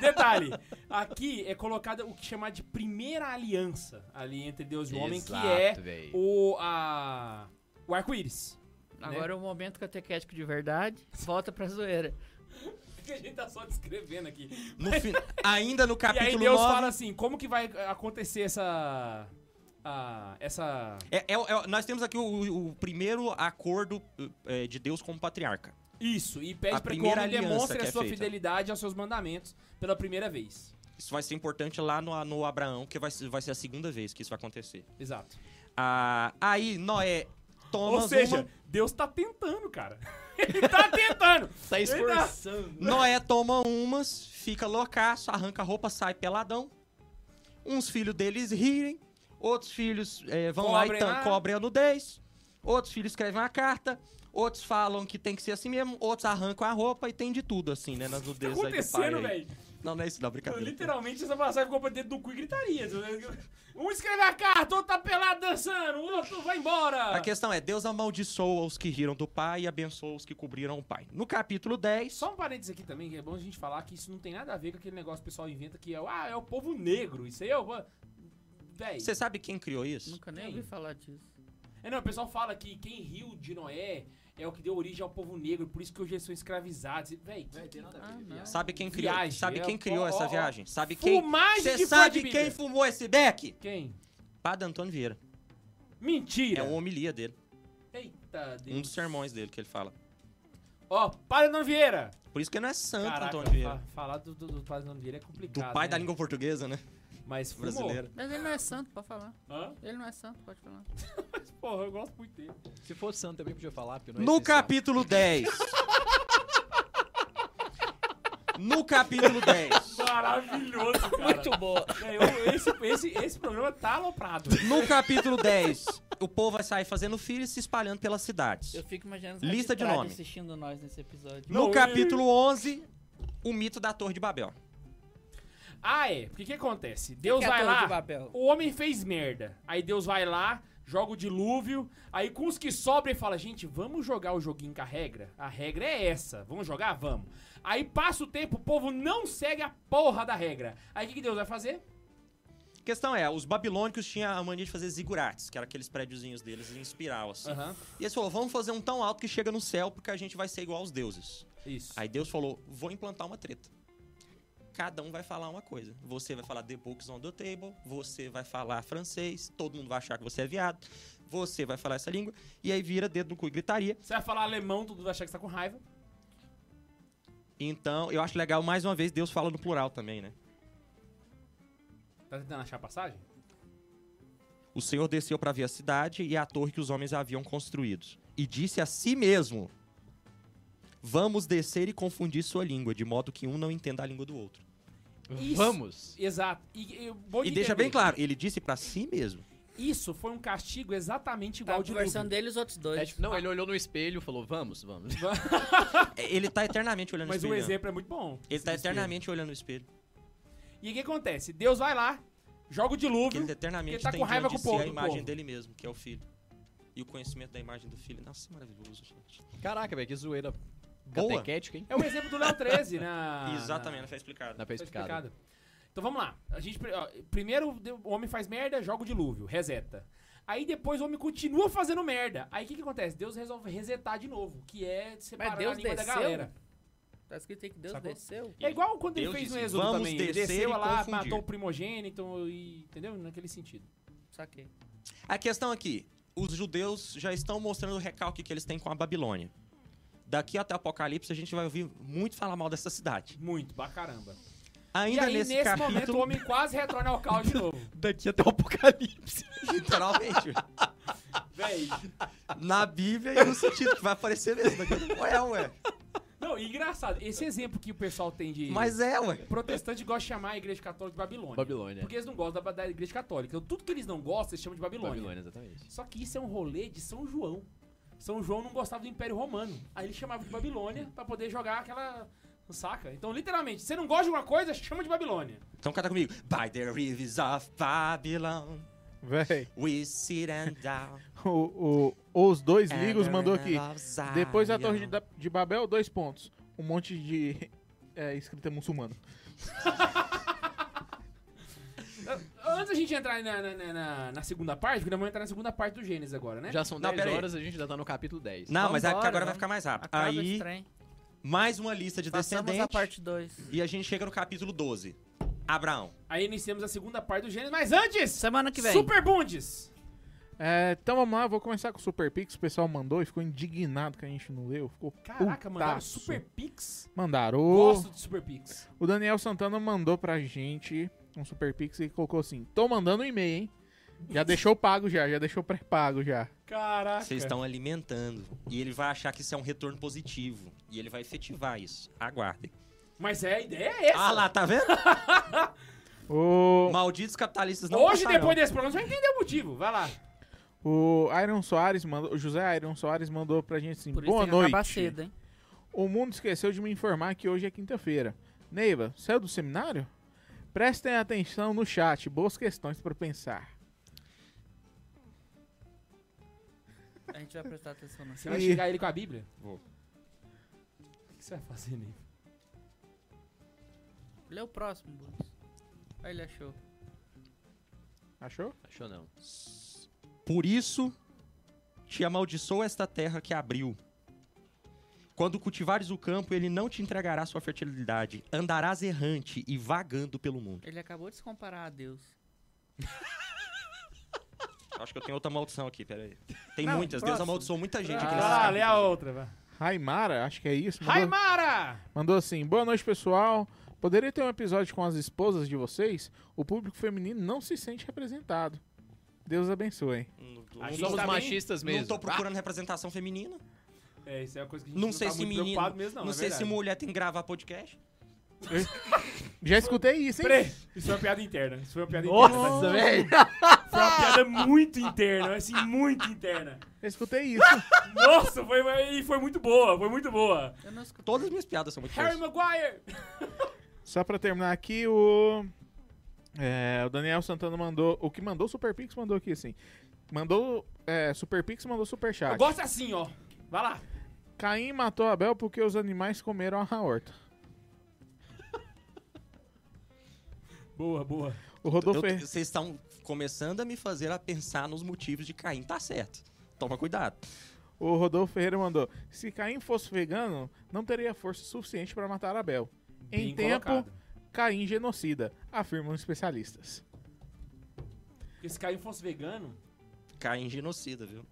Speaker 1: Detalhe, aqui é colocada o que chamar de primeira aliança ali entre Deus e o homem, que é
Speaker 2: Exato, velho.
Speaker 1: o, a, o arco-íris.
Speaker 3: Agora é o momento catequético de verdade. Volta pra zoeira.
Speaker 1: Que a gente tá só descrevendo aqui.
Speaker 4: No fin- Ainda no
Speaker 1: e aí
Speaker 4: capítulo
Speaker 1: Deus
Speaker 4: 9.
Speaker 1: fala assim, como que vai acontecer essa... a- essa...
Speaker 4: É- é- é- nós temos aqui o, o- o primeiro acordo eh, de Deus como patriarca.
Speaker 1: Isso, e pede
Speaker 4: A
Speaker 1: pra que o
Speaker 4: primeira
Speaker 1: homem
Speaker 4: aliança
Speaker 1: demonstre
Speaker 4: que
Speaker 1: a
Speaker 4: é
Speaker 1: sua
Speaker 4: feita.
Speaker 1: fidelidade aos seus mandamentos pela primeira vez.
Speaker 4: Isso vai ser importante lá no, no Abraão, porque vai, ser- vai ser a segunda vez que isso vai acontecer.
Speaker 1: Exato.
Speaker 4: Ah, aí Noé toma.
Speaker 1: Ou seja,
Speaker 4: uma-
Speaker 1: Deus tá tentando, cara. Ele tá tentando.
Speaker 2: Tá
Speaker 1: Ele tá-
Speaker 2: esforçando.
Speaker 4: Noé toma umas, fica loucaço, arranca a roupa, sai peladão. Uns filhos deles rirem, outros filhos eh, vão lá
Speaker 1: Cobrem
Speaker 4: e tan-
Speaker 1: lá.
Speaker 4: cobrem a nudez, outros filhos escrevem uma carta, outros falam que tem que ser assim mesmo, outros arrancam a roupa e tem de tudo, assim, né? Nas
Speaker 1: Tá
Speaker 4: nudez aí do pai.
Speaker 1: acontecendo,
Speaker 4: aí.
Speaker 1: velho.
Speaker 4: Não, não é isso, não,
Speaker 1: Eu,
Speaker 4: brincadeira.
Speaker 1: literalmente, essa passagem ficou pra dentro do cu e gritaria. Um escreve a carta, outro tá pelado dançando, o outro vai embora.
Speaker 4: A questão é, Deus amaldiçoa os que riram do pai e abençoa os que cobriram o pai. No capítulo 10,
Speaker 1: Só um parênteses aqui também, que é bom a gente falar que isso não tem nada a ver com aquele negócio que o pessoal inventa que é, o- ah, é o povo negro. Isso aí é o. Véi.
Speaker 4: você sabe quem criou isso?
Speaker 3: Nunca nem
Speaker 1: Quem?
Speaker 3: ouvi falar disso.
Speaker 1: É, não, o pessoal fala que quem riu de Noé é o que deu origem ao povo negro, por isso que hoje eles são escravizados. Véi, que
Speaker 2: Véi, tem nada a
Speaker 3: Ah,
Speaker 2: ver, viado.
Speaker 3: não.
Speaker 4: Sabe quem criou,
Speaker 1: Viagem,
Speaker 4: sabe
Speaker 1: é,
Speaker 4: quem criou
Speaker 1: ó, ó,
Speaker 4: essa
Speaker 1: ó.
Speaker 4: viagem? Sabe quem?
Speaker 1: fumagem de
Speaker 4: Você sabe
Speaker 1: Fadbiga.
Speaker 4: quem fumou esse beck?
Speaker 1: Quem?
Speaker 4: Padre Antônio Vieira.
Speaker 1: Mentira.
Speaker 4: É uma homilia dele.
Speaker 1: Eita, Deus.
Speaker 4: Um dos sermões dele que ele fala.
Speaker 1: Ó, Padre Antônio Vieira.
Speaker 4: Por isso que ele não é santo,
Speaker 1: Caraca,
Speaker 4: Antônio Vieira.
Speaker 1: fa- falar do, do, do Padre Antônio Vieira é
Speaker 4: Do
Speaker 1: complicado.
Speaker 4: pai
Speaker 1: né?
Speaker 4: da língua portuguesa, né?
Speaker 1: Mas fumou.
Speaker 4: Brasileira.
Speaker 3: Mas ele não é santo, pode falar.
Speaker 1: Hã?
Speaker 3: Ele não é santo, pode falar.
Speaker 1: Porra, eu gosto muito dele.
Speaker 2: Se fosse santo também podia falar, porque não é
Speaker 4: No
Speaker 2: essencial.
Speaker 4: capítulo 10. no capítulo 10.
Speaker 1: Maravilhoso, cara.
Speaker 3: bom.
Speaker 1: É, eu- esse, esse, esse programa tá aloprado.
Speaker 4: No capítulo 10, o povo vai sair fazendo filho e se espalhando pelas cidades.
Speaker 3: Eu fico imaginando
Speaker 4: Lista de
Speaker 3: Trad
Speaker 4: nome.
Speaker 3: assistindo nós nesse episódio.
Speaker 1: Não,
Speaker 4: No
Speaker 1: e-
Speaker 4: capítulo 11, o mito da Torre de Babel.
Speaker 1: Ah, é. Porque o que acontece? Deus
Speaker 3: que é a
Speaker 1: vai
Speaker 3: Torre de
Speaker 1: lá.
Speaker 3: Babel?
Speaker 1: O homem fez merda. Aí Deus vai lá, joga o dilúvio. Aí com os que sobram, ele fala: gente, vamos jogar o joguinho com a regra? A regra é essa. Vamos jogar? Vamos. Aí passa o tempo, o povo não segue a porra da regra. Aí o que, que Deus vai fazer?
Speaker 4: A questão é, os babilônicos tinham a mania de fazer zigurates, que eram aqueles prédiozinhos deles em espiral, assim.
Speaker 1: Aham.
Speaker 4: E eles falaram, vamos fazer um tão alto que chega no céu, porque a gente vai ser igual aos deuses.
Speaker 1: Isso.
Speaker 4: Aí Deus falou, vou implantar uma treta. Cada um vai falar uma coisa. Você vai falar The Books on the Table, você vai falar francês, todo mundo vai achar que você é viado, você vai falar essa língua, e aí vira dedo no cu e gritaria.
Speaker 1: Você vai falar alemão, todo mundo vai achar que você tá com raiva.
Speaker 4: Então, eu acho legal, mais uma vez, Deus fala no plural também, né?
Speaker 1: Tá tentando achar a passagem?
Speaker 4: O Senhor desceu para ver a cidade e a torre que os homens haviam construído. E disse a si mesmo: Vamos descer e confundir sua língua, de modo que um não entenda a língua do outro.
Speaker 1: Isso.
Speaker 2: Vamos.
Speaker 1: Exato. E, e, bom
Speaker 4: E
Speaker 1: de
Speaker 4: deixa
Speaker 1: entender.
Speaker 4: bem claro, ele disse para si mesmo.
Speaker 1: Isso foi um castigo exatamente igual
Speaker 3: Tava
Speaker 1: ao dilúvio.
Speaker 3: Tá conversando dele e os outros dois.
Speaker 2: É, tipo, não, ele olhou no espelho e falou, vamos, vamos.
Speaker 4: É, Ele tá eternamente olhando
Speaker 1: Mas
Speaker 4: no
Speaker 1: o
Speaker 4: espelho. né?
Speaker 1: exemplo é muito bom.
Speaker 4: Ele tá eternamente olhando no espelho.
Speaker 1: E o que acontece? Deus vai lá, joga o
Speaker 4: Porque
Speaker 1: dilúvio.
Speaker 4: ele eternamente
Speaker 1: Porque tá
Speaker 4: tem
Speaker 1: com raiva
Speaker 4: diante de
Speaker 1: com o
Speaker 4: si a
Speaker 1: povo, do
Speaker 4: imagem
Speaker 1: povo.
Speaker 4: dele mesmo, que é o filho. E o conhecimento da imagem do filho. Nossa, maravilhoso, gente.
Speaker 2: Caraca, velho, que zoeira
Speaker 4: Boa.
Speaker 2: catequética, hein?
Speaker 1: É o exemplo do Léo né? 13 na.
Speaker 4: Exatamente,
Speaker 1: na-
Speaker 4: não foi explicado.
Speaker 2: Dá pra
Speaker 1: Foi
Speaker 2: explicar.
Speaker 1: Tá
Speaker 2: né?
Speaker 1: explicado. Então vamos lá. A gente, pri- ó, primeiro deu- o homem faz merda, joga o dilúvio, reseta. Aí depois o homem continua fazendo merda. Aí o que, que acontece? Deus resolve resetar de novo, que é separar
Speaker 3: Deus
Speaker 1: a língua da
Speaker 3: desceu?
Speaker 1: galera.
Speaker 3: Tá escrito aí que Deus
Speaker 1: Sacou?
Speaker 3: desceu.
Speaker 1: É igual quando
Speaker 4: Deus
Speaker 1: ele fez no
Speaker 4: disse,
Speaker 1: Êxodo
Speaker 4: "Vamos
Speaker 1: também.
Speaker 4: descer
Speaker 1: ele desceu
Speaker 4: e
Speaker 1: olha lá,
Speaker 4: confundir."
Speaker 1: matou o primogênito e. Entendeu? Naquele sentido.
Speaker 3: Saquei.
Speaker 4: A questão aqui, os judeus já estão mostrando o recalque que eles têm com a Babilônia. Daqui até o Apocalipse a gente vai ouvir muito falar mal dessa cidade.
Speaker 1: Muito, pra caramba.
Speaker 4: Ainda
Speaker 1: e aí,
Speaker 4: nesse,
Speaker 1: nesse
Speaker 4: capítulo,
Speaker 1: momento, o homem quase retorna ao caos de novo.
Speaker 2: Daqui até o apocalipse.
Speaker 4: literalmente,
Speaker 1: Véi.
Speaker 4: na Bíblia e no sentido que vai aparecer mesmo. daqui- Ué, ué.
Speaker 1: Não, e engraçado. Esse exemplo que o pessoal tem de.
Speaker 4: Mas é, ué.
Speaker 1: Protestante gosta de chamar a igreja católica de Babilônia.
Speaker 2: Babilônia.
Speaker 1: Porque eles não gostam da, da igreja católica. Então, tudo que eles não gostam, eles chamam de Babilônia.
Speaker 2: é Babilônia, exatamente.
Speaker 1: Só que isso é um rolê de São João. São João não gostava do Império Romano. Aí ele chamava de Babilônia pra poder jogar aquela. Saca? Então, literalmente, você não gosta de uma coisa, chama de Babilônia.
Speaker 4: Então canta comigo. By the rivers of Babylon,
Speaker 5: Véi,
Speaker 4: we sit and down.
Speaker 5: o, o- os dois
Speaker 4: É,
Speaker 5: ligos mandou aqui.
Speaker 4: aqui.
Speaker 5: Depois da Torre de, da- de Babel, dois pontos. Um monte de é, escrita muçulmana.
Speaker 1: Antes da gente entrar na, na- na- na- na segunda parte, porque nós vamos entrar na segunda parte do Gênesis agora, né?
Speaker 2: Já são
Speaker 4: Não,
Speaker 2: 10
Speaker 4: pera aí.
Speaker 2: horas, a gente já tá no capítulo 10.
Speaker 4: Não, mas é porque
Speaker 3: Vambora,
Speaker 4: agora vai
Speaker 3: vamos.
Speaker 4: ficar mais rápido.
Speaker 3: Acaba esse
Speaker 4: Aí,
Speaker 3: trem.
Speaker 4: mais uma lista de
Speaker 3: Passamos a
Speaker 4: descendentes.
Speaker 3: parte 2.
Speaker 4: E a gente chega no capítulo 12. Abraão.
Speaker 1: Aí iniciamos a segunda parte do Gênesis, mas antes,
Speaker 3: Semana que vem.
Speaker 1: Super Bundes!
Speaker 5: É, então vamos lá, vou começar com o Super Pix. O pessoal mandou e ficou indignado que a gente não leu. Ficou
Speaker 1: Caraca, mandaram
Speaker 5: putaço.
Speaker 1: Super Pix.
Speaker 5: Mandaram.
Speaker 1: Gosto de Super Pix.
Speaker 5: O Daniel Santana mandou pra gente um Super Pix e colocou assim: tô mandando um e-mail, hein? Já deixou pago já, já deixou pré-pago já.
Speaker 1: Caraca.
Speaker 4: Vocês estão alimentando. E ele vai achar que isso é um retorno positivo. E ele vai efetivar isso. Aguardem.
Speaker 1: Mas é, a ideia é essa.
Speaker 4: Ah lá, tá vendo?
Speaker 5: O,
Speaker 4: Malditos capitalistas não
Speaker 1: Hoje,
Speaker 4: passarão.
Speaker 1: depois desse programa, você vai entender o motivo. Vai lá.
Speaker 5: o Iron Soares mandou, o José Iron Soares mandou pra gente assim:
Speaker 3: Por isso
Speaker 5: boa
Speaker 3: tem que acabar
Speaker 5: noite.
Speaker 3: cedo, hein?
Speaker 5: O mundo esqueceu de me informar que hoje é quinta-feira. Neiva, saiu do seminário? Prestem atenção no chat, boas questões pra pensar.
Speaker 3: A gente vai prestar atenção no
Speaker 1: Você
Speaker 5: vai
Speaker 1: vai
Speaker 5: chegar
Speaker 1: chegar ele com a Bíblia?
Speaker 4: Vou.
Speaker 1: O que você vai fazer, Ney?
Speaker 3: Lê o próximo, Bundes. Aí ele achou.
Speaker 5: Achou?
Speaker 2: Achou não.
Speaker 4: Por isso, te amaldiçoa esta terra que abriu. Quando cultivares o campo, ele não te entregará sua fertilidade. Andarás errante e vagando pelo mundo.
Speaker 3: Ele acabou de se comparar a Deus.
Speaker 4: Acho que eu tenho outra maldição aqui, peraí. Tem
Speaker 5: Não,
Speaker 4: muitas. Deus
Speaker 5: próximo.
Speaker 4: amaldiçoou muita gente aqui.
Speaker 1: Vai
Speaker 4: nesse
Speaker 1: lá,
Speaker 4: capítulo.
Speaker 1: Ah, lê a outra,
Speaker 5: Tá
Speaker 1: vai.
Speaker 5: Raimara, acho que é isso. mandou-
Speaker 1: Raimara!
Speaker 5: Mandou assim: Boa noite, pessoal. Poderia ter um episódio com as esposas de vocês? O público feminino não se sente representado. Deus abençoe.
Speaker 4: Não tô-
Speaker 1: A gente
Speaker 2: Somos
Speaker 1: tá bem-
Speaker 2: machistas
Speaker 4: Não
Speaker 2: mesmo.
Speaker 4: tô procurando representação feminina.
Speaker 1: É, isso é uma coisa que a gente
Speaker 4: Não,
Speaker 1: não,
Speaker 4: sei
Speaker 1: tá
Speaker 4: se
Speaker 1: muito
Speaker 4: menino.
Speaker 1: preocupado mesmo, não.
Speaker 4: não
Speaker 1: é
Speaker 4: sei se
Speaker 1: verdade.
Speaker 4: mulher tem que gravar podcast.
Speaker 5: Já escutei isso, hein?
Speaker 1: Peraí, isso foi uma piada interna. Isso foi uma piada interna.
Speaker 2: Nossa, velho.
Speaker 1: Foi uma piada muito interna, assim, muito interna.
Speaker 5: Já escutei isso.
Speaker 1: Nossa, foi, e foi muito boa, foi muito boa.
Speaker 3: Eu não escutei.
Speaker 4: Todas as minhas piadas são muito
Speaker 1: Harry
Speaker 4: fortes.
Speaker 1: Maguire!
Speaker 5: Só pra terminar aqui, o. é, o Daniel Santana mandou. O que mandou o Super Pix mandou aqui assim. Mandou. É, Super Pix mandou Super
Speaker 1: Eu
Speaker 5: Chat.
Speaker 1: gosto assim, ó. Vai lá.
Speaker 5: Caim matou Abel porque os animais comeram a horta.
Speaker 1: Boa, boa.
Speaker 5: O Rodolfo.
Speaker 4: Eu- Vocês estão começando a me fazer a pensar nos motivos de Caim. Tá certo. Toma cuidado.
Speaker 5: O Rodolfo Ferreira mandou: se Caim fosse vegano, não teria força suficiente para matar Abel.
Speaker 1: Bem
Speaker 5: Em tempo,
Speaker 1: colocado.
Speaker 5: Caim genocida, afirmam especialistas.
Speaker 1: Esse Caim fosse vegano,
Speaker 4: Caim genocida, viu?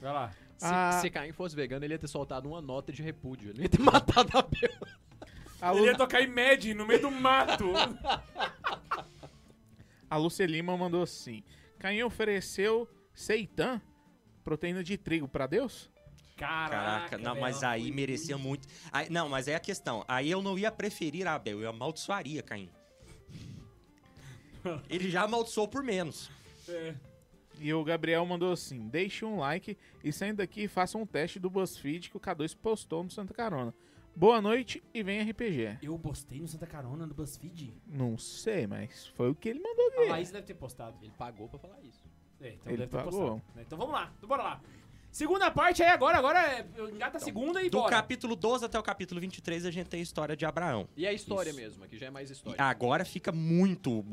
Speaker 1: vai lá.
Speaker 2: Se,
Speaker 5: Ah.
Speaker 2: se Caim fosse vegano, ele ia ter soltado uma nota de repúdio. Ele ia ter matado a Bel.
Speaker 5: A, Lu
Speaker 1: Ele ia tocar em Mad no meio do mato.
Speaker 5: a Lúcia Lima mandou assim: Caim ofereceu seitã, proteína de trigo, para Deus?
Speaker 1: Caraca,
Speaker 4: Caraca, não,
Speaker 1: velho,
Speaker 4: mas
Speaker 1: ela
Speaker 4: aí
Speaker 1: foi
Speaker 4: merecia muito. Aí- não, mas aí é a questão. Aí eu não ia preferir a Abel, eu amaldiçoaria Caim. Ele já amaldiçoou por menos.
Speaker 1: muito- É.
Speaker 5: E o Gabriel mandou assim: deixe um like e saindo daqui e faça um teste do BuzzFeed que o K2 postou no Santa Carona. Boa noite e vem RPG.
Speaker 1: Eu postei no Santa Carona, no BuzzFeed.
Speaker 5: Não sei, mas foi o que ele mandou
Speaker 1: A
Speaker 5: aqui.
Speaker 1: Laís deve ter postado.
Speaker 2: Ele pagou pra falar isso.
Speaker 1: É, então
Speaker 5: Ele
Speaker 1: deve ter
Speaker 5: pagou.
Speaker 1: postado. né? Então vamos lá, então bora lá. Segunda parte aí agora, agora é, eu engata a segunda e
Speaker 4: Então, Do
Speaker 1: bora.
Speaker 4: capítulo 12 até o capítulo 23, a gente tem a história de Abraão.
Speaker 2: E a história
Speaker 4: Isso.
Speaker 2: mesmo, aqui já é mais
Speaker 4: E
Speaker 2: história.
Speaker 4: agora fica muito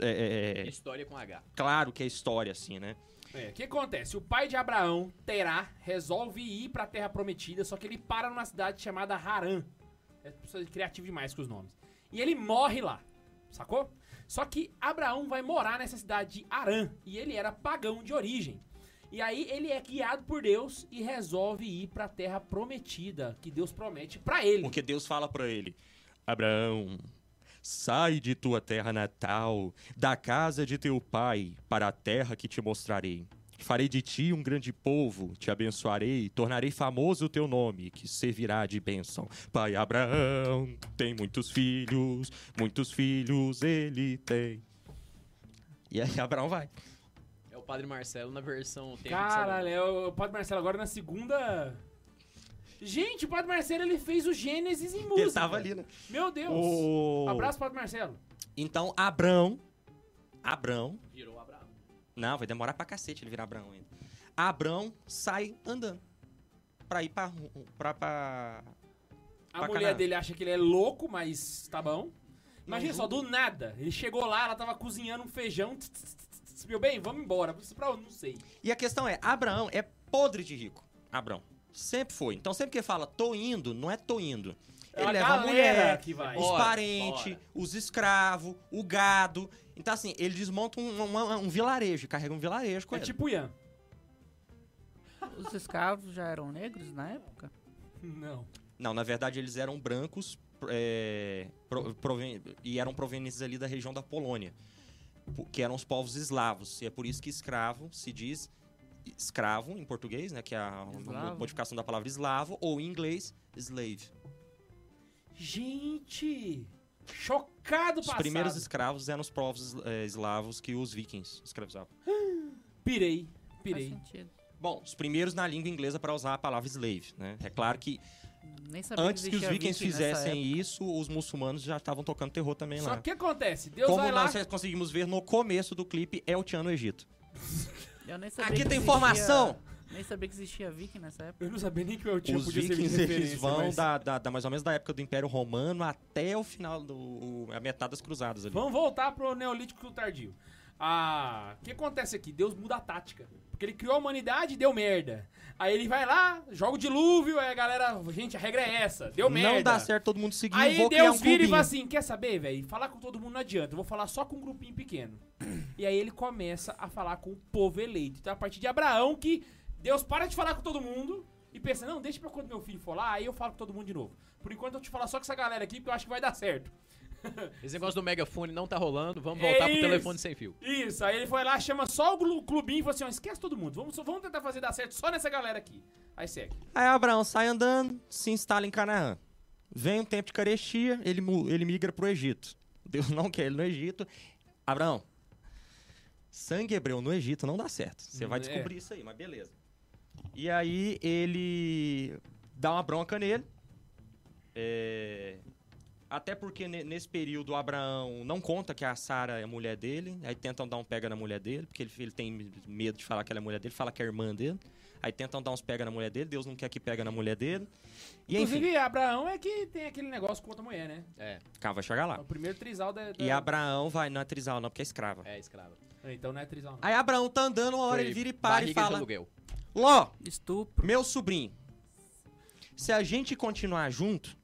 Speaker 4: é, é, é,
Speaker 2: História com H.
Speaker 4: claro que é história, assim, né?
Speaker 1: É, o que acontece? O pai de Abraão, Terá, resolve ir pra Terra Prometida, só que ele para numa cidade chamada Harã. É pessoa criativa demais com os nomes. E ele morre lá, sacou? Só que Abraão vai morar nessa cidade de Harã, e ele era pagão de origem. E aí ele é guiado por Deus e resolve ir pra Terra Prometida, que Deus promete pra ele.
Speaker 4: Porque Deus fala pra ele: Abraão, sai de tua terra natal, da casa de teu pai, para a terra que te mostrarei. Farei de ti um grande povo, te abençoarei, tornarei famoso o teu nome, que servirá de bênção. Pai Abraão tem muitos filhos, muitos filhos ele tem. E aí Abraão vai.
Speaker 2: É o Padre Marcelo na versão Tempo de
Speaker 1: Caralho,
Speaker 2: Salomão.
Speaker 1: é o o Padre Marcelo agora na segunda. Gente, o Padre Marcelo ele fez o Gênesis em música.
Speaker 4: Ele tava ali, né?
Speaker 1: Meu Deus.
Speaker 4: O-
Speaker 1: Abraço, Padre Marcelo.
Speaker 4: Então Abraão, Abraão
Speaker 2: Virou Abraão.
Speaker 4: Não, vai demorar pra cacete ele virar Abraão ainda. Abrão sai andando. Pra ir pra. ru- pra, pra...
Speaker 1: A
Speaker 4: Pra
Speaker 1: mulher
Speaker 4: caralho.
Speaker 1: dele acha que ele é louco, mas tá bom. Imagina
Speaker 4: Não
Speaker 1: só, do nada. Ele chegou lá, ela tava cozinhando um feijão. tss, tss, tss, tss, Meu bem, vamos embora. Pra onde? Não sei.
Speaker 4: E a questão é: Abraão é podre de rico. Abrão. Sempre foi. Então sempre que ele fala tô indo, não é tô indo.
Speaker 1: É
Speaker 4: Ele
Speaker 1: a
Speaker 4: leva a
Speaker 1: galera
Speaker 4: mulher, né?"
Speaker 1: que vai.
Speaker 4: os
Speaker 2: Bora,
Speaker 4: parentes,
Speaker 2: bora.
Speaker 4: os escravos, o gado. Então assim, ele desmonta um, um- um vilarejo, carrega um vilarejo com
Speaker 1: É
Speaker 4: ele.
Speaker 1: tipo Ian.
Speaker 3: Os escravos já eram negros na época?
Speaker 1: Não.
Speaker 4: Não, na verdade eles eram brancos é, pro- proven- e eram provenientes ali da região da Polônia, po- que eram os povos eslavos. E é por isso que escravo se diz escravo em português, né? Que é a uma
Speaker 3: Eslavo.
Speaker 4: modificação da palavra eslavo, ou em inglês, slave.
Speaker 1: Gente! Chocado
Speaker 4: Os
Speaker 1: passado.
Speaker 4: primeiros escravos eram os povos é, eslavos que os vikings escravizavam.
Speaker 1: Pirei.
Speaker 3: Faz
Speaker 1: Pirei.
Speaker 3: sentido.
Speaker 4: Bom, os primeiros na língua inglesa para usar a palavra slave, né? É claro que
Speaker 3: Nem sabia
Speaker 4: antes que os
Speaker 3: existia
Speaker 4: vikings
Speaker 3: viking nessa
Speaker 4: fizessem isso, os muçulmanos já estavam tocando terror também
Speaker 1: Só
Speaker 4: lá.
Speaker 1: que o que acontece? Deus
Speaker 4: Como
Speaker 1: vai lá.
Speaker 4: nós conseguimos ver no começo do clipe, é o Tchan no Egito.
Speaker 3: época. Eu nem sabia
Speaker 4: Aqui
Speaker 3: que
Speaker 4: tem
Speaker 3: existia-
Speaker 4: informação!
Speaker 3: Nem sabia que existia viking nessa época.
Speaker 1: Eu não sabia nem que meu tio
Speaker 4: Os
Speaker 1: Tipo, podia ser
Speaker 4: vikings eles
Speaker 1: referência,
Speaker 4: vão
Speaker 1: mas-
Speaker 4: da, da- da mais ou menos da época do Império Romano até o final do o- a metade das cruzadas ali.
Speaker 1: Vamos voltar pro Neolítico Tardio. Ah, o que acontece aqui? Deus muda a tática. Porque ele criou a humanidade e deu merda. Aí ele vai lá, joga o dilúvio, aí a galera, gente, a regra é essa, deu merda.
Speaker 4: Não dá certo todo mundo seguir,
Speaker 1: Aí
Speaker 4: vou criar um
Speaker 1: Deus vira e
Speaker 4: clubinho.
Speaker 1: fala assim: quer saber, velho? Falar com todo mundo não adianta, eu vou falar só com um grupinho pequeno. e aí ele começa a falar com o povo eleito. Então, a partir de Abraão, que Deus para de falar com todo mundo e pensa: não, deixa pra quando meu filho for lá, aí eu falo com todo mundo de novo. Por enquanto, eu te falar só com essa galera aqui, porque eu acho que vai dar certo.
Speaker 2: Esse negócio do megafone não tá rolando, vamos
Speaker 1: É
Speaker 2: voltar pro
Speaker 1: isso.
Speaker 2: telefone sem fio.
Speaker 1: Isso, aí ele foi lá, chama só o glu- clubinho e falou assim: ó, esquece todo mundo, vamos, só- vamos tentar fazer dar certo só nessa galera aqui. Aí segue.
Speaker 4: Aí Abraão sai andando, se instala em Canaã. Vem um tempo de carestia, ele, mu- ele migra pro Egito. Deus não quer ele no Egito. Abraão, sangue hebreu no Egito não dá certo. Você vai
Speaker 1: É.
Speaker 4: descobrir isso aí, mas beleza. E aí ele dá uma bronca nele. É, Até porque ne- nesse período o Abraão não conta que a Sara é mulher dele. Aí tentam dar um pega na mulher dele, porque ele, ele tem medo de falar que ela é mulher dele, fala que é irmã dele. Aí tentam dar uns pega na mulher dele, Deus não quer que pega na mulher dele. E enfim,
Speaker 1: Inclusive, Abraão é que tem aquele negócio com outra mulher, né?
Speaker 2: É,
Speaker 4: cá vai chegar
Speaker 1: É
Speaker 4: lá.
Speaker 1: o primeiro trisal da. da-
Speaker 4: E Abraão vai, não é trisal não, porque é escrava.
Speaker 2: é escravo.
Speaker 1: Então não é trisal, não.
Speaker 4: Aí Abraão tá andando, uma hora
Speaker 2: Foi
Speaker 4: ele vira e para e
Speaker 2: barriga de
Speaker 4: fala:
Speaker 2: aluguel.
Speaker 4: Ló,
Speaker 3: Estupro.
Speaker 4: meu sobrinho, se a gente continuar junto,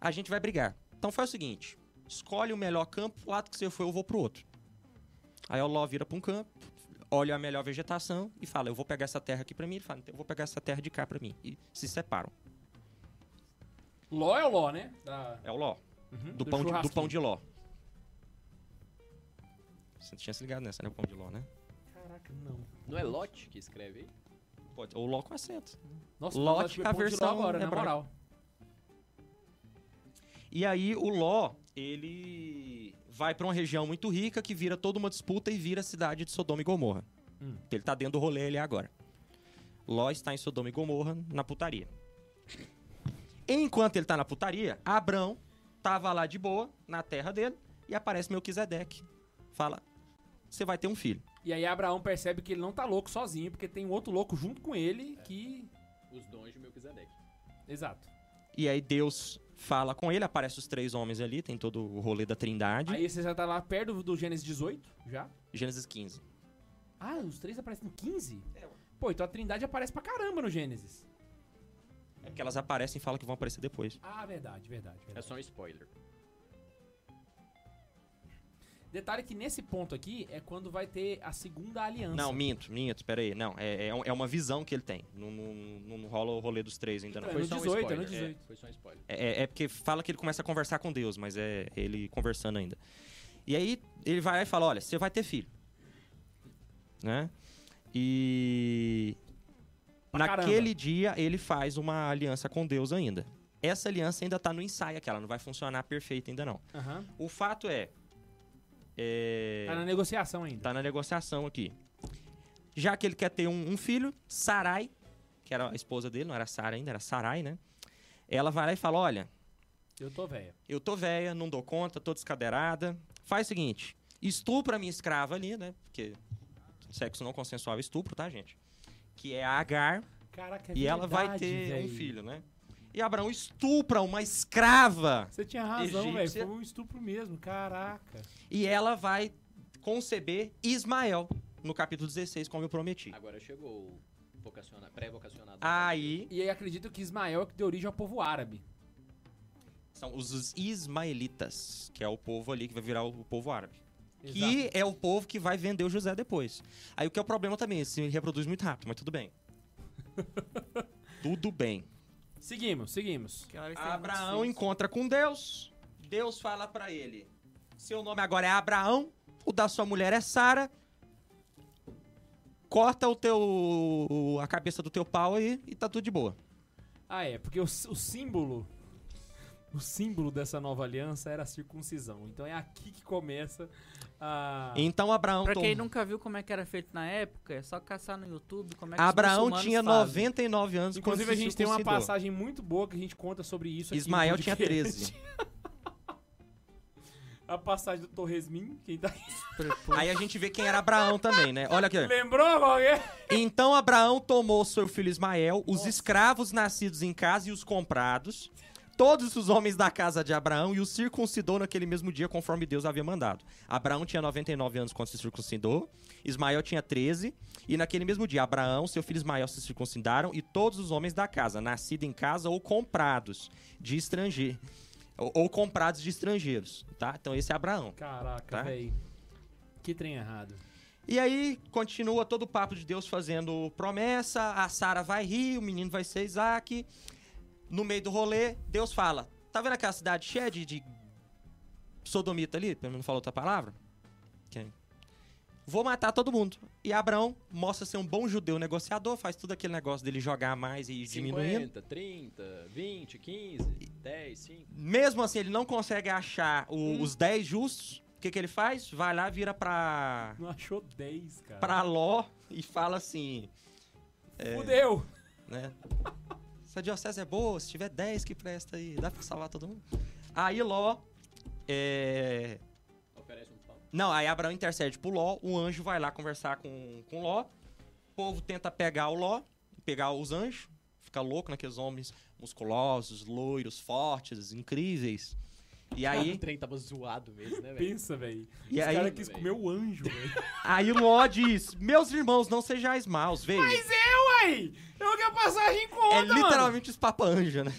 Speaker 4: a gente vai brigar. Então faz o seguinte: escolhe o melhor campo, o lado que você for, eu vou pro outro. Aí o Ló vira pra um campo, olha a melhor vegetação e fala: Eu vou pegar essa terra aqui pra mim. Ele fala: então Eu vou pegar essa terra de cá pra mim. E se separam.
Speaker 1: Ló é o Ló, né? Da-
Speaker 4: É o Ló.
Speaker 1: Uhum,
Speaker 4: Do, pão de, do
Speaker 1: churrasquinho.
Speaker 4: pão de Ló. Você tinha se ligado nessa, né? O pão de Ló, né?
Speaker 1: Caraca, não.
Speaker 2: Não é Lot que escreve aí?
Speaker 4: Pode, ou Ló com acento.
Speaker 1: Nossa,
Speaker 4: Lot,
Speaker 1: Lot
Speaker 4: é a
Speaker 1: a versão
Speaker 4: versão
Speaker 1: agora, na
Speaker 4: hebraica.
Speaker 1: moral.
Speaker 4: E aí o Ló, ele vai pra uma região muito rica que vira toda uma disputa e vira a cidade de Sodoma e Gomorra.
Speaker 1: Hum.
Speaker 4: Ele tá dentro do rolê ali agora. Ló está em Sodoma e Gomorra na putaria. Enquanto ele tá na putaria, Abrão tava lá de boa, na terra dele, e aparece Melquisedeque. Fala, você vai ter um filho.
Speaker 1: E aí Abraão percebe que ele não tá louco sozinho, porque tem um outro louco junto com ele que.
Speaker 2: Os dons de Melquisedeque.
Speaker 1: Exato.
Speaker 4: E aí Deus fala com ele, aparece os três homens ali, tem todo o rolê da trindade.
Speaker 1: Aí você já tá lá perto do- do Gênesis 18, já.
Speaker 4: Gênesis 15.
Speaker 1: Ah, os três aparecem no 15?
Speaker 2: É,
Speaker 1: Pô, então a trindade aparece pra caramba no Gênesis.
Speaker 4: É porque elas aparecem e falam que vão aparecer depois.
Speaker 1: Ah, verdade, verdade. verdade.
Speaker 2: É só um spoiler.
Speaker 1: Detalhe que nesse ponto aqui é quando vai ter a segunda aliança.
Speaker 4: Não, minto, minto, peraí. Não, é, é, um- é uma visão que ele tem. Não, não, não- não rola o rolê dos três ainda, não.
Speaker 1: Então, é no
Speaker 2: Foi só
Speaker 1: 18, é
Speaker 2: um
Speaker 1: no
Speaker 2: spoiler.
Speaker 1: 18.
Speaker 2: foi só um spoiler.
Speaker 4: É, é- é porque fala que ele começa a conversar com Deus, mas é ele conversando ainda. E aí ele vai lá e fala: Olha, você vai ter filho. Né? E.
Speaker 1: Pra
Speaker 4: naquele
Speaker 1: caramba.
Speaker 4: dia ele faz uma aliança com Deus ainda. Essa aliança ainda tá no ensaio, aquela não vai funcionar perfeita ainda não.
Speaker 1: Aham.
Speaker 4: O fato é. é...
Speaker 1: Tá na negociação ainda.
Speaker 4: Tá na negociação aqui. Já que ele quer ter um, um filho, Sarai, que era a esposa dele, não era Sara ainda, era Sarai, né? Ela vai lá e fala: Olha,
Speaker 1: Eu tô velha.
Speaker 4: eu tô velha, não dou conta, tô descadeirada. Faz o seguinte: estupra a minha escrava ali, né? Porque sexo não consensual é estupro, tá, gente? Que é a Agar,
Speaker 1: Caraca, é
Speaker 4: e ela vai
Speaker 1: verdade,
Speaker 4: ter um
Speaker 1: véi.
Speaker 4: filho, né? E Abraão estupra uma escrava
Speaker 1: Você tinha razão, velho. Foi
Speaker 4: Egípcia.
Speaker 1: um estupro mesmo, caraca.
Speaker 4: e ela vai conceber Ismael no capítulo 16, como eu prometi.
Speaker 2: Agora chegou o vocaciona- pré-vocacionado.
Speaker 4: Aí
Speaker 1: E aí acredito que Ismael é que deu origem ao povo árabe.
Speaker 4: São os, os ismaelitas, que é o povo ali que vai virar o, o povo árabe.
Speaker 1: Exato.
Speaker 4: Que é o povo que vai vender o José depois. Aí o que é o problema também, ele se reproduz muito rápido, mas tudo bem. tudo bem.
Speaker 1: Seguimos, seguimos.
Speaker 3: Aquela vez tem muitos
Speaker 4: Abraão
Speaker 3: filhos.
Speaker 4: encontra com Deus. Deus fala pra ele: "Seu nome agora é Abraão, o da sua mulher é Sara. Corta o teu a cabeça do teu pau aí e tá tudo de boa."
Speaker 1: Ah, é, porque o, s- o símbolo. O símbolo dessa nova aliança era a circuncisão. Então é aqui que começa a.
Speaker 4: Então Abraão
Speaker 3: Pra quem
Speaker 4: tom-
Speaker 3: nunca viu como é que era feito na época, é só caçar no YouTube como é que os
Speaker 4: Abraão
Speaker 3: muçulmanos
Speaker 4: tinha
Speaker 3: fazem.
Speaker 4: 99 anos quando
Speaker 1: Inclusive, a
Speaker 4: se
Speaker 1: gente tem uma
Speaker 4: circuncidou.
Speaker 1: passagem muito boa que a gente conta sobre isso. aqui no
Speaker 4: Ismael tinha
Speaker 1: podcast.
Speaker 4: 13.
Speaker 1: A passagem do Torresmin, quem tá.
Speaker 3: Prepúcio.
Speaker 4: Aí a gente vê quem era Abraão também, né? Olha aqui.
Speaker 1: Lembrou qualquer?
Speaker 4: Então Abraão tomou seu filho Ismael, os escravos nascidos em casa e os comprados, todos os homens da casa de Abraão e o circuncidou naquele mesmo dia, conforme Deus havia mandado. Abraão tinha 99 anos quando se circuncidou, Ismael tinha 13, e naquele mesmo dia, Abraão, seu filho Ismael se circuncidaram e todos os homens da casa, nascidos em casa ou comprados de estrangeiro. Ou, ou comprados de estrangeiros, tá? Então esse é Abraão.
Speaker 1: Caraca,
Speaker 4: Tá?
Speaker 1: velho. Que trem errado.
Speaker 4: E aí continua todo o papo de Deus fazendo promessa, a Sara vai rir, o menino vai ser Isaac. No meio do rolê, Deus fala: Tá vendo aquela cidade cheia de, de sodomita ali? Pelo menos não falou outra palavra? Quem? Vou matar todo mundo. E Abraão mostra ser um bom judeu negociador, faz tudo aquele negócio dele jogar mais e ir diminuindo.
Speaker 2: 50, 30, 20, 15, 10, 5.
Speaker 4: Mesmo assim, ele não consegue achar o- os 10 justos. O que, que ele faz? Vai lá, vira pra,
Speaker 1: Não achou 10, cara.
Speaker 4: pra Ló e fala assim:
Speaker 1: Fudeu.
Speaker 4: né? Se a diocese é boa, se tiver 10 que presta aí, dá pra salvar todo mundo. Aí Ló. É...
Speaker 2: Oferece um pau.
Speaker 4: Não, aí Abraão intercede pro Ló, o anjo vai lá conversar com, com Ló. O povo tenta pegar o Ló, pegar os anjos, fica louco naqueles homens musculosos, loiros, fortes, incríveis. E
Speaker 2: O
Speaker 4: aí,
Speaker 2: trem tava zoado mesmo, né, velho?
Speaker 1: É. Pensa, velho.
Speaker 4: E
Speaker 1: Os
Speaker 4: aí-
Speaker 1: cara quis comer o anjo, velho.
Speaker 4: aí Ló diz: Meus irmãos, não sejais maus, veio.
Speaker 1: Mas eu, aí! Eu quero passagem com outra,
Speaker 4: É literalmente os papanja, né?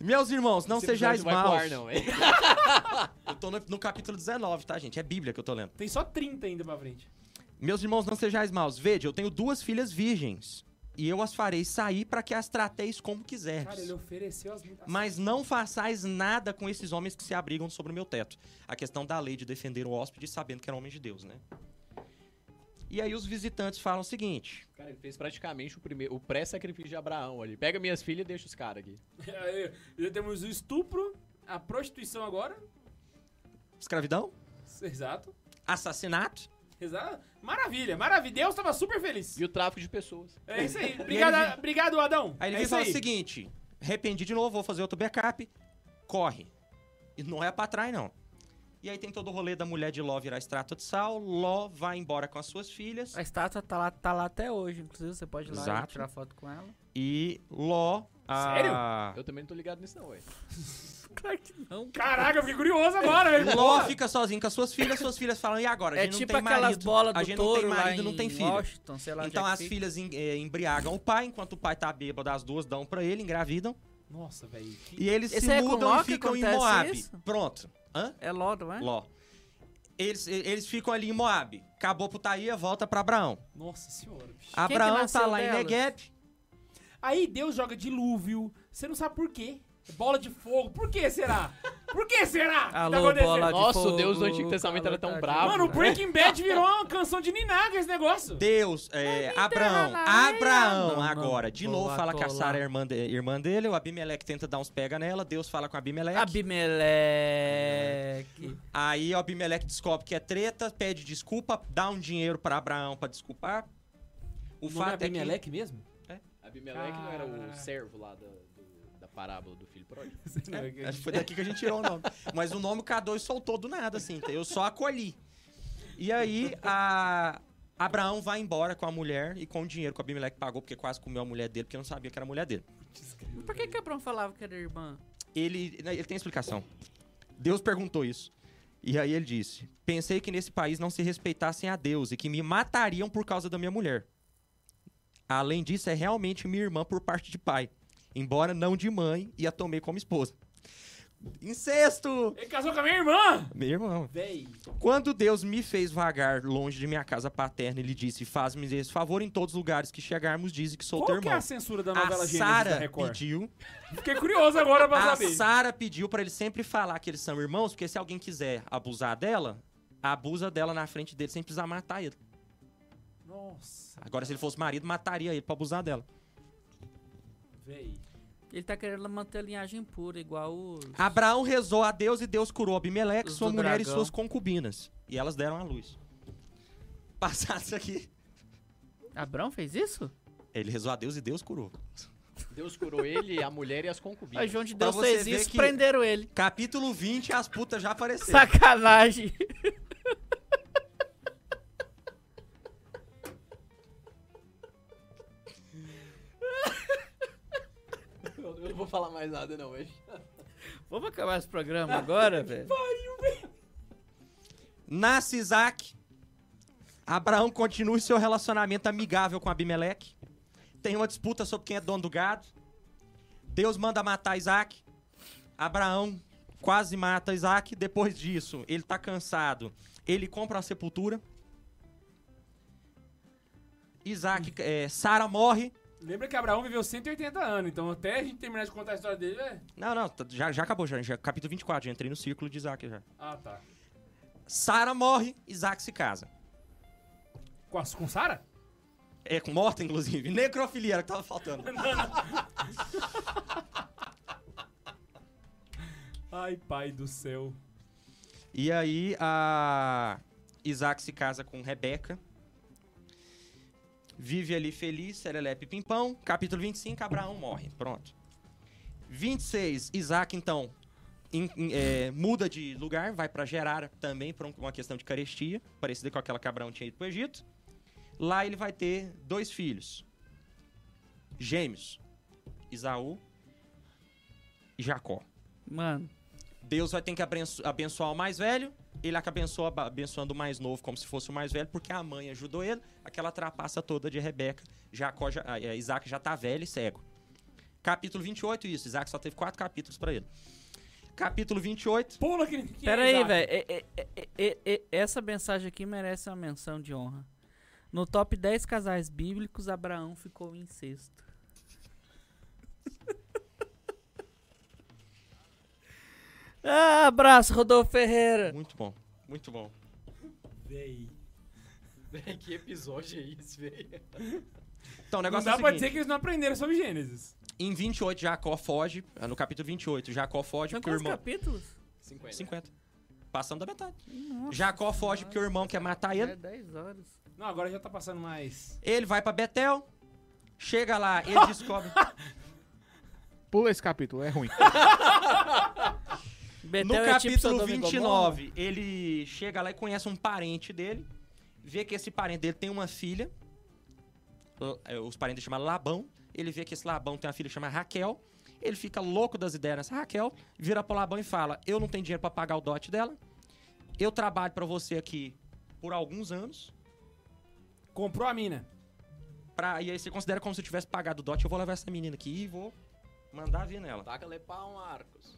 Speaker 4: Meus irmãos, não
Speaker 2: Esse
Speaker 4: sejais
Speaker 2: episódio não vai pro
Speaker 4: maus.
Speaker 2: ar, não, velho.
Speaker 4: Eu tô no, no capítulo 19, tá, gente? É Bíblia que eu tô lendo.
Speaker 1: Tem só 30 ainda pra frente.
Speaker 4: Meus irmãos, não sejais maus. Vede, eu tenho duas filhas virgens. E eu as farei sair para que as trateis como
Speaker 1: Cara, ele
Speaker 2: é um
Speaker 4: quiserdes.
Speaker 1: ofereceu as...
Speaker 4: Mas não façais nada com esses homens que se abrigam sobre o meu teto. A questão da lei de defender o hóspede sabendo que era homem de Deus, né? E aí os visitantes falam o seguinte.
Speaker 2: Cara, ele fez praticamente o primeiro, o pré-sacrifício de Abraão ali. Pega minhas filhas e deixa os caras aqui.
Speaker 1: Aí, Já temos o estupro, a prostituição agora.
Speaker 4: Escravidão?
Speaker 1: Exato.
Speaker 4: Assassinato?
Speaker 1: Exato. Maravilha, maravilha. Deus tava super feliz.
Speaker 2: E o tráfico de pessoas.
Speaker 1: É isso aí. Obrigado, obrigado Adão.
Speaker 4: Aí ele
Speaker 1: é
Speaker 4: vem
Speaker 1: isso
Speaker 4: falar
Speaker 1: aí.
Speaker 4: o seguinte: arrependi de novo, vou fazer outro backup, corre. E não é pra trás, não. E aí tem todo o rolê da mulher de Ló virar extrato de sal, Ló vai embora com as suas filhas.
Speaker 3: A estátua tá lá, tá lá até hoje, inclusive você pode ir lá
Speaker 4: Exato.
Speaker 3: e tirar foto com ela.
Speaker 4: E Ló. a-
Speaker 2: Eu também não tô ligado nisso, não, velho.
Speaker 3: Claro que não.
Speaker 1: Caraca, eu fiquei curioso agora, velho.
Speaker 4: Ló fica sozinho com as suas filhas, suas filhas falam, e agora? A
Speaker 3: É
Speaker 4: gente
Speaker 3: tipo
Speaker 4: não tem
Speaker 3: aquelas
Speaker 4: marido.
Speaker 3: bolas
Speaker 4: a
Speaker 3: do
Speaker 4: gente
Speaker 3: touro
Speaker 4: não tem marido,
Speaker 3: lá
Speaker 4: não tem
Speaker 3: em
Speaker 4: filho.
Speaker 3: Washington, sei lá onde
Speaker 4: Então
Speaker 3: é que
Speaker 4: as
Speaker 3: fica.
Speaker 4: filhas em- eh, embriagam o pai, enquanto o pai tá bêbado, as duas dão pra ele, engravidam.
Speaker 1: Nossa, velho. que-
Speaker 4: E eles
Speaker 3: Esse
Speaker 4: se
Speaker 3: é com
Speaker 4: mudam
Speaker 3: Ló
Speaker 4: e
Speaker 3: que
Speaker 4: ficam em
Speaker 3: acontece
Speaker 4: Moab.
Speaker 3: isso?
Speaker 4: Pronto. Hã?
Speaker 3: É Ló, não é?
Speaker 4: Ló. Eles, eles ficam ali em Moab. Acabou a putaria, volta pra Abraão.
Speaker 1: Nossa senhora, bicho.
Speaker 3: que
Speaker 4: Abraão tá
Speaker 3: nasceu
Speaker 4: lá em
Speaker 3: delas?
Speaker 4: Negueb.
Speaker 1: Aí Deus joga dilúvio. Você não sabe por quê. Bola de fogo. Por que será? Por que será? que tá
Speaker 3: Alô,
Speaker 1: acontecendo?
Speaker 3: bola de
Speaker 2: Nossa, o
Speaker 3: fogo,
Speaker 2: Deus do Antigo Testamento
Speaker 3: calor
Speaker 2: era tão
Speaker 3: tá de-
Speaker 2: bravo.
Speaker 1: Mano, o Breaking Bad virou uma canção de Niná, esse negócio.
Speaker 4: Deus, é, Abraão,
Speaker 3: tá lá, né?
Speaker 4: Abraão
Speaker 3: não, não,
Speaker 4: agora. De
Speaker 3: vou
Speaker 4: novo
Speaker 3: lá,
Speaker 4: fala
Speaker 3: tô
Speaker 4: que a Sara
Speaker 3: lá.
Speaker 4: é irmã, de- irmã dele. O Abimeleque tenta dar uns pega nela. Deus fala com Abimeleque.
Speaker 3: Abimeleque.
Speaker 4: Aí o Abimeleque descobre que é treta, pede desculpa, dá um dinheiro pra Abraão pra desculpar. O, fato é, que...
Speaker 1: mesmo?
Speaker 2: Abimeleque não era
Speaker 1: Cara.
Speaker 2: o servo lá da, do- da parábola do filho pródigo.
Speaker 1: É.
Speaker 4: Acho que foi daqui que a gente tirou o nome. Mas o nome K2 soltou do nada, assim. Eu só acolhi. E aí, a- Abraão vai embora com a mulher e com o dinheiro que o Abimeleque pagou, porque quase comeu a mulher dele, porque não sabia que era a mulher dele.
Speaker 3: Mas Por que que Abraão falava que era irmã?
Speaker 4: Ele, né, ele tem explicação. Deus perguntou isso. E aí ele disse: Pensei que nesse país não se respeitassem a Deus e que me matariam por causa da minha mulher. Além disso, é realmente minha irmã por parte de pai. Embora não de mãe, e a tomei como esposa. Incesto!
Speaker 1: Ele casou com a minha irmã!
Speaker 4: Meu irmão.
Speaker 1: Véi.
Speaker 4: Quando Deus me fez vagar longe de minha casa paterna, ele disse: Faz-me esse favor em todos os lugares que chegarmos, diz que sou
Speaker 1: Qual
Speaker 4: teu
Speaker 1: que
Speaker 4: irmão.
Speaker 1: é a censura da
Speaker 4: a
Speaker 1: novela Gênesis da
Speaker 4: Sara
Speaker 1: Record?
Speaker 4: pediu.
Speaker 1: Fiquei curioso agora pra
Speaker 4: A
Speaker 1: saber.
Speaker 4: Sara pediu pra ele sempre falar que eles são irmãos, porque se alguém quiser abusar dela, abusa dela na frente dele sem precisar matar ele.
Speaker 1: Nossa,
Speaker 4: Agora, se ele fosse marido, mataria ele pra abusar dela.
Speaker 1: véi.
Speaker 3: Ele tá querendo manter a linhagem pura, igual o...
Speaker 4: Abraão rezou a Deus e Deus curou Abimeleque,
Speaker 3: Os
Speaker 4: sua
Speaker 3: do
Speaker 4: mulher e
Speaker 3: dragão.
Speaker 4: suas concubinas. E elas deram à luz. Passado isso aqui.
Speaker 3: Abraão fez isso?
Speaker 4: Ele rezou a Deus e Deus curou.
Speaker 2: Deus curou ele, a mulher e as
Speaker 3: Aí
Speaker 2: concubinas.
Speaker 3: João de
Speaker 4: Pra
Speaker 3: Deus
Speaker 4: você
Speaker 3: fez
Speaker 4: ver
Speaker 3: isso
Speaker 4: que-
Speaker 3: e prenderam ele.
Speaker 4: Capítulo 20, as putas já apareceram.
Speaker 3: Sacanagem.
Speaker 2: mais nada, não, velho.
Speaker 3: Vamos acabar esse programa agora, velho?
Speaker 4: Nasce Isaac. Abraão continua seu relacionamento amigável com Abimeleque. Tem uma disputa sobre quem é dono do gado. Deus manda matar Isaac. Abraão quase mata Isaac. Depois disso, ele tá cansado. Ele compra uma sepultura. Isaac, é, Sara morre.
Speaker 1: Lembra que Abraão viveu 180 anos, então até a gente terminar de contar a história dele, é...
Speaker 4: Não, não, tá- já, já acabou, já, já capítulo 24, já entrei no círculo de Isaac já.
Speaker 1: Ah, tá.
Speaker 4: Sara morre, Isaac se casa.
Speaker 1: Com, a- com Sara?
Speaker 4: É, com morta, inclusive. Necrofilia era o que tava faltando.
Speaker 1: Ai, pai do céu.
Speaker 4: E aí a Isaac se casa com Rebeca. Vive ali feliz, serelepe pimpão. Capítulo 25, Abraão morre. Pronto. 26, Isaac então em- em- é, muda de lugar, vai pra Gerara também por um- uma questão de carestia, parecida com aquela que Abraão tinha ido pro Egito. Lá ele vai ter dois filhos. Gêmeos. Isaú e Jacó.
Speaker 3: Mano,
Speaker 4: Deus vai ter que abenço- abençoar o mais velho. Ele acaba abençoa- abençoando o mais novo como se fosse o mais velho, porque a mãe ajudou ele. Aquela trapaça toda de Rebeca. Jacó já- ah, é, Isaac já tá velho e cego. Capítulo 28, isso. Isaac só teve quatro capítulos pra ele. Capítulo 28.
Speaker 1: Pula que que
Speaker 3: pera
Speaker 1: é,
Speaker 3: aí,
Speaker 1: Isaac?
Speaker 3: velho. E- e- e- e- é, Essa mensagem aqui merece uma menção de honra. No top 10 casais bíblicos, Abraão ficou em sexto. Ah, abraço, Rodolfo Ferreira.
Speaker 4: Muito bom, muito bom.
Speaker 2: Véi. que episódio é esse, velho?
Speaker 4: Então, o
Speaker 1: Não
Speaker 4: negócio
Speaker 1: dá
Speaker 4: é o
Speaker 1: pra
Speaker 4: seguinte.
Speaker 1: dizer que eles não aprenderam sobre Gênesis.
Speaker 4: Em 28, Jacó foge. ah, No capítulo 28, Jacó foge
Speaker 3: São
Speaker 4: porque o
Speaker 3: quantos
Speaker 4: irmão...
Speaker 3: capítulos?
Speaker 2: 50.
Speaker 4: 50. Passando da metade. Jacó foge porque o irmão quer matar ele.
Speaker 3: É 10 horas.
Speaker 1: Não, agora já tá passando mais.
Speaker 4: Ele vai pra Betel. Chega lá, ele descobre...
Speaker 5: Pula esse capítulo, é ruim.
Speaker 3: Betel
Speaker 4: No
Speaker 3: é tipo
Speaker 4: capítulo
Speaker 3: Sodoma e Gomorra?
Speaker 4: 29, ele chega lá e conhece um parente dele, vê que esse parente dele tem uma filha, l- eh, os parentes chamam Labão, ele vê que esse Labão tem uma filha chamada Raquel, ele fica louco das ideias nessa Raquel, vira pro Labão e fala, eu não tenho dinheiro pra pagar o dote dela, eu trabalho pra você aqui por alguns anos,
Speaker 1: Comprou a mina.
Speaker 4: pra, e aí você considera como se eu tivesse pagado o dote, eu vou levar essa menina aqui e vou mandar vir nela.
Speaker 2: Taca Lepão, Marcos.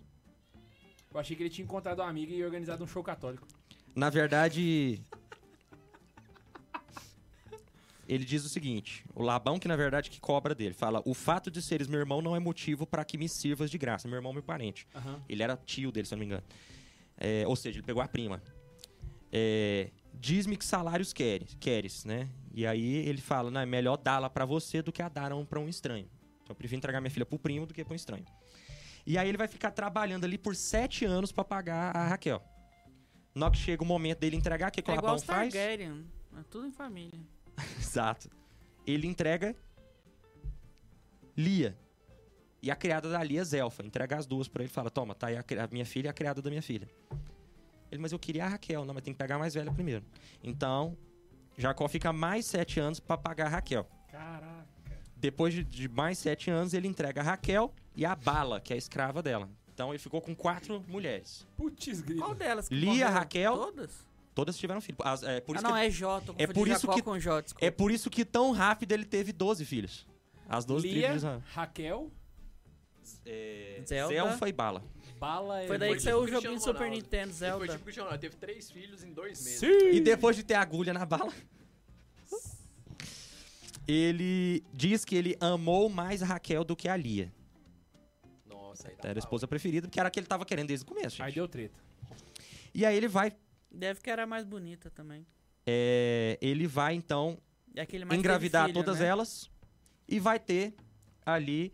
Speaker 1: Eu achei que ele tinha encontrado uma amiga e organizado um show católico.
Speaker 4: Na verdade. Ele diz o seguinte: o Labão, que na verdade que cobra dele, fala: O fato de seres meu irmão não é motivo para que me sirvas de graça. Meu irmão, é meu parente.
Speaker 1: Aham.
Speaker 4: Ele era tio dele, se eu não me engano. É, ou seja, ele pegou a prima. É, Diz-me que salários queres, queres, né? E aí ele fala: Não, é melhor dá-la para você do que a dar a um- pra um estranho. Então eu prefiro entregar minha filha pro primo do que pra um estranho. E aí ele vai ficar trabalhando ali por sete anos para pagar a Raquel. Na hora que chega o momento dele entregar, o que, que
Speaker 3: É
Speaker 4: o
Speaker 3: igual
Speaker 4: Labão
Speaker 3: os
Speaker 4: faz?
Speaker 3: Targaryen. É tudo em família.
Speaker 4: Exato. Ele entrega Lia. E a criada da Lia é Zelfa. Entrega as duas pra ele e fala: Toma, tá aí a, cri- a minha filha e a criada da minha filha. Ele, mas eu queria a Raquel. Não, mas tem que pegar a mais velha primeiro. Então, Jacó fica mais sete anos pra pagar a Raquel.
Speaker 1: Caraca.
Speaker 4: Depois de, de mais sete anos, ele entrega a Raquel e a Bala, que é a escrava dela. Então, ele ficou com quatro mulheres.
Speaker 1: Putz,
Speaker 3: Qual
Speaker 1: grilo.
Speaker 3: delas? que
Speaker 4: Lia,
Speaker 3: morreu?
Speaker 4: Raquel.
Speaker 3: Todas?
Speaker 4: Todas tiveram filho. As- é, por
Speaker 3: ah,
Speaker 4: isso
Speaker 3: não,
Speaker 4: que,
Speaker 3: é J.
Speaker 4: é por isso
Speaker 3: Jacó
Speaker 4: que-
Speaker 3: com J, desculpa.
Speaker 4: é... por isso que tão rápido ele teve 12 filhos. As 12
Speaker 1: Lia,
Speaker 4: tribos né? de Israel.
Speaker 1: Raquel,
Speaker 4: É,
Speaker 3: Zelda.
Speaker 4: Zelfa e Bala.
Speaker 1: Bala
Speaker 3: É, Foi daí
Speaker 2: Foi
Speaker 3: que
Speaker 2: tipo
Speaker 3: saiu o
Speaker 2: Cristiano
Speaker 3: joguinho do Super
Speaker 2: Ronaldo.
Speaker 3: Nintendo,
Speaker 2: Foi
Speaker 3: Zelda.
Speaker 2: tipo Cristiano Ronaldo, teve três filhos em dois meses.
Speaker 1: Sim.
Speaker 4: E depois de ter agulha na bala, ele diz que ele amou mais a Raquel do que a Lia.
Speaker 2: Nossa, aí dá
Speaker 4: Era a
Speaker 2: pau.
Speaker 4: esposa preferida, porque era a que ele tava querendo desde o começo. gente.
Speaker 1: Aí deu treta.
Speaker 4: E aí ele vai.
Speaker 3: Deve que era a mais bonita também.
Speaker 4: é, ele vai, então,
Speaker 3: E aquele mais
Speaker 4: engravidar
Speaker 3: teve filho,
Speaker 4: todas
Speaker 3: né?
Speaker 4: elas e vai ter ali.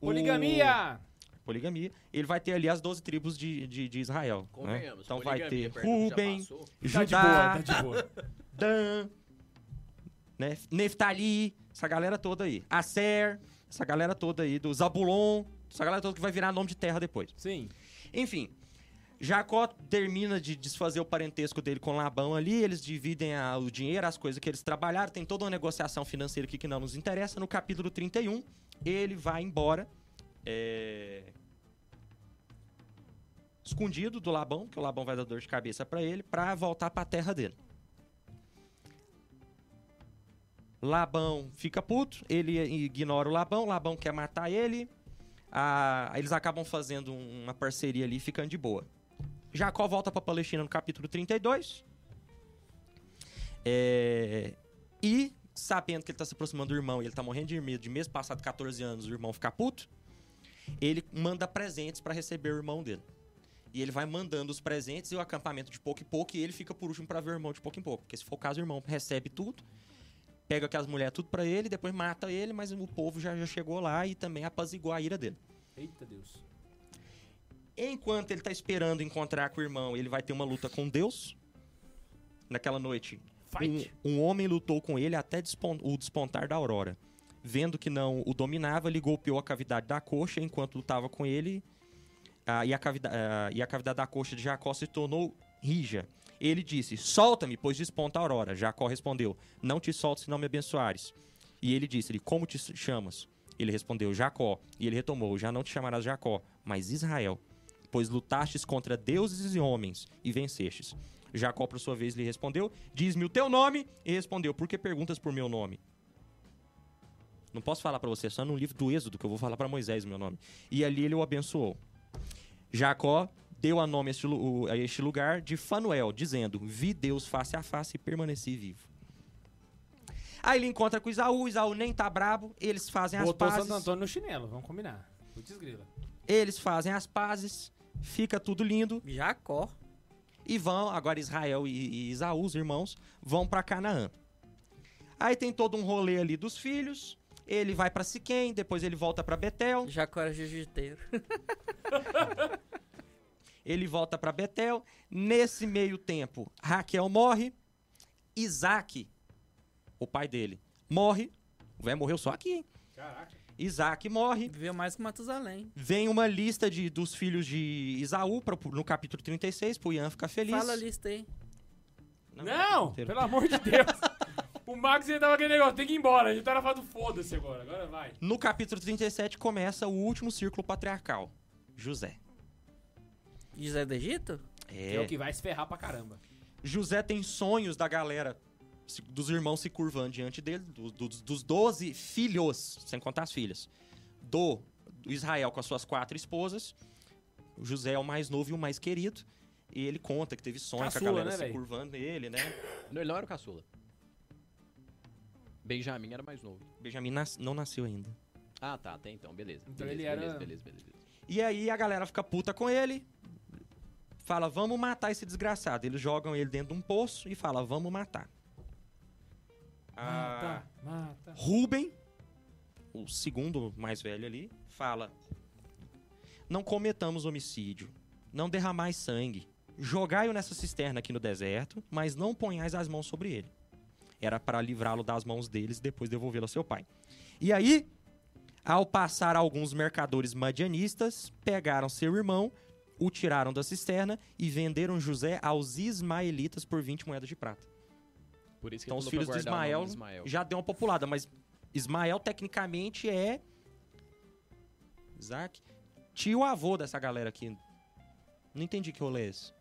Speaker 4: o-
Speaker 1: Poligamia! Tá
Speaker 4: Poligamia. Ele vai ter ali as 12 tribos de, de, de Israel. Né?
Speaker 2: Convenhamos.
Speaker 4: Então vai
Speaker 2: poligamia
Speaker 4: ter
Speaker 2: perto do que já
Speaker 4: Ruben,
Speaker 2: passou.
Speaker 1: Tá
Speaker 4: Judá,
Speaker 1: de boa, tá de boa.
Speaker 4: Dan, né? Neftali, essa galera toda aí. Aser, essa galera toda aí do Zabulon, essa galera toda que vai virar nome de terra depois.
Speaker 1: Sim.
Speaker 4: Enfim, Jacó termina de desfazer o parentesco dele com Labão ali, eles dividem a- o dinheiro, as coisas que eles trabalharam, tem toda uma negociação financeira aqui que não nos interessa. No capítulo 31, ele vai um, embora é, escondido do Labão, porque o Labão vai dar dor de cabeça pra ele, pra voltar pra terra dele. Labão fica puto, ele ignora o Labão, Labão quer matar ele. Ah, eles acabam fazendo um- uma parceria ali, e ficando de boa. Jacó volta pra Palestina no capítulo 32. É, e sabendo que ele tá se aproximando do irmão e ele tá morrendo de medo de mesmo passado 14 anos o irmão ficar puto, ele manda presentes pra receber o irmão dele. E ele vai mandando os presentes e o acampamento de pouco em pouco e ele fica por último pra ver o irmão de pouco em pouco, porque se for o caso o irmão recebe tudo, pega aquelas mulheres tudo pra ele, depois mata ele, mas o povo já, já chegou lá e também apazigua a ira dele.
Speaker 1: Eita Deus.
Speaker 4: Enquanto ele tá esperando encontrar com o irmão, ele vai ter uma luta com Deus. Naquela noite,
Speaker 1: Fight.
Speaker 4: um, um homem lutou com ele até despon- o despontar da aurora. Vendo que não o dominava, ele golpeou a cavidade da coxa enquanto lutava com ele. Ah, e, a cavida- ah, e a cavidade da coxa de Jacó se tornou rija. Ele disse: Solta-me, pois desponta a aurora. Jacó respondeu: Não te solto se não me abençoares. E ele disse-lhe: Como te chamas? Ele respondeu: Jacó. E ele retomou: Já não te chamarás Jacó, mas Israel, pois lutastes contra deuses e homens e vencestes. Jacó, por sua vez, lhe respondeu: Diz-me o teu nome. E respondeu: Por que perguntas por meu nome? Não posso falar pra você, é só no livro do Êxodo que eu vou falar pra Moisés o meu nome. E ali ele o abençoou. Jacó deu a nome a este, lu- o- a este lugar de Fanuel, dizendo: Vi Deus face a face e permaneci vivo. Aí ele encontra com Isaú, Isaú nem tá brabo, eles fazem
Speaker 1: Botou
Speaker 4: as
Speaker 1: Santo
Speaker 4: pazes.
Speaker 1: Antônio no chinelo, vamos combinar. Putz grila.
Speaker 4: Eles fazem as pazes, fica tudo lindo.
Speaker 3: Jacó.
Speaker 4: e vão, agora Israel e, e Isaú, os irmãos, vão pra Canaã. Aí tem todo um rolê ali dos filhos. Ele vai pra Siquém, depois ele volta pra Betel,
Speaker 3: Jacó era jiu-jiteiro.
Speaker 4: ele volta pra Betel. Nesse meio tempo, Raquel morre, Isaac, o pai dele, morre. O velho morreu só aqui, hein?
Speaker 1: Caraca.
Speaker 4: Isaac morre.
Speaker 3: Viveu mais que Matusalém.
Speaker 4: Vem uma lista de, dos filhos de Isaú pra- no capítulo 36, pro Ian ficar feliz.
Speaker 3: Fala a lista aí.
Speaker 1: Não,
Speaker 4: inteiro.
Speaker 1: pelo amor de Deus. o Max ainda tava aquele negócio, tem que ir embora. A gente tá na fase do foda-se agora. Agora vai.
Speaker 4: No capítulo 37 começa o último círculo patriarcal, José.
Speaker 3: José do Egito?
Speaker 1: Que é o que vai se ferrar pra caramba.
Speaker 4: José tem sonhos da galera, se- dos irmãos se curvando diante dele, do- do- dos 12 filhos, sem contar as filhas, do, do Israel com as suas quatro esposas. O José é o mais novo e o mais querido. E ele conta que teve sonhos com a
Speaker 1: Caçula,
Speaker 4: galera
Speaker 1: né,
Speaker 4: se
Speaker 1: véi?
Speaker 4: curvando nele, né?
Speaker 2: Não, ele não era o caçula. Benjamin era mais novo.
Speaker 4: Benjamin nas- não nasceu ainda.
Speaker 2: Ah, tá, até então, beleza.
Speaker 1: Então
Speaker 2: beleza,
Speaker 1: ele era-
Speaker 2: beleza, beleza, beleza, beleza.
Speaker 4: E aí a galera fica puta com ele. Fala, vamos matar esse desgraçado. Eles jogam ele dentro de um poço e fala, vamos matar. Ah,
Speaker 1: Mata, mata.
Speaker 4: Ruben, o segundo mais velho ali, fala: Não cometamos homicídio, não derramais sangue, jogai-o nessa cisterna aqui no deserto, mas não ponhais as mãos sobre ele. Era para livrá-lo das mãos deles e depois devolvê-lo ao seu pai. E aí, ao passar alguns mercadores madianistas, pegaram seu irmão, o tiraram da cisterna e venderam José aos ismaelitas por 20 moedas de prata.
Speaker 2: Por isso que
Speaker 4: Então
Speaker 2: ele falou
Speaker 4: os filhos
Speaker 2: pra
Speaker 4: de
Speaker 2: guardar o
Speaker 4: Ismael,
Speaker 2: nome Ismael.
Speaker 4: já deu uma populada, mas Ismael tecnicamente é Isaac, tio avô dessa galera aqui. Não entendi que rolê é esse.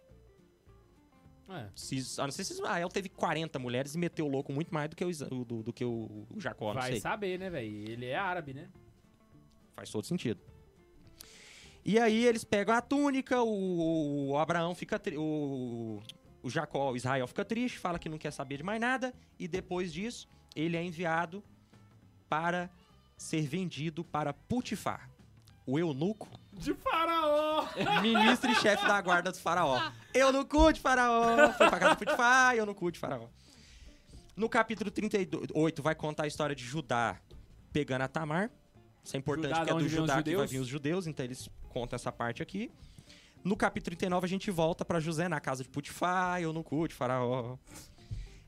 Speaker 1: É.
Speaker 4: Se, a não ser se Ismael teve 40 mulheres e meteu o louco muito mais do que o, Isa- o- do, do que o o Jacó, não
Speaker 1: Vai
Speaker 4: sei.
Speaker 1: saber, né, velho? Ele é árabe, né?
Speaker 4: Faz todo sentido. E aí eles pegam a túnica, o, o Abraão fica tri- o, o Jacó, o Israel fica triste, fala que não quer saber de mais nada e depois disso ele é enviado para ser vendido para Putifar, o eunuco,
Speaker 1: De faraó!
Speaker 4: ministro e chefe da guarda do faraó. Eunuco de faraó, foi pra casa de Putifar, eunuco de faraó. No capítulo 38 vai contar a história de Judá pegando a Tamar. Isso é importante
Speaker 1: Judá,
Speaker 4: porque é
Speaker 1: de
Speaker 4: do
Speaker 1: onde vem os
Speaker 4: Judá que vai
Speaker 1: judeus?
Speaker 4: vir os judeus, então eles contam essa parte aqui. No capítulo 39 a gente volta pra José na casa de Putifar, eunuco de faraó.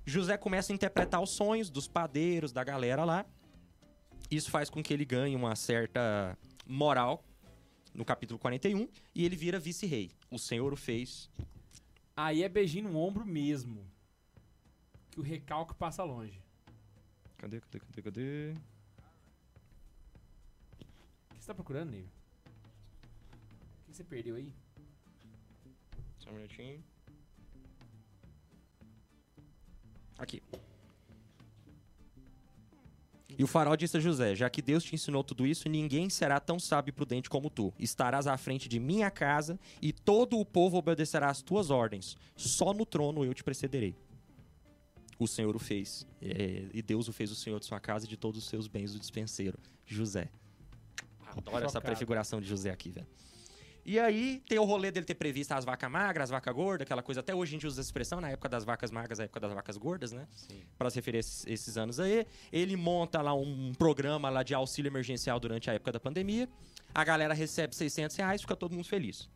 Speaker 4: José começa a interpretar os sonhos dos padeiros, da galera lá. Isso faz com que ele ganhe uma certa moral no capítulo 41 e um, ele vira vice-rei. O Senhor o fez.
Speaker 1: Aí é beijinho no ombro mesmo. Que o recalque passa longe.
Speaker 4: Cadê, cadê, cadê, cadê?
Speaker 1: O que você tá procurando, nego?
Speaker 2: que você perdeu aí?
Speaker 4: Só um minutinho. Aqui. E o farol disse a José: Já que Deus te ensinou tudo isso, ninguém será tão sábio e prudente como tu. Estarás à frente de minha casa e todo o povo obedecerá às tuas ordens. Só no trono eu te precederei. O Senhor o fez. é, e Deus o fez o Senhor de sua casa e de todos os seus bens o dispenseiro. José. Adoro essa
Speaker 5: Chocado.
Speaker 4: prefiguração de José aqui, velho. E aí tem o rolê dele ter previsto as vacas magras, as vacas gordas, aquela coisa. Até hoje a gente usa essa expressão, na época das vacas magras, na época das vacas gordas, né? Pra se referir a esses, esses anos aí. Ele monta lá um programa lá de auxílio emergencial durante a época da pandemia. A galera recebe 600 reais, fica todo mundo feliz.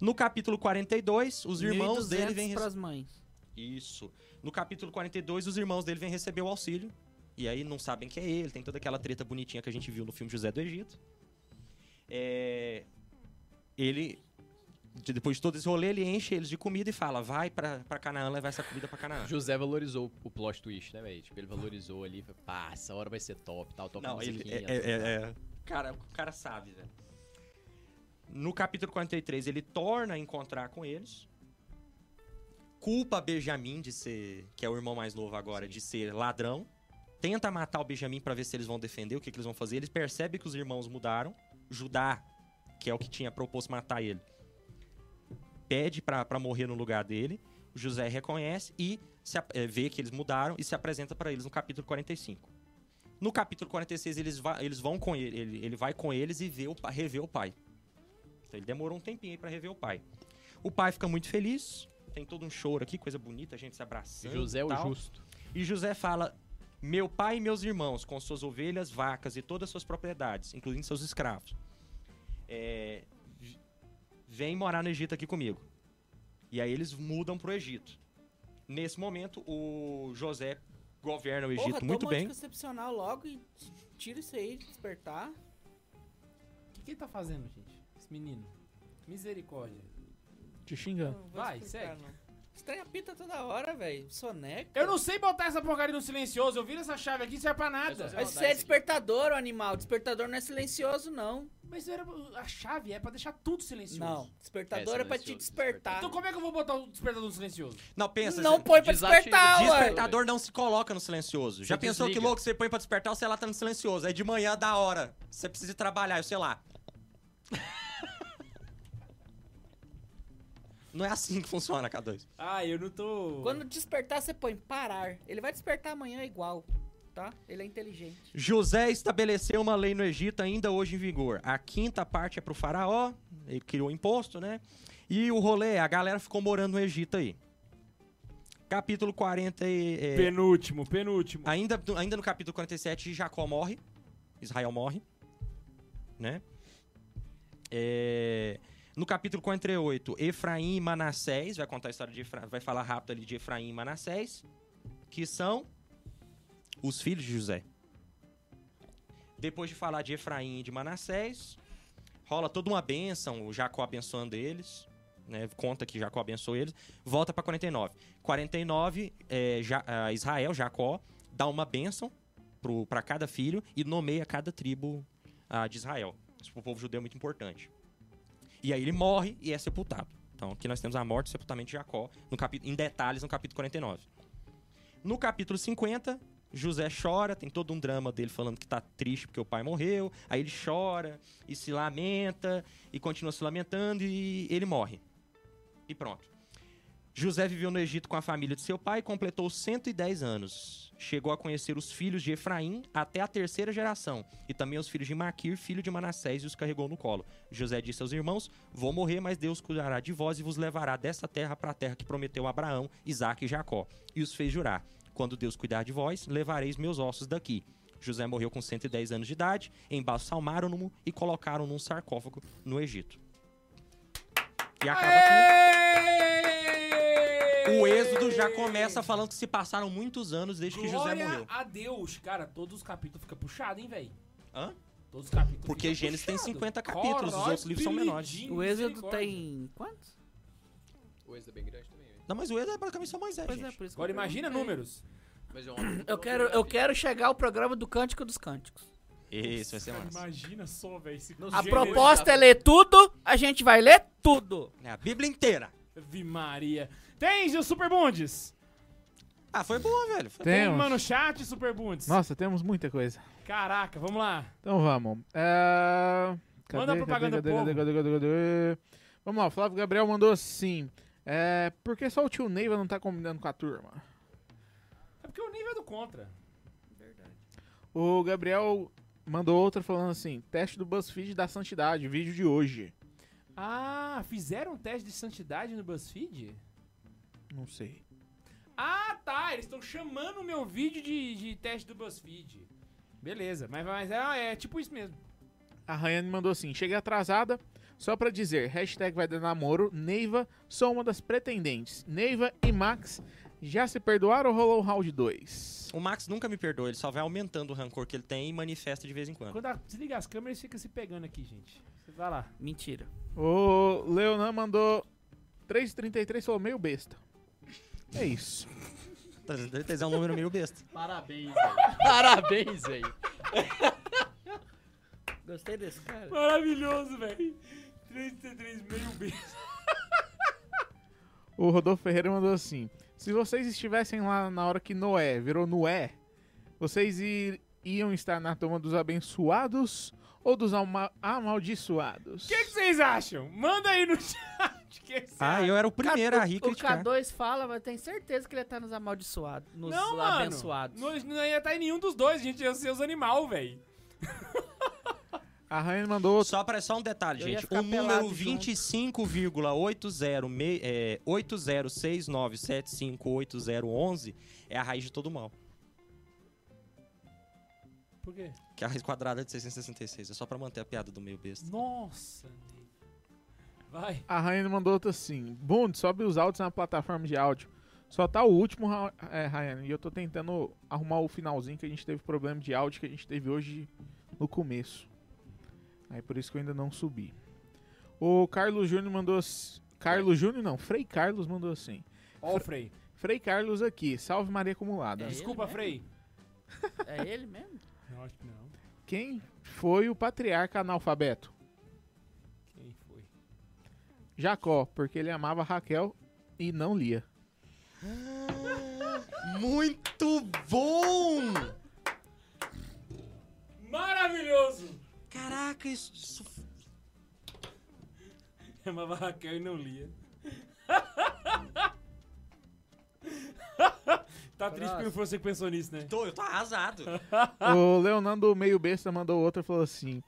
Speaker 4: No capítulo 42, os irmãos dele
Speaker 3: 1.200
Speaker 4: vêm... rece-
Speaker 3: pras mães.
Speaker 4: Isso. No capítulo 42, os irmãos dele vêm receber o auxílio. E aí não sabem que é ele, tem toda aquela treta bonitinha que a gente viu no filme José do Egito. É... Ele, de- depois de todo esse rolê, ele enche eles de comida e fala: vai pra, pra Canaã levar essa comida pra Canaã.
Speaker 2: José valorizou o plot twist, né, velho? Tipo, ele valorizou ali, foi, pá, essa hora vai ser top, tal, toca
Speaker 4: Não, ele é,
Speaker 2: musiquinha,
Speaker 4: é, é- é- Cara, o cara sabe, velho. No capítulo 43, ele torna a encontrar com eles. Culpa Benjamin de ser, que é o irmão mais novo agora, de ser ladrão. Tenta matar o Benjamin pra ver se eles vão defender, o que, que eles vão fazer. Eles percebem que os irmãos mudaram. Judá, que é o que tinha proposto matar ele, pede pra pra morrer no lugar dele. José reconhece e se ap- eh, vê que eles mudaram e se apresenta pra eles no capítulo 45. No capítulo 46, eles, va- eles vão com ele, ele, ele vai com eles e vê o, pa- rever o pai. Então, ele demorou um tempinho aí pra rever o pai. O pai fica muito feliz, tem todo um choro aqui, coisa bonita, a gente se abraçando.
Speaker 2: José é
Speaker 4: e
Speaker 2: o
Speaker 4: tal.
Speaker 2: Justo.
Speaker 4: E José fala: Meu pai e meus irmãos, com suas ovelhas, vacas e todas suas propriedades, incluindo seus escravos, é, v- vem morar no Egito aqui comigo. E aí eles mudam pro Egito. Nesse momento, o José governa o Egito
Speaker 6: Porra,
Speaker 3: um
Speaker 4: muito
Speaker 6: toma
Speaker 4: bem.
Speaker 6: anticoncepcional logo e t- tira isso aí de despertar.
Speaker 7: O que, que ele tá fazendo, gente? Esse menino. Misericórdia.
Speaker 5: Te xingando.
Speaker 6: Não vou
Speaker 7: Vai,
Speaker 6: explicar,
Speaker 7: segue.
Speaker 6: não. Estranha pita toda hora, velho. Soneca.
Speaker 1: Eu não sei botar essa porcaria no silencioso, eu viro essa chave aqui e serve pra
Speaker 2: Eu
Speaker 1: nada.
Speaker 2: só sei-
Speaker 6: Mas isso é despertador, ô animal. Despertador não é silencioso, não.
Speaker 1: Mas era, a chave é pra deixar tudo silencioso.
Speaker 6: Não. Despertador é,
Speaker 2: É
Speaker 6: pra te
Speaker 2: silencioso,
Speaker 6: despertar.
Speaker 1: Então como é que eu vou botar o despertador no silencioso?
Speaker 4: Não, pensa.
Speaker 6: Não põe pra
Speaker 2: Desativa,
Speaker 3: Ah,
Speaker 6: despertar, ué.
Speaker 2: desperta-
Speaker 4: despertador não se coloca no silencioso. Já
Speaker 2: Você
Speaker 4: pensou que
Speaker 2: desliga.
Speaker 4: louco você põe pra despertar o celular tá no silencioso? Aí de manhã, da hora, você precisa ir trabalhar, sei lá. não é assim que funciona, K2.
Speaker 1: Ah, eu não tô...
Speaker 6: Quando despertar, você põe parar. Ele vai despertar amanhã igual, tá? Ele é inteligente.
Speaker 4: José estabeleceu uma lei no Egito ainda hoje em vigor. A quinta parte é pro faraó, ele criou imposto, né? E o rolê, a galera ficou morando no Egito aí. Capítulo 40 e... é,
Speaker 1: Penúltimo, penúltimo.
Speaker 4: Ainda, ainda no capítulo 47, Jacó morre. Israel morre. Né? É, no capítulo 48, Efraim e Manassés. Vai contar a história de Efra, Vai falar rápido ali de Efraim e Manassés. Que são os filhos de José. Depois de falar de Efraim e de Manassés, rola toda uma bênção, o Jacó abençoando eles. Né, conta que Jacó abençoou eles. Volta para 49. 49, é, Ja- ah, Israel, Jacó, dá uma bênção para cada filho e nomeia cada tribo ah, de Israel. Isso para o povo judeu é muito importante. E aí ele morre e é sepultado. Então aqui nós temos a morte e o sepultamento de Jacó no capi- em detalhes no capítulo 49. No capítulo 50, José chora, tem todo um drama dele falando que tá triste porque o pai morreu. Aí ele chora e se lamenta e continua se lamentando e ele morre. E pronto. José viveu no Egito com a família de seu pai e completou 110 anos. Chegou a conhecer os filhos de Efraim até a terceira geração, e também os filhos de Maquir, filho de Manassés, e os carregou no colo. José disse aos irmãos: Vou morrer, mas Deus cuidará de vós e vos levará desta terra para a terra que prometeu a Abraão, Isaque e Jacó. E os fez jurar: Quando Deus cuidar de vós, levareis meus ossos daqui. José morreu com 110 anos de idade, embalsamaram-no e colocaram num sarcófago no Egito. E acaba aqui. O Êxodo já começa falando que se passaram muitos anos desde que José
Speaker 7: Glória
Speaker 4: morreu.
Speaker 7: a Deus, cara. Todos os capítulos ficam puxados, hein, velho?
Speaker 4: Hã?
Speaker 7: Todos os capítulos
Speaker 4: Porque
Speaker 7: fica
Speaker 4: Gênesis tem
Speaker 7: puxado.
Speaker 4: 50 capítulos, os
Speaker 7: Corói,
Speaker 4: outros livros são menores.
Speaker 7: pelidinho,
Speaker 3: O Êxodo
Speaker 7: misericórdia.
Speaker 3: tem quantos?
Speaker 2: O ex é bem grande também, velho.
Speaker 4: Não, mas o Êxodo é basicamente só Moisés,
Speaker 3: Pois é,
Speaker 4: gente.
Speaker 3: por isso que
Speaker 7: Agora
Speaker 3: eu
Speaker 7: imagina
Speaker 3: perguntei.
Speaker 7: números.
Speaker 2: Mas é um-
Speaker 3: Eu quero, eu quero chegar ao programa do Cântico dos Cânticos.
Speaker 4: Isso, vai ser massa.
Speaker 1: Imagina só, velho. esse
Speaker 3: A
Speaker 1: gênero-
Speaker 3: proposta é ler tudo, a gente vai ler tudo.
Speaker 4: É a Bíblia inteira.
Speaker 1: Ave Maria. Tem, Gil Superbundes.
Speaker 4: Ah, foi boa, velho. Foi
Speaker 1: Tem,
Speaker 5: Temos.
Speaker 1: mano, chat Superbundes.
Speaker 5: Nossa, temos muita coisa.
Speaker 1: Caraca, vamos lá.
Speaker 5: Então vamos. É,
Speaker 1: Manda a propaganda
Speaker 5: cadê,
Speaker 1: pro
Speaker 5: cadê,
Speaker 1: povo.
Speaker 5: cadê, cadê, cadê? Vamos lá, o Flávio Gabriel mandou assim. É, por que só o tio Neiva não tá combinando com a turma?
Speaker 1: É porque o nível é do contra.
Speaker 5: O Gabriel mandou outra falando assim: teste do BuzzFeed da santidade, vídeo de hoje.
Speaker 1: Ah, fizeram um teste de santidade no BuzzFeed?
Speaker 5: Não sei.
Speaker 1: Ah, tá. Eles estão chamando o meu vídeo de, de teste do BuzzFeed. Beleza, mas, mas é, é tipo isso mesmo.
Speaker 5: A Rayane mandou assim: cheguei atrasada, só pra dizer, hashtag vai dar namoro, Neiva, sou uma das pretendentes. Neiva e Max já se perdoaram ou rolou o round 2?
Speaker 4: O Max nunca me perdoa, ele só vai aumentando o rancor que ele tem e manifesta de vez em quando.
Speaker 1: Quando a- desliga as câmeras, fica se pegando aqui, gente. Você vai lá.
Speaker 3: Mentira.
Speaker 5: O Leonan mandou 3,33 falou meio besta. É isso.
Speaker 4: Esse é um número meio besta.
Speaker 2: Parabéns, velho. Parabéns, velho.
Speaker 3: Gostei desse cara.
Speaker 1: Maravilhoso, velho. 33 meio B.
Speaker 5: O Rodolfo Ferreira mandou assim: Se vocês estivessem lá na hora que Noé virou Noé, vocês ir- iam estar na turma dos abençoados ou dos alma- amaldiçoados?
Speaker 1: O que que vocês acham? Manda aí no chat. o Que é que
Speaker 4: Ah, eu era o primeiro a rir
Speaker 3: O
Speaker 4: criticar.
Speaker 3: K2 fala, mas tem certeza que ele tá nos amaldiçoados. Nos
Speaker 1: não, mano.
Speaker 3: abençoados.
Speaker 1: Não, não ia estar em nenhum dos dois, gente. Ia ser os animal, velho.
Speaker 5: A Ryan mandou
Speaker 4: Só para só um detalhe,
Speaker 3: Eu ia
Speaker 4: gente.
Speaker 3: ficar
Speaker 4: O número
Speaker 3: pelado junto.
Speaker 4: é, 25,8069758011 é a raiz de todo mal.
Speaker 1: Por quê?
Speaker 4: Que é a raiz quadrada de 666. É só pra manter a piada do meio besta.
Speaker 1: Nossa. Vai.
Speaker 5: A Rayane mandou outra assim. Bund, sobe os áudios na plataforma de áudio. Só tá o último, Ra- é, Rayane. E eu tô tentando arrumar o finalzinho que a gente teve problema de áudio que a gente teve hoje no começo. Aí por isso que eu ainda não subi. O Carlos Júnior mandou. ass- Carlos Júnior não, Frei Carlos mandou assim.
Speaker 1: Ó, o Frei.
Speaker 5: Frei Carlos aqui, salve Maria Acumulada.
Speaker 3: É. ele
Speaker 1: Desculpa,
Speaker 3: mesmo?
Speaker 1: Frei.
Speaker 3: É ele mesmo?
Speaker 1: Não, acho que não.
Speaker 5: Quem foi o patriarca analfabeto?
Speaker 1: Quem foi?
Speaker 5: Jacó, porque ele amava Raquel e não lia.
Speaker 4: Muito bom!
Speaker 1: Maravilhoso!
Speaker 4: Caraca, isso. isso-
Speaker 1: Chamava Raquel e não lia. tá triste porque não foi você que pensou nisso, né?
Speaker 4: Tô, eu tô arrasado.
Speaker 5: o Leonardo Meio Besta mandou outra e falou assim: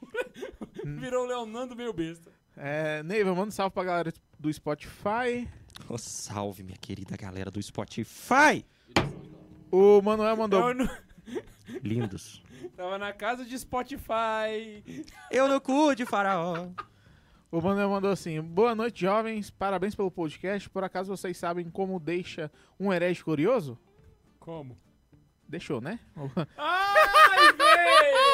Speaker 1: Virou o Leonando meio besta.
Speaker 5: É, Neiva, manda um salve pra galera do Spotify.
Speaker 4: Ô, salve, minha querida galera do Spotify!
Speaker 5: O Manuel mandou.
Speaker 1: Eu não-
Speaker 4: Lindos.
Speaker 1: Tava na casa de Spotify.
Speaker 4: Eu no cu de faraó.
Speaker 5: O Manuel mandou assim: Boa noite, jovens. Parabéns pelo podcast. Por acaso vocês sabem como deixa um herege curioso?
Speaker 1: Como?
Speaker 5: Deixou, né?
Speaker 1: Ai, velho!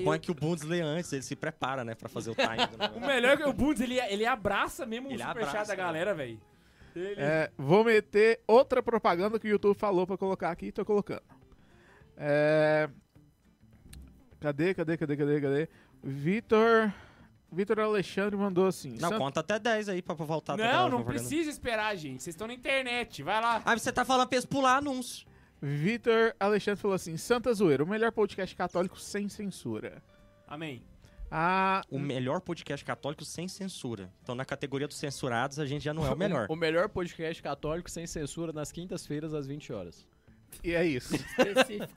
Speaker 4: O bom é que o Bundes lê antes, ele se prepara, né, pra fazer o time. do
Speaker 1: O
Speaker 4: negócio.
Speaker 1: melhor é que o Bundes, ele, ele abraça mesmo
Speaker 4: Ele
Speaker 1: o superchat
Speaker 4: abraça,
Speaker 1: da galera, velho. Ele...
Speaker 5: É, vou meter outra propaganda que o YouTube falou pra colocar aqui. Tô colocando. É, Cadê, cadê, cadê, cadê, cadê? Vitor. Vitor Alexandre mandou assim.
Speaker 4: Não,
Speaker 5: "Sant-
Speaker 4: conta até 10 aí pra pra voltar. pra
Speaker 1: Não,
Speaker 4: aquela
Speaker 1: não
Speaker 4: propaganda.
Speaker 1: precisa esperar, gente. Vocês estão na internet. Vai lá.
Speaker 4: Ah, você tá falando pra eles pular anúncio.
Speaker 5: Vitor Alexandre falou assim: Santa Zoeira, o melhor podcast católico sem censura. Ah,
Speaker 1: Amém.
Speaker 5: A
Speaker 4: O melhor podcast católico sem censura. Então, na categoria dos censurados, a gente já não é o melhor.
Speaker 2: O melhor podcast católico sem censura nas quintas-feiras às 20 horas.
Speaker 5: E é isso.
Speaker 3: Específico.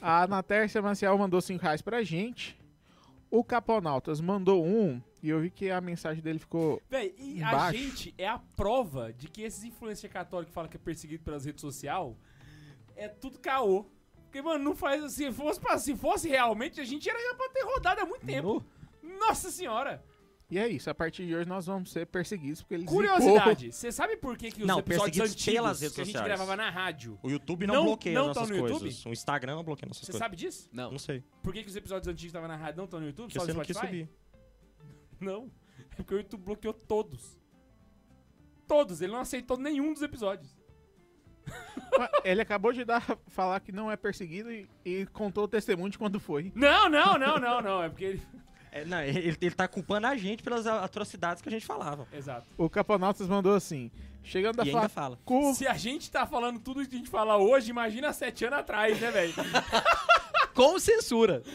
Speaker 5: A Ana Tércia Maciel mandou 5 reais pra gente. O Caponautas mandou um. E eu vi que a mensagem dele ficou.
Speaker 1: Véi, e a
Speaker 5: Embaixo.
Speaker 1: gente é a prova de que esses influencers católicos que falam que é perseguido pelas redes sociais é tudo caô. Porque, mano, não faz. assim. Se fosse, pra- se fosse realmente, a gente era já pra ter rodado há muito tempo. Nossa senhora!
Speaker 5: E é isso. A partir de hoje nós vamos ser perseguidos porque eles.
Speaker 1: Curiosidade, você sabe por que, que os
Speaker 4: Não,
Speaker 1: episódios
Speaker 4: perseguidos
Speaker 1: antigos
Speaker 4: pelas redes
Speaker 1: que a gente
Speaker 4: sociais.
Speaker 1: gravava na rádio?
Speaker 4: O YouTube não,
Speaker 1: Não-
Speaker 4: bloqueia
Speaker 1: não
Speaker 4: nossas
Speaker 1: tá no
Speaker 4: coisas.
Speaker 1: YouTube?
Speaker 4: O Instagram não bloqueia nossas
Speaker 1: Você
Speaker 4: coisas.
Speaker 1: sabe disso?
Speaker 2: Não.
Speaker 4: Não sei.
Speaker 1: Por que, que os episódios antigos que estavam na rádio não estão no YouTube?
Speaker 4: Porque
Speaker 1: só
Speaker 4: você
Speaker 1: no
Speaker 4: não quis
Speaker 1: Spotify?
Speaker 4: subir.
Speaker 1: Não. É porque o YouTube bloqueou todos. Todos. Ele não aceitou nenhum dos episódios.
Speaker 5: Ah, Ele acabou de dar, falar que não é perseguido e, e contou o testemunho de quando foi.
Speaker 1: Não, não, não, não, não. É porque ele.
Speaker 4: É, não, ele, ele tá culpando a gente pelas a- atrocidades que a gente falava.
Speaker 1: Exato.
Speaker 5: O Caponautas mandou assim, chegando da
Speaker 4: e ainda fala.
Speaker 5: Cu,
Speaker 1: Se a gente tá falando tudo que a gente fala hoje, imagina há sete anos atrás, né, velho?
Speaker 2: Com censura.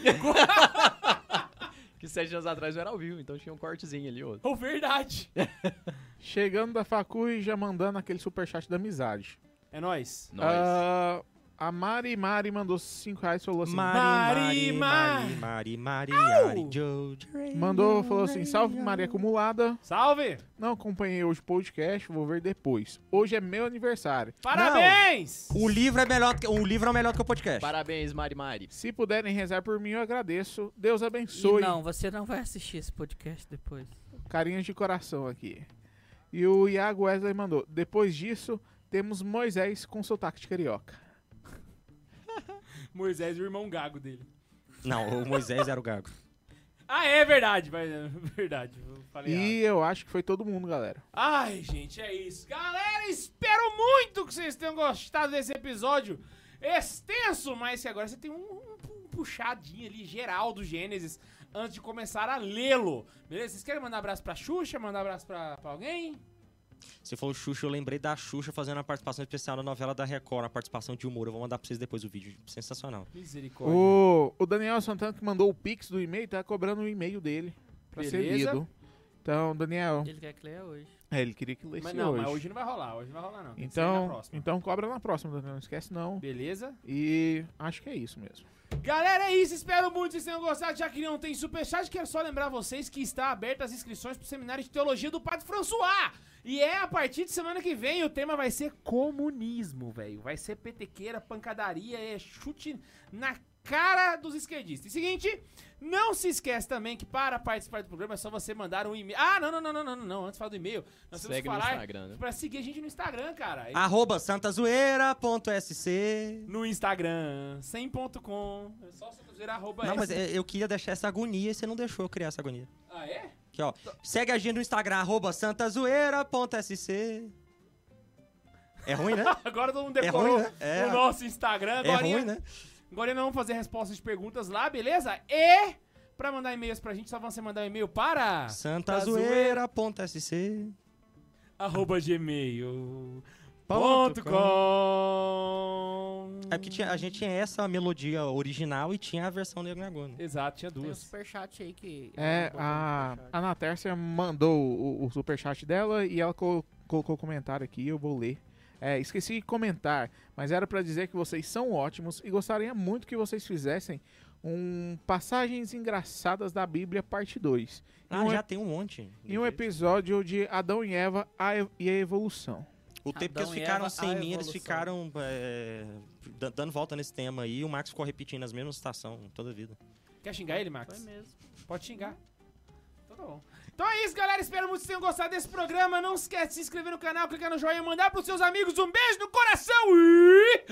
Speaker 2: que sete anos atrás eu era ao vivo, então tinha um cortezinho ali, outro.
Speaker 1: Ou verdade.
Speaker 5: chegando da facu e já mandando aquele superchat da amizade.
Speaker 1: É nóis.
Speaker 2: Nós.
Speaker 5: Ah, a Mari Mari mandou 5 reais e falou assim...
Speaker 4: Mari, Mari,
Speaker 1: Mari,
Speaker 4: Mari, Mari, Mari,
Speaker 1: Au!
Speaker 4: Joe, Joe.
Speaker 5: Mandou, falou assim, salve Maria Acumulada,
Speaker 1: Salve!
Speaker 5: não acompanhei hoje o podcast, vou ver depois. Hoje é meu aniversário.
Speaker 1: Parabéns!
Speaker 4: O livro é melhor, do que- o livro é melhor do que o podcast.
Speaker 2: Parabéns, Mari Mari.
Speaker 5: Se puderem rezar por mim, eu agradeço. Deus
Speaker 3: E
Speaker 5: abençoe.
Speaker 3: não, você não vai assistir esse podcast depois.
Speaker 5: Carinhas de coração aqui. E o Iago Wesley mandou. Depois disso, temos Moisés com sotaque de carioca.
Speaker 1: Moisés e o irmão gago dele.
Speaker 4: Não, o Moisés era o gago.
Speaker 1: Ah, é verdade, mas é verdade. Eu falei errado.
Speaker 5: E eu acho que foi todo mundo, galera.
Speaker 1: Ai, gente, é isso. Galera, espero muito que vocês tenham gostado desse episódio extenso, mas que agora você tem um, um pu- um puxadinho ali geral do Gênesis antes de começar a lê-lo. Beleza? Vocês querem mandar um abraço pra Xuxa? Mandar um abraço pra, pra alguém?
Speaker 4: Se for o Xuxa, eu lembrei da Xuxa fazendo a participação especial na novela da Record, a participação de humor. Eu vou mandar pra vocês depois o vídeo. Sensacional.
Speaker 1: Misericórdia.
Speaker 5: O, o Daniel Santana, que mandou o pix do e-mail, tá cobrando o e-mail dele pra ser
Speaker 1: Beleza.
Speaker 5: lido. Então, Daniel...
Speaker 3: Ele quer que leia hoje.
Speaker 5: É, ele queria que lesse
Speaker 1: Mas não,
Speaker 5: hoje.
Speaker 1: mas hoje não vai rolar, hoje não vai rolar, não. Tem que ser na
Speaker 5: Então,
Speaker 1: próxima.
Speaker 5: então cobra na próxima, Daniel. Não esquece, não.
Speaker 1: Beleza?
Speaker 5: E acho que é isso mesmo.
Speaker 1: Galera, é isso. Espero muito que vocês tenham gostado. Já que não tem superchat, quero só lembrar vocês que está aberta as inscrições para o Seminário de Teologia do Padre François. E é a partir de semana que vem. O tema vai ser comunismo, velho. Vai ser petequeira, pancadaria, é chute na cara dos esquerdistas. E seguinte, não se esquece também que para participar do programa é só você mandar um e-mail. Ah, não, não, não, não, não, não, não. Antes de falar do e-mail, nós temos que
Speaker 2: Segue no
Speaker 1: falar
Speaker 2: Instagram, né?
Speaker 1: para seguir a gente no Instagram, cara.
Speaker 4: Arroba santazoeira.sc.
Speaker 1: No Instagram, 100.com. É só você fazer arroba
Speaker 4: Não, mas
Speaker 1: S.
Speaker 4: é, eu queria deixar essa agonia e você não deixou eu criar essa agonia.
Speaker 1: Ah, é?
Speaker 4: Aqui, ó. Segue a gente no Instagram, arroba santazoeira.sc. É ruim, né?
Speaker 1: Agora todo mundo decorou
Speaker 4: É ruim, né? É.
Speaker 1: o nosso Instagram.
Speaker 4: É
Speaker 1: Agora,
Speaker 4: ruim, né?
Speaker 1: agora nós vamos fazer respostas de perguntas lá, beleza? E pra mandar e-mails pra gente, só vão você mandar um e-mail
Speaker 5: Ah.
Speaker 1: para
Speaker 4: santazoeira.sc.
Speaker 1: arroba gmail.com.
Speaker 4: É porque tinha- a gente tinha essa melodia original e tinha a versão Negro né? Nagona.
Speaker 1: Exato, tinha
Speaker 3: Tem um
Speaker 1: duas.
Speaker 3: superchat aí que.
Speaker 5: É, a, a Ana Tércia mandou o, o superchat dela e ela colo- colocou o comentário aqui, eu vou ler. É, esqueci de comentar, mas era pra dizer que vocês são ótimos e gostaria muito que vocês fizessem um Passagens Engraçadas da Bíblia, parte 2.
Speaker 4: Ah,
Speaker 5: um
Speaker 4: já
Speaker 5: ep-
Speaker 4: tem um monte.
Speaker 5: E um episódio de Adão e Eva a e- e a evolução.
Speaker 4: O tempo que
Speaker 3: Adão
Speaker 4: eles
Speaker 3: e
Speaker 4: ficaram
Speaker 3: Eva,
Speaker 4: sem
Speaker 3: a
Speaker 4: mim, eles
Speaker 3: evolução.
Speaker 4: ficaram é, da- dando volta nesse tema aí. E o Max ficou repetindo as mesmas citações toda a vida.
Speaker 1: Quer xingar ele,
Speaker 3: um- Foi
Speaker 1: Max?
Speaker 3: mesmo.
Speaker 1: Pode xingar. Então tá bom. Então é isso, galera. Espero muito que vocês tenham gostado desse programa. Não esquece de se inscrever no canal, clicar no joinha, mandar pros seus amigos um beijo no coração e...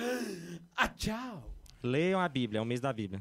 Speaker 1: Ah, tchau!
Speaker 4: Leiam a Bíblia, é o mês da Bíblia.